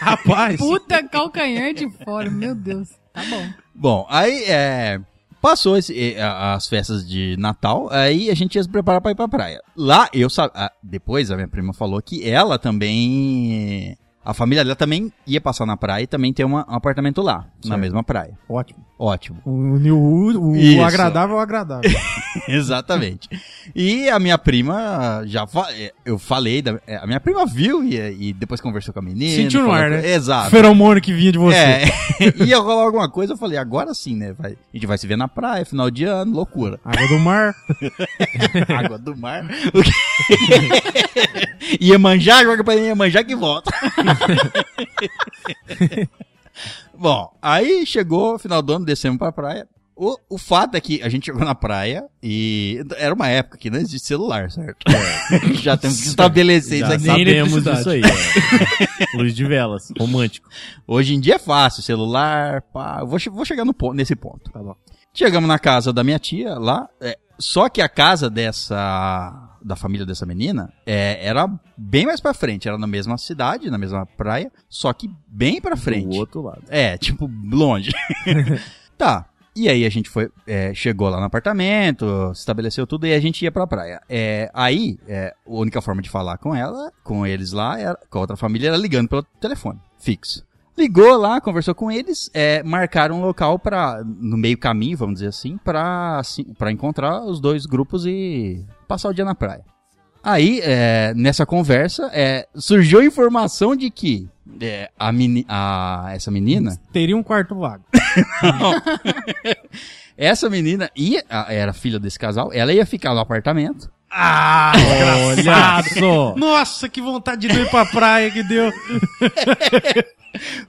Speaker 4: rapaz.
Speaker 3: Puta calcanhar de fora. Meu Deus. Tá bom.
Speaker 2: Bom, aí é, passou esse- é, a- as festas de Natal, aí a gente ia se preparar pra ir pra praia. Lá, eu sa- ah, Depois a minha prima falou que ela também. A família dela também ia passar na praia e também tem uma- um apartamento lá, na mesma praia.
Speaker 4: Ótimo.
Speaker 2: Ótimo.
Speaker 4: O, o, o,
Speaker 2: Isso.
Speaker 4: o agradável é o agradável.
Speaker 2: Exatamente. E a minha prima já fa- é, eu falei, da- é, a minha prima viu e, e depois conversou com a menina.
Speaker 4: Sentiu no
Speaker 2: falou
Speaker 4: ar,
Speaker 2: com-
Speaker 4: né?
Speaker 5: Ah.
Speaker 2: Exato.
Speaker 4: Feromônio que vinha de você.
Speaker 2: É, ia rolar alguma coisa, eu falei, agora sim, né? Vai, a gente vai se ver na praia, final de ano, loucura.
Speaker 4: Água do mar.
Speaker 2: Água do mar. O quê? Iemanjá, joga pra Iemanjá que volta. Bom, aí chegou final do ano, descemos pra praia. O, o fato é que a gente chegou na praia e era uma época que não existe celular, certo? Já temos que
Speaker 6: é
Speaker 2: estabelecer isso
Speaker 5: Já
Speaker 2: aqui.
Speaker 5: sabemos disso aí. é. Luz de velas, romântico.
Speaker 2: Hoje em dia é fácil, celular, pá. Eu vou, che- vou chegar no ponto, nesse ponto.
Speaker 4: Tá bom.
Speaker 2: Chegamos na casa da minha tia lá. é, só que a casa dessa. da família dessa menina é, era bem mais pra frente. Era na mesma cidade, na mesma praia, só que bem pra frente.
Speaker 5: Do outro lado.
Speaker 2: É, tipo, longe. tá. E aí a gente foi, é, chegou lá no apartamento, se estabeleceu tudo e a gente ia pra praia. É, aí, é, a única forma de falar com ela, com eles lá, era- com a outra família, era ligando pelo telefone, fixo. Ligou lá, conversou com eles, é, marcaram um local para no meio caminho, vamos dizer assim, pra, assim, pra encontrar os dois grupos e passar o dia na praia. Aí, é, nessa conversa, é, surgiu a informação de que é, a meni- a- essa menina,
Speaker 4: Teria um quarto vago.
Speaker 2: essa menina ia, a- era filha desse casal, ela ia ficar no apartamento.
Speaker 4: Ah,
Speaker 5: Olha só.
Speaker 4: Nossa, que vontade de ir pra praia que deu.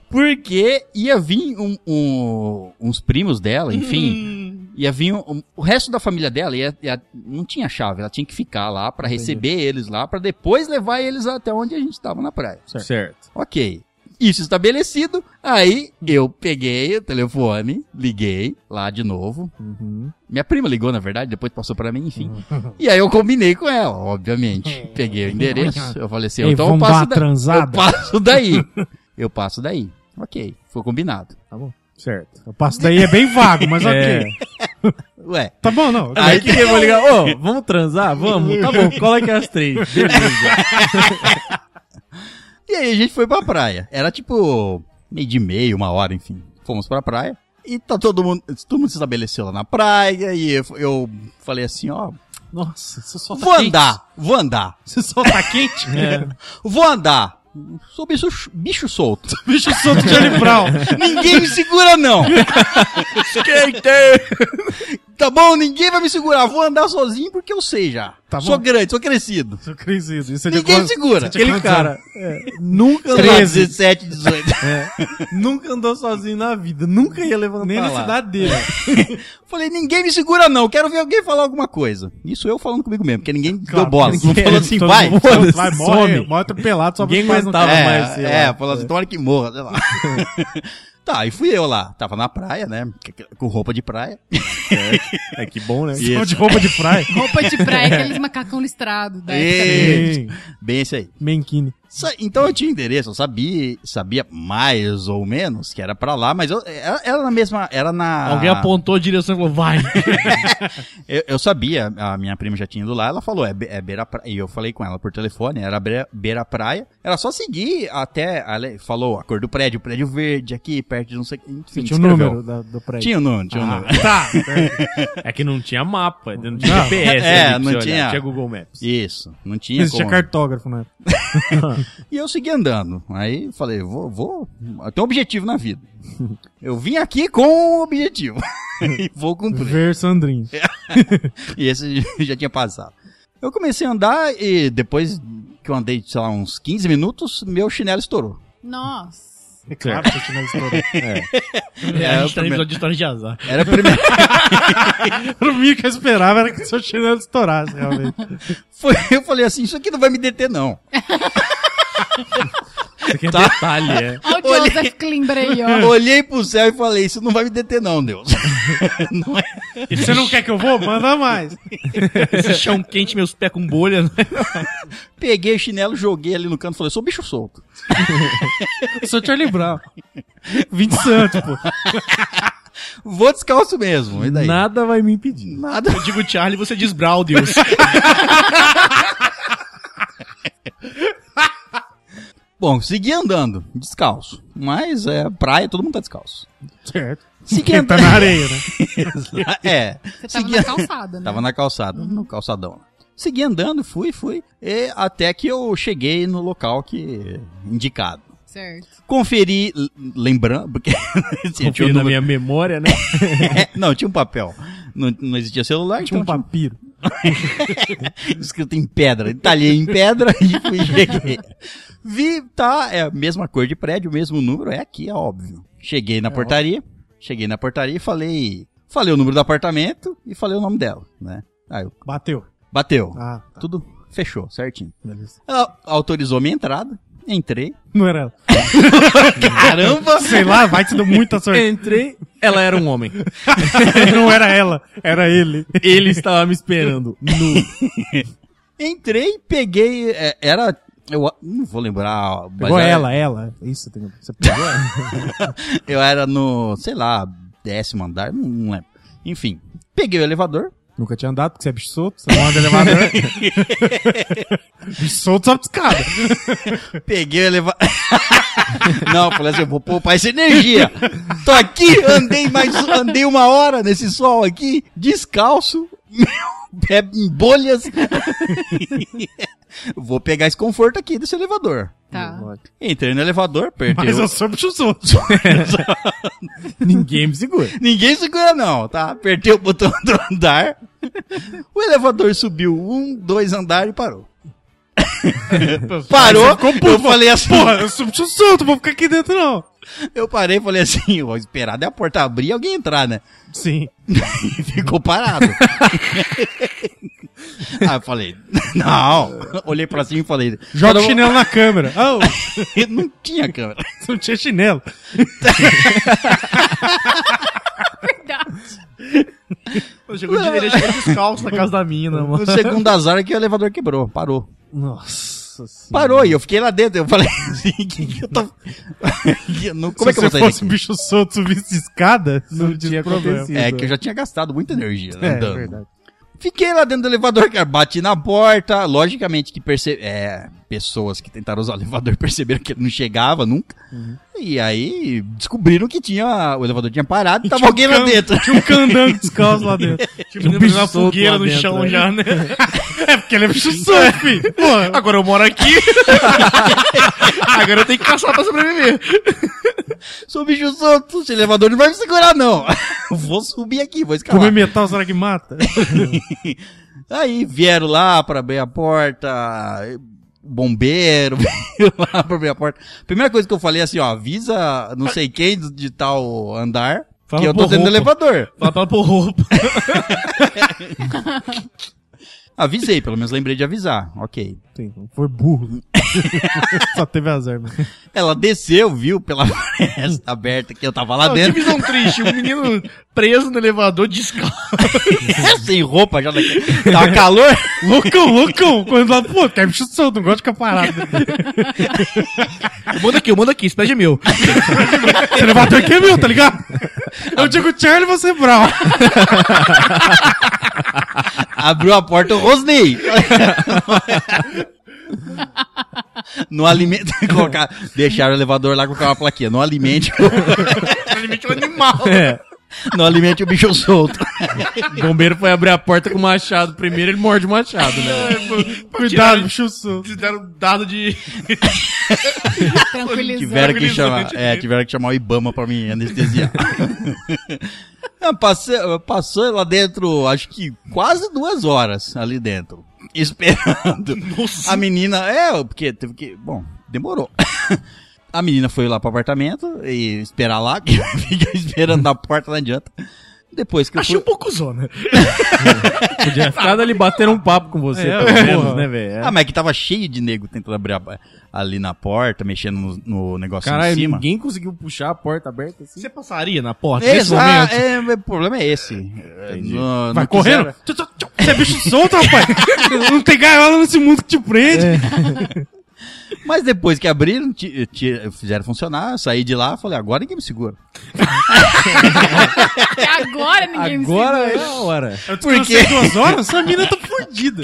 Speaker 2: Porque ia vir um- um- uns primos dela, enfim. Ia vir um- o resto da família dela, ia, ia- não tinha chave, ela tinha que ficar lá pra receber eles lá, pra depois levar eles até onde a gente tava na praia.
Speaker 5: Certo.
Speaker 2: Ok. Isso estabelecido, aí eu peguei o telefone, liguei lá de novo.
Speaker 9: Uhum.
Speaker 2: Minha prima ligou, na verdade, depois passou pra mim, enfim. E aí eu combinei com ela, obviamente. Peguei o endereço, eu falei assim,
Speaker 4: Ei,
Speaker 2: então eu
Speaker 4: vamos dar
Speaker 2: passo,
Speaker 4: uma
Speaker 2: da- eu
Speaker 4: transada?
Speaker 2: passo daí. Eu passo daí. Ok, foi combinado.
Speaker 5: Certo.
Speaker 4: O passo daí é bem vago, mas
Speaker 5: É.
Speaker 4: ok.
Speaker 2: Ué,
Speaker 4: Tá bom, não.
Speaker 9: Aí é que eu vou ligar, ô, vamos transar? Vamos? Tá bom, cola
Speaker 5: é
Speaker 9: aqui as três.
Speaker 4: É,
Speaker 9: Beleza.
Speaker 2: e aí a gente foi pra praia. Era tipo meio de meio, uma hora, enfim. Fomos pra praia. E tá todo mundo, todo mundo se estabeleceu lá na praia. E eu, eu falei assim, ó,
Speaker 4: Nossa, você só tá
Speaker 2: vou
Speaker 4: quente.
Speaker 2: andar, vou andar.
Speaker 4: Você só tá quente?
Speaker 2: Vou andar. Sou bicho, bicho solto.
Speaker 4: Bicho solto de Charlie Brown.
Speaker 2: Ninguém me segura, não.
Speaker 6: Skater!
Speaker 2: Tá bom? Ninguém vai me segurar. Vou andar sozinho porque eu sei já.
Speaker 4: Tá
Speaker 2: sou
Speaker 4: bom.
Speaker 2: grande, sou crescido.
Speaker 4: Sou crescido. Isso é de
Speaker 2: Ninguém me
Speaker 4: quantos-
Speaker 2: segura.
Speaker 4: Aquele cara,
Speaker 9: nunca, andou,
Speaker 2: 13, 17, 18.
Speaker 9: nunca andou sozinho na vida. Nunca ia levantar
Speaker 4: Nem na
Speaker 9: lá.
Speaker 4: cidade dele.
Speaker 2: Falei, ninguém me segura, não. Quero ver alguém falar alguma coisa. Isso eu falando comigo mesmo, porque ninguém deu bola. Não
Speaker 4: Ninguém-
Speaker 2: falou assim,
Speaker 4: todo
Speaker 2: vai.
Speaker 4: mundo
Speaker 2: foda-se.
Speaker 4: Vai,
Speaker 9: some.
Speaker 4: morre. Morre atropelado, só
Speaker 9: Ninguém
Speaker 4: porque faz no-
Speaker 9: aguentava
Speaker 2: é,
Speaker 9: mais, sei lá.
Speaker 2: É, falou assim, tomara que morra, sei lá. tá, e fui eu lá. Tava na praia, né? Com roupa de praia.
Speaker 9: É que bom, né?
Speaker 4: Só de roupa de praia.
Speaker 3: Roupa de praia,
Speaker 2: É.
Speaker 3: aqueles macacão listrado. Da época.
Speaker 2: E...
Speaker 4: Ei,
Speaker 2: Bem isso aí.
Speaker 4: Menkini.
Speaker 2: Sa- Então eu tinha endereço, eu sabia, sabia mais ou menos que era pra lá, mas eu, era, era na mesma, era na...
Speaker 6: Alguém apontou a direção e falou, vai.
Speaker 2: Eu, eu sabia, a minha prima já tinha ido lá, ela falou, é, be- é beira praia, e eu falei com ela por telefone, era beira, beira praia, era só seguir até, ela falou a cor do prédio, prédio verde aqui, perto de não sei o que, enfim,
Speaker 4: Tinha o
Speaker 2: descreveu.
Speaker 4: número da, do prédio.
Speaker 2: Tinha o número, tinha o
Speaker 4: Ah,
Speaker 2: número.
Speaker 4: Tá.
Speaker 5: É que não tinha mapa, não tinha
Speaker 4: Não.
Speaker 5: GPS.
Speaker 2: É,
Speaker 5: ali pra
Speaker 2: não
Speaker 5: você olhar,
Speaker 2: tinha.
Speaker 5: Tinha Google Maps.
Speaker 2: Isso, não tinha
Speaker 4: Existia
Speaker 2: como.
Speaker 4: cartógrafo, né?
Speaker 2: E eu segui andando. Aí falei, vou, vou. Eu tenho um objetivo na vida. Eu vim aqui com um objetivo. e vou cumprir.
Speaker 4: Ver Sandrinho.
Speaker 2: E esse já tinha passado. Eu comecei a andar e depois que eu andei, sei lá, uns 15 minutos, meu chinelo estourou.
Speaker 3: Nossa.
Speaker 4: É claro que eu tinha história.
Speaker 6: a
Speaker 2: o
Speaker 6: gente tá no
Speaker 2: primeiro.
Speaker 6: episódio de história de azar.
Speaker 2: Era a primeira.
Speaker 4: O mínimo que eu esperava era que o seu chinelo estourasse, realmente.
Speaker 2: Foi, eu falei assim, isso aqui não vai me deter, não.
Speaker 5: Isso aqui é
Speaker 2: Tá.
Speaker 5: detalhe, é.
Speaker 3: Olha o
Speaker 2: Olha-
Speaker 3: Joseph Klimber aí, ó.
Speaker 2: Olhei pro céu e falei, isso não vai me deter, não, Deus. Não é-
Speaker 4: E você não quer que eu vou? Manda mais.
Speaker 6: Esse chão quente, meus pés com bolha. né?
Speaker 2: Peguei o chinelo, joguei ali no canto e falei, sou bicho solto.
Speaker 4: Eu sou Charlie Brown. Vim de Santos, pô.
Speaker 2: Vou descalço mesmo. E daí?
Speaker 9: Nada vai me impedir.
Speaker 2: Nada.
Speaker 6: Eu digo Charlie, você diz Braudius.
Speaker 2: Bom, segui andando, descalço. Mas é praia, todo mundo tá descalço.
Speaker 4: Certo.
Speaker 2: Segui
Speaker 4: Quem tá
Speaker 2: andando.
Speaker 4: na areia, né?
Speaker 2: é,
Speaker 3: Você tava
Speaker 2: segui
Speaker 3: na calçada, né?
Speaker 2: Tava na calçada, no calçadão. Segui andando, fui, fui, e até que eu cheguei no local que indicado.
Speaker 3: Certo.
Speaker 2: Conferi, l- lembrando, porque assim, tinha um
Speaker 5: Confio na
Speaker 2: número-
Speaker 5: minha memória, né?
Speaker 2: É, não, tinha um papel. Não, não existia celular,
Speaker 4: Tinha um
Speaker 2: então
Speaker 4: papiro.
Speaker 2: tinha escrito em pedra. Talhei em pedra e fui cheguei. Vi, tá, é a mesma cor de prédio, o mesmo número, é aqui, é óbvio. Cheguei
Speaker 4: É,
Speaker 2: na portaria, cheguei na portaria e falei, falei o número do apartamento e falei o nome dela, né? Aí eu-
Speaker 4: Bateu.
Speaker 2: bateu,
Speaker 4: Ah, tá.
Speaker 2: tudo fechou, certinho.
Speaker 4: Beleza.
Speaker 2: Ela autorizou minha entrada, entrei.
Speaker 4: Não era ela.
Speaker 2: Caramba!
Speaker 4: Sei lá, vai te deu muita sorte.
Speaker 5: Entrei, ela era um homem.
Speaker 4: não era ela, era ele.
Speaker 5: Ele estava me esperando. Nu.
Speaker 2: Entrei, peguei, é, era, eu a- não vou lembrar. mas é.
Speaker 4: Pegou
Speaker 2: era-
Speaker 4: ela, ela. Isso, tem- você pegou ela.
Speaker 2: Eu era no, sei lá, décimo andar, não, não lembro. Enfim, peguei o elevador.
Speaker 4: Nunca tinha andado, porque você é bicho solto, você não anda de elevador. bicho solto sobe escada.
Speaker 2: Peguei o elevador. não, falei assim, eu vou poupar essa energia. Tô aqui, andei mais, andei uma hora nesse sol aqui, descalço. Meu Bebe em bolhas. Vou pegar esse conforto aqui desse elevador.
Speaker 3: Tá.
Speaker 2: Entrei no elevador, apertei
Speaker 4: Mas
Speaker 2: o-
Speaker 4: eu sou puxo os outros.
Speaker 5: Ninguém me segura.
Speaker 2: Ninguém segura não, tá? Apertei o botão do andar. O elevador subiu um, dois andares e parou. parou, eu falei assim,
Speaker 4: Porra, eu sou puxo os outros, vou ficar aqui dentro não.
Speaker 2: eu parei e falei assim, vou esperar até a porta abrir e alguém entrar, né?
Speaker 4: Sim.
Speaker 2: E ficou parado. Aí eu falei, não. Olhei pra cima e falei,
Speaker 4: Joga o chinelo na câmera. Ah,
Speaker 2: não tinha câmera.
Speaker 4: não tinha chinelo.
Speaker 6: Eu chego de direito chego descalço
Speaker 4: é
Speaker 6: na casa da mina, mano.
Speaker 2: O segundo azar é que o elevador quebrou, parou.
Speaker 4: Nossa senhora.
Speaker 2: Parou e eu fiquei lá dentro. Eu falei assim, que, que eu tô... Eu não- Como é que eu vou
Speaker 4: Se você
Speaker 2: sair
Speaker 4: fosse
Speaker 2: daqui?
Speaker 4: um bicho solto subisse escada, não, tinha
Speaker 6: tinha
Speaker 4: problema.
Speaker 6: acontecido.
Speaker 2: É que eu já tinha gastado muita energia
Speaker 4: né?
Speaker 2: né,
Speaker 4: É,
Speaker 2: andando.
Speaker 4: verdade.
Speaker 2: Fiquei lá dentro do elevador, cara. Bati na porta. Logicamente que perce... é, pessoas que tentaram usar o elevador perceberam que ele não chegava nunca. E aí descobriram que tinha o elevador tinha parado e tava alguém lá dentro.
Speaker 4: Tinha um candango descalço lá dentro.
Speaker 6: Tipo, um
Speaker 5: bicho
Speaker 6: na
Speaker 5: solto
Speaker 6: fogueira
Speaker 5: lá
Speaker 6: no
Speaker 5: dentro,
Speaker 6: chão
Speaker 5: né?
Speaker 6: já, né?
Speaker 4: É porque ele é bicho solto, filho. Porra.
Speaker 6: Agora eu moro aqui. Ah, Agora eu tenho que caçar pra sobreviver.
Speaker 2: Sou bicho santo, esse elevador não vai me segurar, não. vou subir aqui, vou escalar.
Speaker 4: Comer metal, será que mata?
Speaker 2: Aí vieram lá pra abrir a porta, bombeiro, veio lá pra abrir a porta. Primeira coisa que eu falei assim, ó, avisa não sei quem do- de tal andar
Speaker 6: Fala
Speaker 2: que eu tô
Speaker 6: por
Speaker 2: dentro do
Speaker 6: roupa.
Speaker 2: elevador.
Speaker 6: Vai pra pôr roupa.
Speaker 2: Avisei, pelo menos lembrei de avisar, ok.
Speaker 4: Sim, foi burro. Só teve azar, mano.
Speaker 2: Ela desceu, viu, pela fresta aberta que eu tava lá
Speaker 6: Não, que
Speaker 2: dentro,
Speaker 6: visão triste. Um menino preso no elevador descalço.
Speaker 2: sem roupa já daqui. Tava calor,
Speaker 4: Loucão, loucão. Quando lá, pô, que é bicho solto, não gosta de ficar parado.
Speaker 6: Manda
Speaker 5: Tá
Speaker 6: aqui, manda aqui. Esse prédio é meu.
Speaker 4: Você levantou aqui é meu, tá ligado? Eu digo Charlie, você é Brown.
Speaker 2: abriu a porta, eu rosnei. Não alimenta, colocar, deixaram o elevador lá, colocar uma plaquinha, não alimente o
Speaker 6: Realmente um animal.
Speaker 5: É,
Speaker 2: Não alimente o bicho solto.
Speaker 9: O bombeiro foi abrir a porta com o machado primeiro, ele morde o machado, né?
Speaker 4: Cuidado, bicho solto.
Speaker 6: Eles deram um dado de...
Speaker 2: Tiveram que
Speaker 6: Tranquilizante
Speaker 2: chamar, é,
Speaker 6: mesmo.
Speaker 2: tiveram que chamar o Ibama pra me anestesiar. Eu passei, eu passei lá dentro, acho que quase duas horas ali dentro, esperando.
Speaker 6: Nossa.
Speaker 2: A menina, é, porque teve que, bom, demorou. A menina foi lá pro apartamento e esperar lá, que fica esperando na porta, não adianta. Depois que eu
Speaker 6: Achei um
Speaker 2: fui,
Speaker 6: pouco zona.
Speaker 5: Podia ficar ali bater um papo com você,
Speaker 4: É,
Speaker 5: pelo menos,
Speaker 4: porra.
Speaker 5: né, velho?
Speaker 2: Ah, mas que tava cheio de nego tentando abrir a- ali na porta, mexendo no, no negócio em
Speaker 9: Caralho,
Speaker 2: cima.
Speaker 9: ninguém conseguiu puxar a porta aberta assim.
Speaker 6: Você passaria na porta nesse
Speaker 2: Exato,
Speaker 6: momento?
Speaker 2: é, o problema é esse. Não-
Speaker 4: Vai
Speaker 2: não
Speaker 4: correndo? Tchau, tchau, tchau. Você é bicho solto, rapaz. Não tem gaiola nesse mundo que te prende.
Speaker 2: quiseram. Mas depois que abriram, ti- ti- fizeram funcionar, eu saí de lá, falei, agora ninguém me segura.
Speaker 3: Até agora ninguém
Speaker 9: Agora
Speaker 3: me
Speaker 9: é
Speaker 3: segura.
Speaker 9: a hora.
Speaker 4: Eu descansei duas horas, essa mina tá fodida.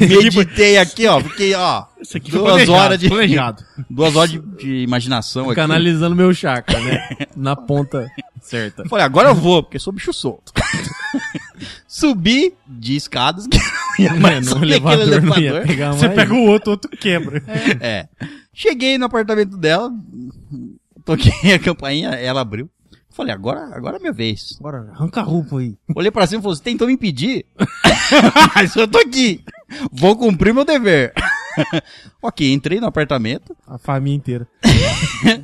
Speaker 2: Meditei aqui, ó, fiquei, ó,
Speaker 6: Isso aqui foi
Speaker 2: duas
Speaker 6: planejado,
Speaker 2: horas de,
Speaker 6: planejado.
Speaker 2: duas horas de, de imaginação aqui.
Speaker 9: Canalizando meu chakra, né? Na ponta certa.
Speaker 2: Falei, agora eu vou, porque eu sou bicho solto. Subi de escadas, que não ia mais
Speaker 9: Mano, o
Speaker 2: subir aquele
Speaker 9: elevador não ia
Speaker 2: elevador.
Speaker 9: pegar mais.
Speaker 4: Você pega o outro, o outro quebra.
Speaker 2: É. Cheguei no apartamento dela, toquei a campainha, ela abriu. Falei, agora, agora é minha vez.
Speaker 4: Bora, arranca a roupa aí.
Speaker 2: Olhei pra cima e falei, você tentou me impedir? Mas eu tô aqui. Vou cumprir meu dever. ok, entrei no apartamento.
Speaker 4: A família inteira.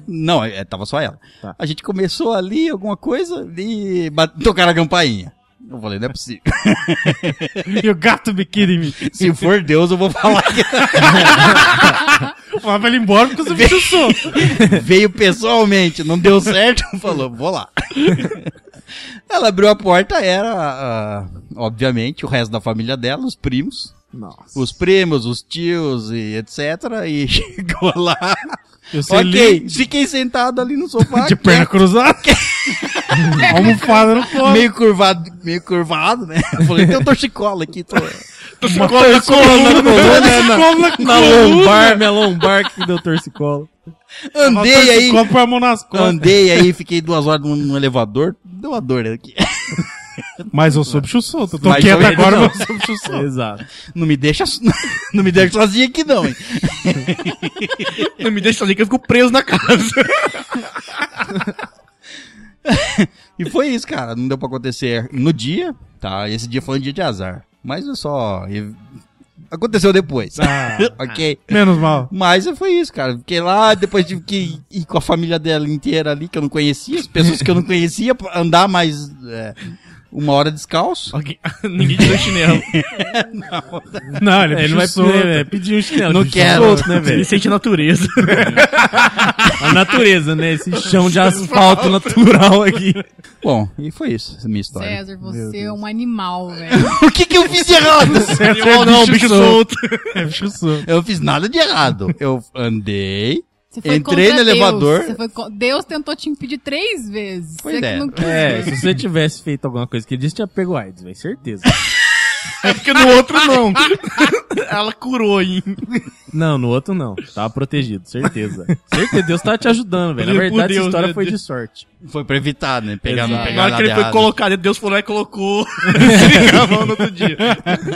Speaker 2: Não, é, tava só ela. A gente começou ali alguma coisa e bat- tocaram a campainha. Eu falei, não é possível.
Speaker 4: E o gato biquíni em mim.
Speaker 2: Se for Deus, eu vou falar que
Speaker 4: Eu falava ele embora porque eu sou bicho solto.
Speaker 2: veio pessoalmente, não deu certo. Falou, vou lá. Ela abriu a porta, era, ah, obviamente, o resto da família dela, os primos.
Speaker 4: Nossa.
Speaker 2: os primos, os tios e etc. E chegou lá.
Speaker 4: Eu sei
Speaker 2: ok,
Speaker 4: ali,
Speaker 2: fiquei sentado ali no sofá.
Speaker 4: é
Speaker 2: né?
Speaker 4: de perna
Speaker 2: quieto,
Speaker 4: cruzada. Almofada no colo.
Speaker 2: meio curvado, meio curvado, né? Eu falei, tem um torcicola aqui. Tô...
Speaker 4: Uma coluna, coluna,
Speaker 9: Na lombar, minha lombar que deu torcicolo.
Speaker 2: Andei aí,
Speaker 4: Copa a mão nas costas.
Speaker 2: andei aí, fiquei duas horas no, no elevador. Deu uma dor aqui.
Speaker 4: Mas eu sou bicho solto. eu Tô
Speaker 2: Mas
Speaker 4: quieto
Speaker 2: eu-
Speaker 4: agora,
Speaker 2: não.
Speaker 4: mas eu sou bicho solto.
Speaker 5: Exato.
Speaker 2: Não me deixa, não me deixa sozinho aqui não, hein?
Speaker 6: Não me deixa sozinho que eu fico preso na casa.
Speaker 2: E foi isso, cara. Não deu pra acontecer no dia, tá? Esse dia foi um dia de azar. Mas eu só. eu- Aconteceu depois. ok.
Speaker 4: Menos mal.
Speaker 2: Mas foi isso, cara. Fiquei lá, depois tive que ir com a família dela inteira ali, que eu não conhecia, as pessoas que eu não conhecia, pra andar mais é, uma hora descalço.
Speaker 6: Alguém- Ninguém tirou o chinelo.
Speaker 4: Não, ele é
Speaker 5: Ele
Speaker 4: bicho
Speaker 5: vai
Speaker 4: solto.
Speaker 5: é, pedir um chinelo.
Speaker 2: Não
Speaker 5: bicho
Speaker 2: quero.
Speaker 5: solto, né,
Speaker 6: Ele
Speaker 5: velho?
Speaker 6: sente a natureza.
Speaker 5: A natureza, né? Esse chão de asfalto natural aqui.
Speaker 2: Bom, e foi isso, essa é minha história.
Speaker 3: César, você é um animal, velho.
Speaker 2: O que, que eu fiz de errado?
Speaker 6: Animal não, bicho solto.
Speaker 4: É bicho solto.
Speaker 2: eu fiz nada de errado. Eu andei.
Speaker 3: Você foi
Speaker 2: Entrei
Speaker 3: contra
Speaker 2: no elevador.
Speaker 3: Deus. Você foi con- Deus tentou te impedir três vezes.
Speaker 2: Pois
Speaker 3: você
Speaker 2: é.
Speaker 3: que não quis. né?
Speaker 5: É, se você tivesse feito alguma coisa que ele disse, tinha pego AIDS, velho. Certeza.
Speaker 6: É porque no outro não. Ela curou, hein?
Speaker 5: Não, no outro não. Tava protegido, certeza. Certeza, Deus tava te ajudando, velho. Na
Speaker 6: Por
Speaker 5: verdade,
Speaker 6: Deus,
Speaker 5: essa história
Speaker 6: né?
Speaker 5: foi de sorte.
Speaker 2: Foi pra evitar, né? Pegar,
Speaker 5: Exato.
Speaker 2: pegar
Speaker 6: Na hora que
Speaker 2: nada
Speaker 6: ele foi
Speaker 2: errado.
Speaker 6: colocar dentro, Deus falou lá e colocou. Se mão no outro dia.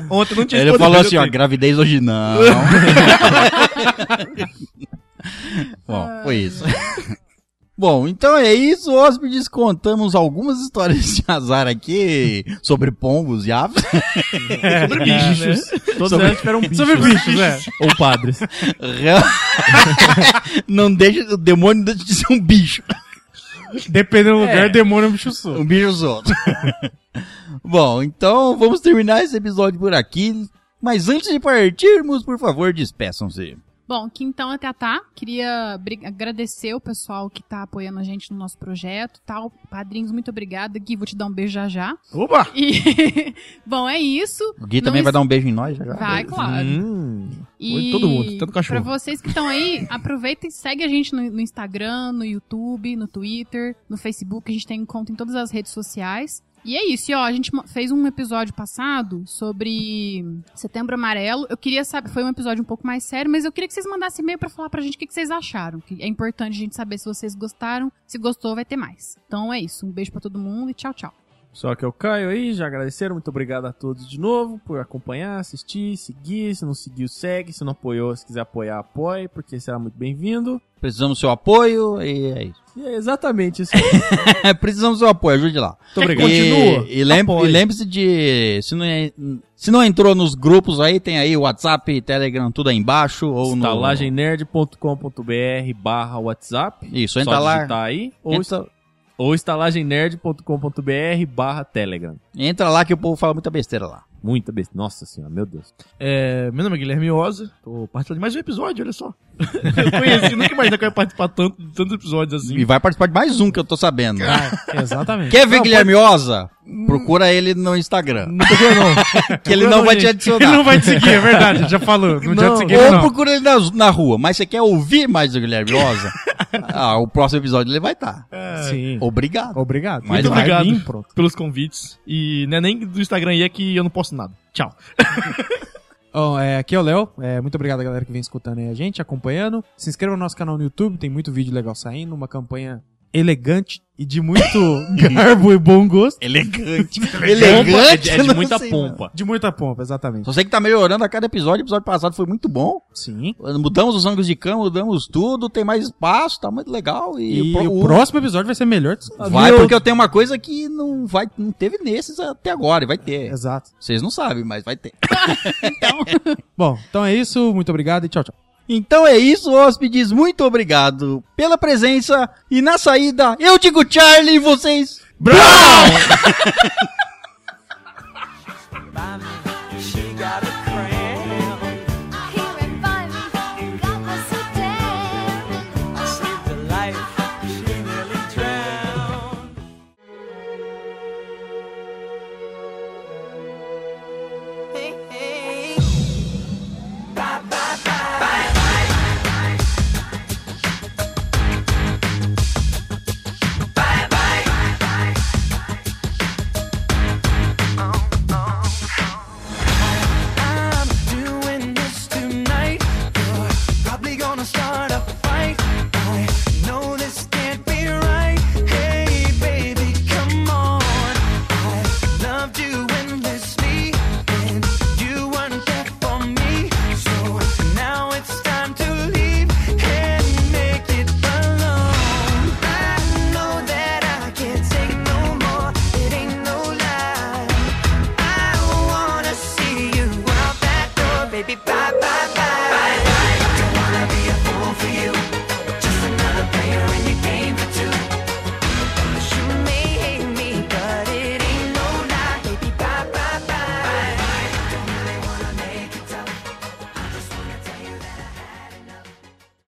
Speaker 6: Ontem
Speaker 2: Ele
Speaker 3: Tipo,
Speaker 6: não tinha escolhido,
Speaker 2: falou
Speaker 6: eu
Speaker 2: assim, ó,
Speaker 6: tenho.
Speaker 2: gravidez hoje não. Bom, foi isso. Bom, então é isso, hóspedes. Contamos algumas histórias de azar aqui sobre pombos e aves.
Speaker 6: Sobre bichos.
Speaker 5: Todos
Speaker 2: Sobre-
Speaker 5: eles tiveram
Speaker 4: Ah, né?
Speaker 5: bichos.
Speaker 4: Sobre bichos, é.
Speaker 5: Ou padres.
Speaker 2: Real- Não deixa, o demônio não deixa de ser um bicho.
Speaker 4: Dependendo do lugar,
Speaker 5: É.
Speaker 4: demônio é um bicho solto.
Speaker 2: Um bicho solto. Bom, então vamos terminar esse episódio por aqui. Mas antes de partirmos, por favor, despeçam-se.
Speaker 3: Bom, aqui então é Tatá. Queria bri- agradecer o pessoal que tá apoiando a gente no nosso projeto e tal. Padrinhos, muito obrigada. Gui, vou te dar um beijo já já.
Speaker 6: Opa!
Speaker 3: E, bom, é isso.
Speaker 2: O Gui
Speaker 3: Não
Speaker 2: também
Speaker 3: es-
Speaker 2: vai dar um beijo em nós já. já.
Speaker 3: Vai, claro.
Speaker 5: Hum.
Speaker 3: E
Speaker 6: todo mundo, tanto cachorro.
Speaker 3: Pra vocês que estão aí, aproveita e segue a gente no, no Instagram, no YouTube, no Twitter, no Facebook. A gente tem conta em todas as redes sociais. E é isso, e, ó. A gente mo- fez um episódio passado sobre Setembro Amarelo. Eu queria saber, foi um episódio um pouco mais sério, mas eu queria que vocês mandassem e-mail pra falar pra gente o que, que vocês acharam. Que é importante a gente saber se vocês gostaram. Se gostou, vai ter mais. Então é isso. Um beijo pra todo mundo e tchau, tchau.
Speaker 5: Só que eu caio aí, já agradeceram. Muito obrigado a todos de novo por acompanhar, assistir, seguir. Se não seguiu, segue. Se não apoiou, se quiser apoiar, apoie, porque será muito bem-vindo.
Speaker 2: Precisamos do seu apoio e é isso.
Speaker 5: E é exatamente isso.
Speaker 2: É, precisamos do seu apoio, ajude lá.
Speaker 5: Muito obrigado.
Speaker 2: E, e lem-
Speaker 5: Apoie.
Speaker 2: e lembre-se de. Se não, é- se não entrou nos grupos aí, tem aí o WhatsApp, Telegram, tudo aí embaixo. Ou no.
Speaker 5: estalagemnerd.com.br barra WhatsApp.
Speaker 2: Isso,
Speaker 5: Só
Speaker 2: entra lá.
Speaker 5: digitar aí. Ou,
Speaker 2: Entra,
Speaker 5: ou estalagemnerd.com.br barra Telegram.
Speaker 2: entra lá que o povo fala muita besteira lá.
Speaker 5: Muita besta. Nossa senhora, meu Deus.
Speaker 6: É, meu nome é Guilherme Oza, tô participando de mais um episódio, olha só. eu conheci, nunca imaginei que eu ia participar tanto, de tantos episódios assim.
Speaker 2: E vai participar de mais um que eu tô sabendo.
Speaker 4: Exatamente.
Speaker 2: Quer ver Guilherme Oza? Procura ele no Instagram.
Speaker 4: Não procura, não.
Speaker 2: Que ele
Speaker 4: Procura
Speaker 2: não vai te
Speaker 4: gente.
Speaker 2: adicionar.
Speaker 4: Ele não vai te seguir, é verdade. Já falou. Não, adianta
Speaker 5: Não.
Speaker 4: seguir, ele
Speaker 2: Ou
Speaker 4: não.
Speaker 2: procura ele na, na rua, mas você quer ouvir mais do Guilherme Oza? ah, o próximo episódio ele vai estar.
Speaker 4: É.
Speaker 5: é.
Speaker 4: Sim.
Speaker 2: Obrigado.
Speaker 4: Obrigado.
Speaker 2: Mas
Speaker 4: Vai
Speaker 6: obrigado.
Speaker 4: vir, pronto.
Speaker 6: Pelos convites. E não é nem do Instagram aí é que eu não posto nada. Tchau.
Speaker 4: Ó, é, aqui é o Léo. É, muito obrigado a galera que vem escutando aí a gente, acompanhando. Se inscreva no nosso canal no YouTube, tem muito vídeo legal saindo, uma campanha elegante e de muito garbo e bom gosto.
Speaker 2: Elegante. Elegante.
Speaker 5: Pompa, é de- é de
Speaker 2: não
Speaker 5: muita
Speaker 2: sei, mano.
Speaker 5: pompa.
Speaker 4: De muita pompa, exatamente.
Speaker 2: Só sei que tá melhorando a cada episódio. O episódio passado foi muito bom.
Speaker 4: Sim.
Speaker 2: Mudamos os ângulos de câmera, mudamos tudo, tem mais espaço, tá muito legal.
Speaker 4: E,
Speaker 2: E,
Speaker 4: o, próximo episódio vai ser melhor. que-
Speaker 2: Vai,
Speaker 4: Meu-
Speaker 2: porque eu tenho uma coisa que não, vai, não teve nesses até agora, e vai ter.
Speaker 4: Exato.
Speaker 2: Vocês não sabem, mas vai ter.
Speaker 4: Bom, então é isso. Muito obrigado e tchau, tchau.
Speaker 2: Então é isso, hóspedes. Muito obrigado pela presença. E na saída, eu digo Charlie e vocês.
Speaker 8: By me, she got a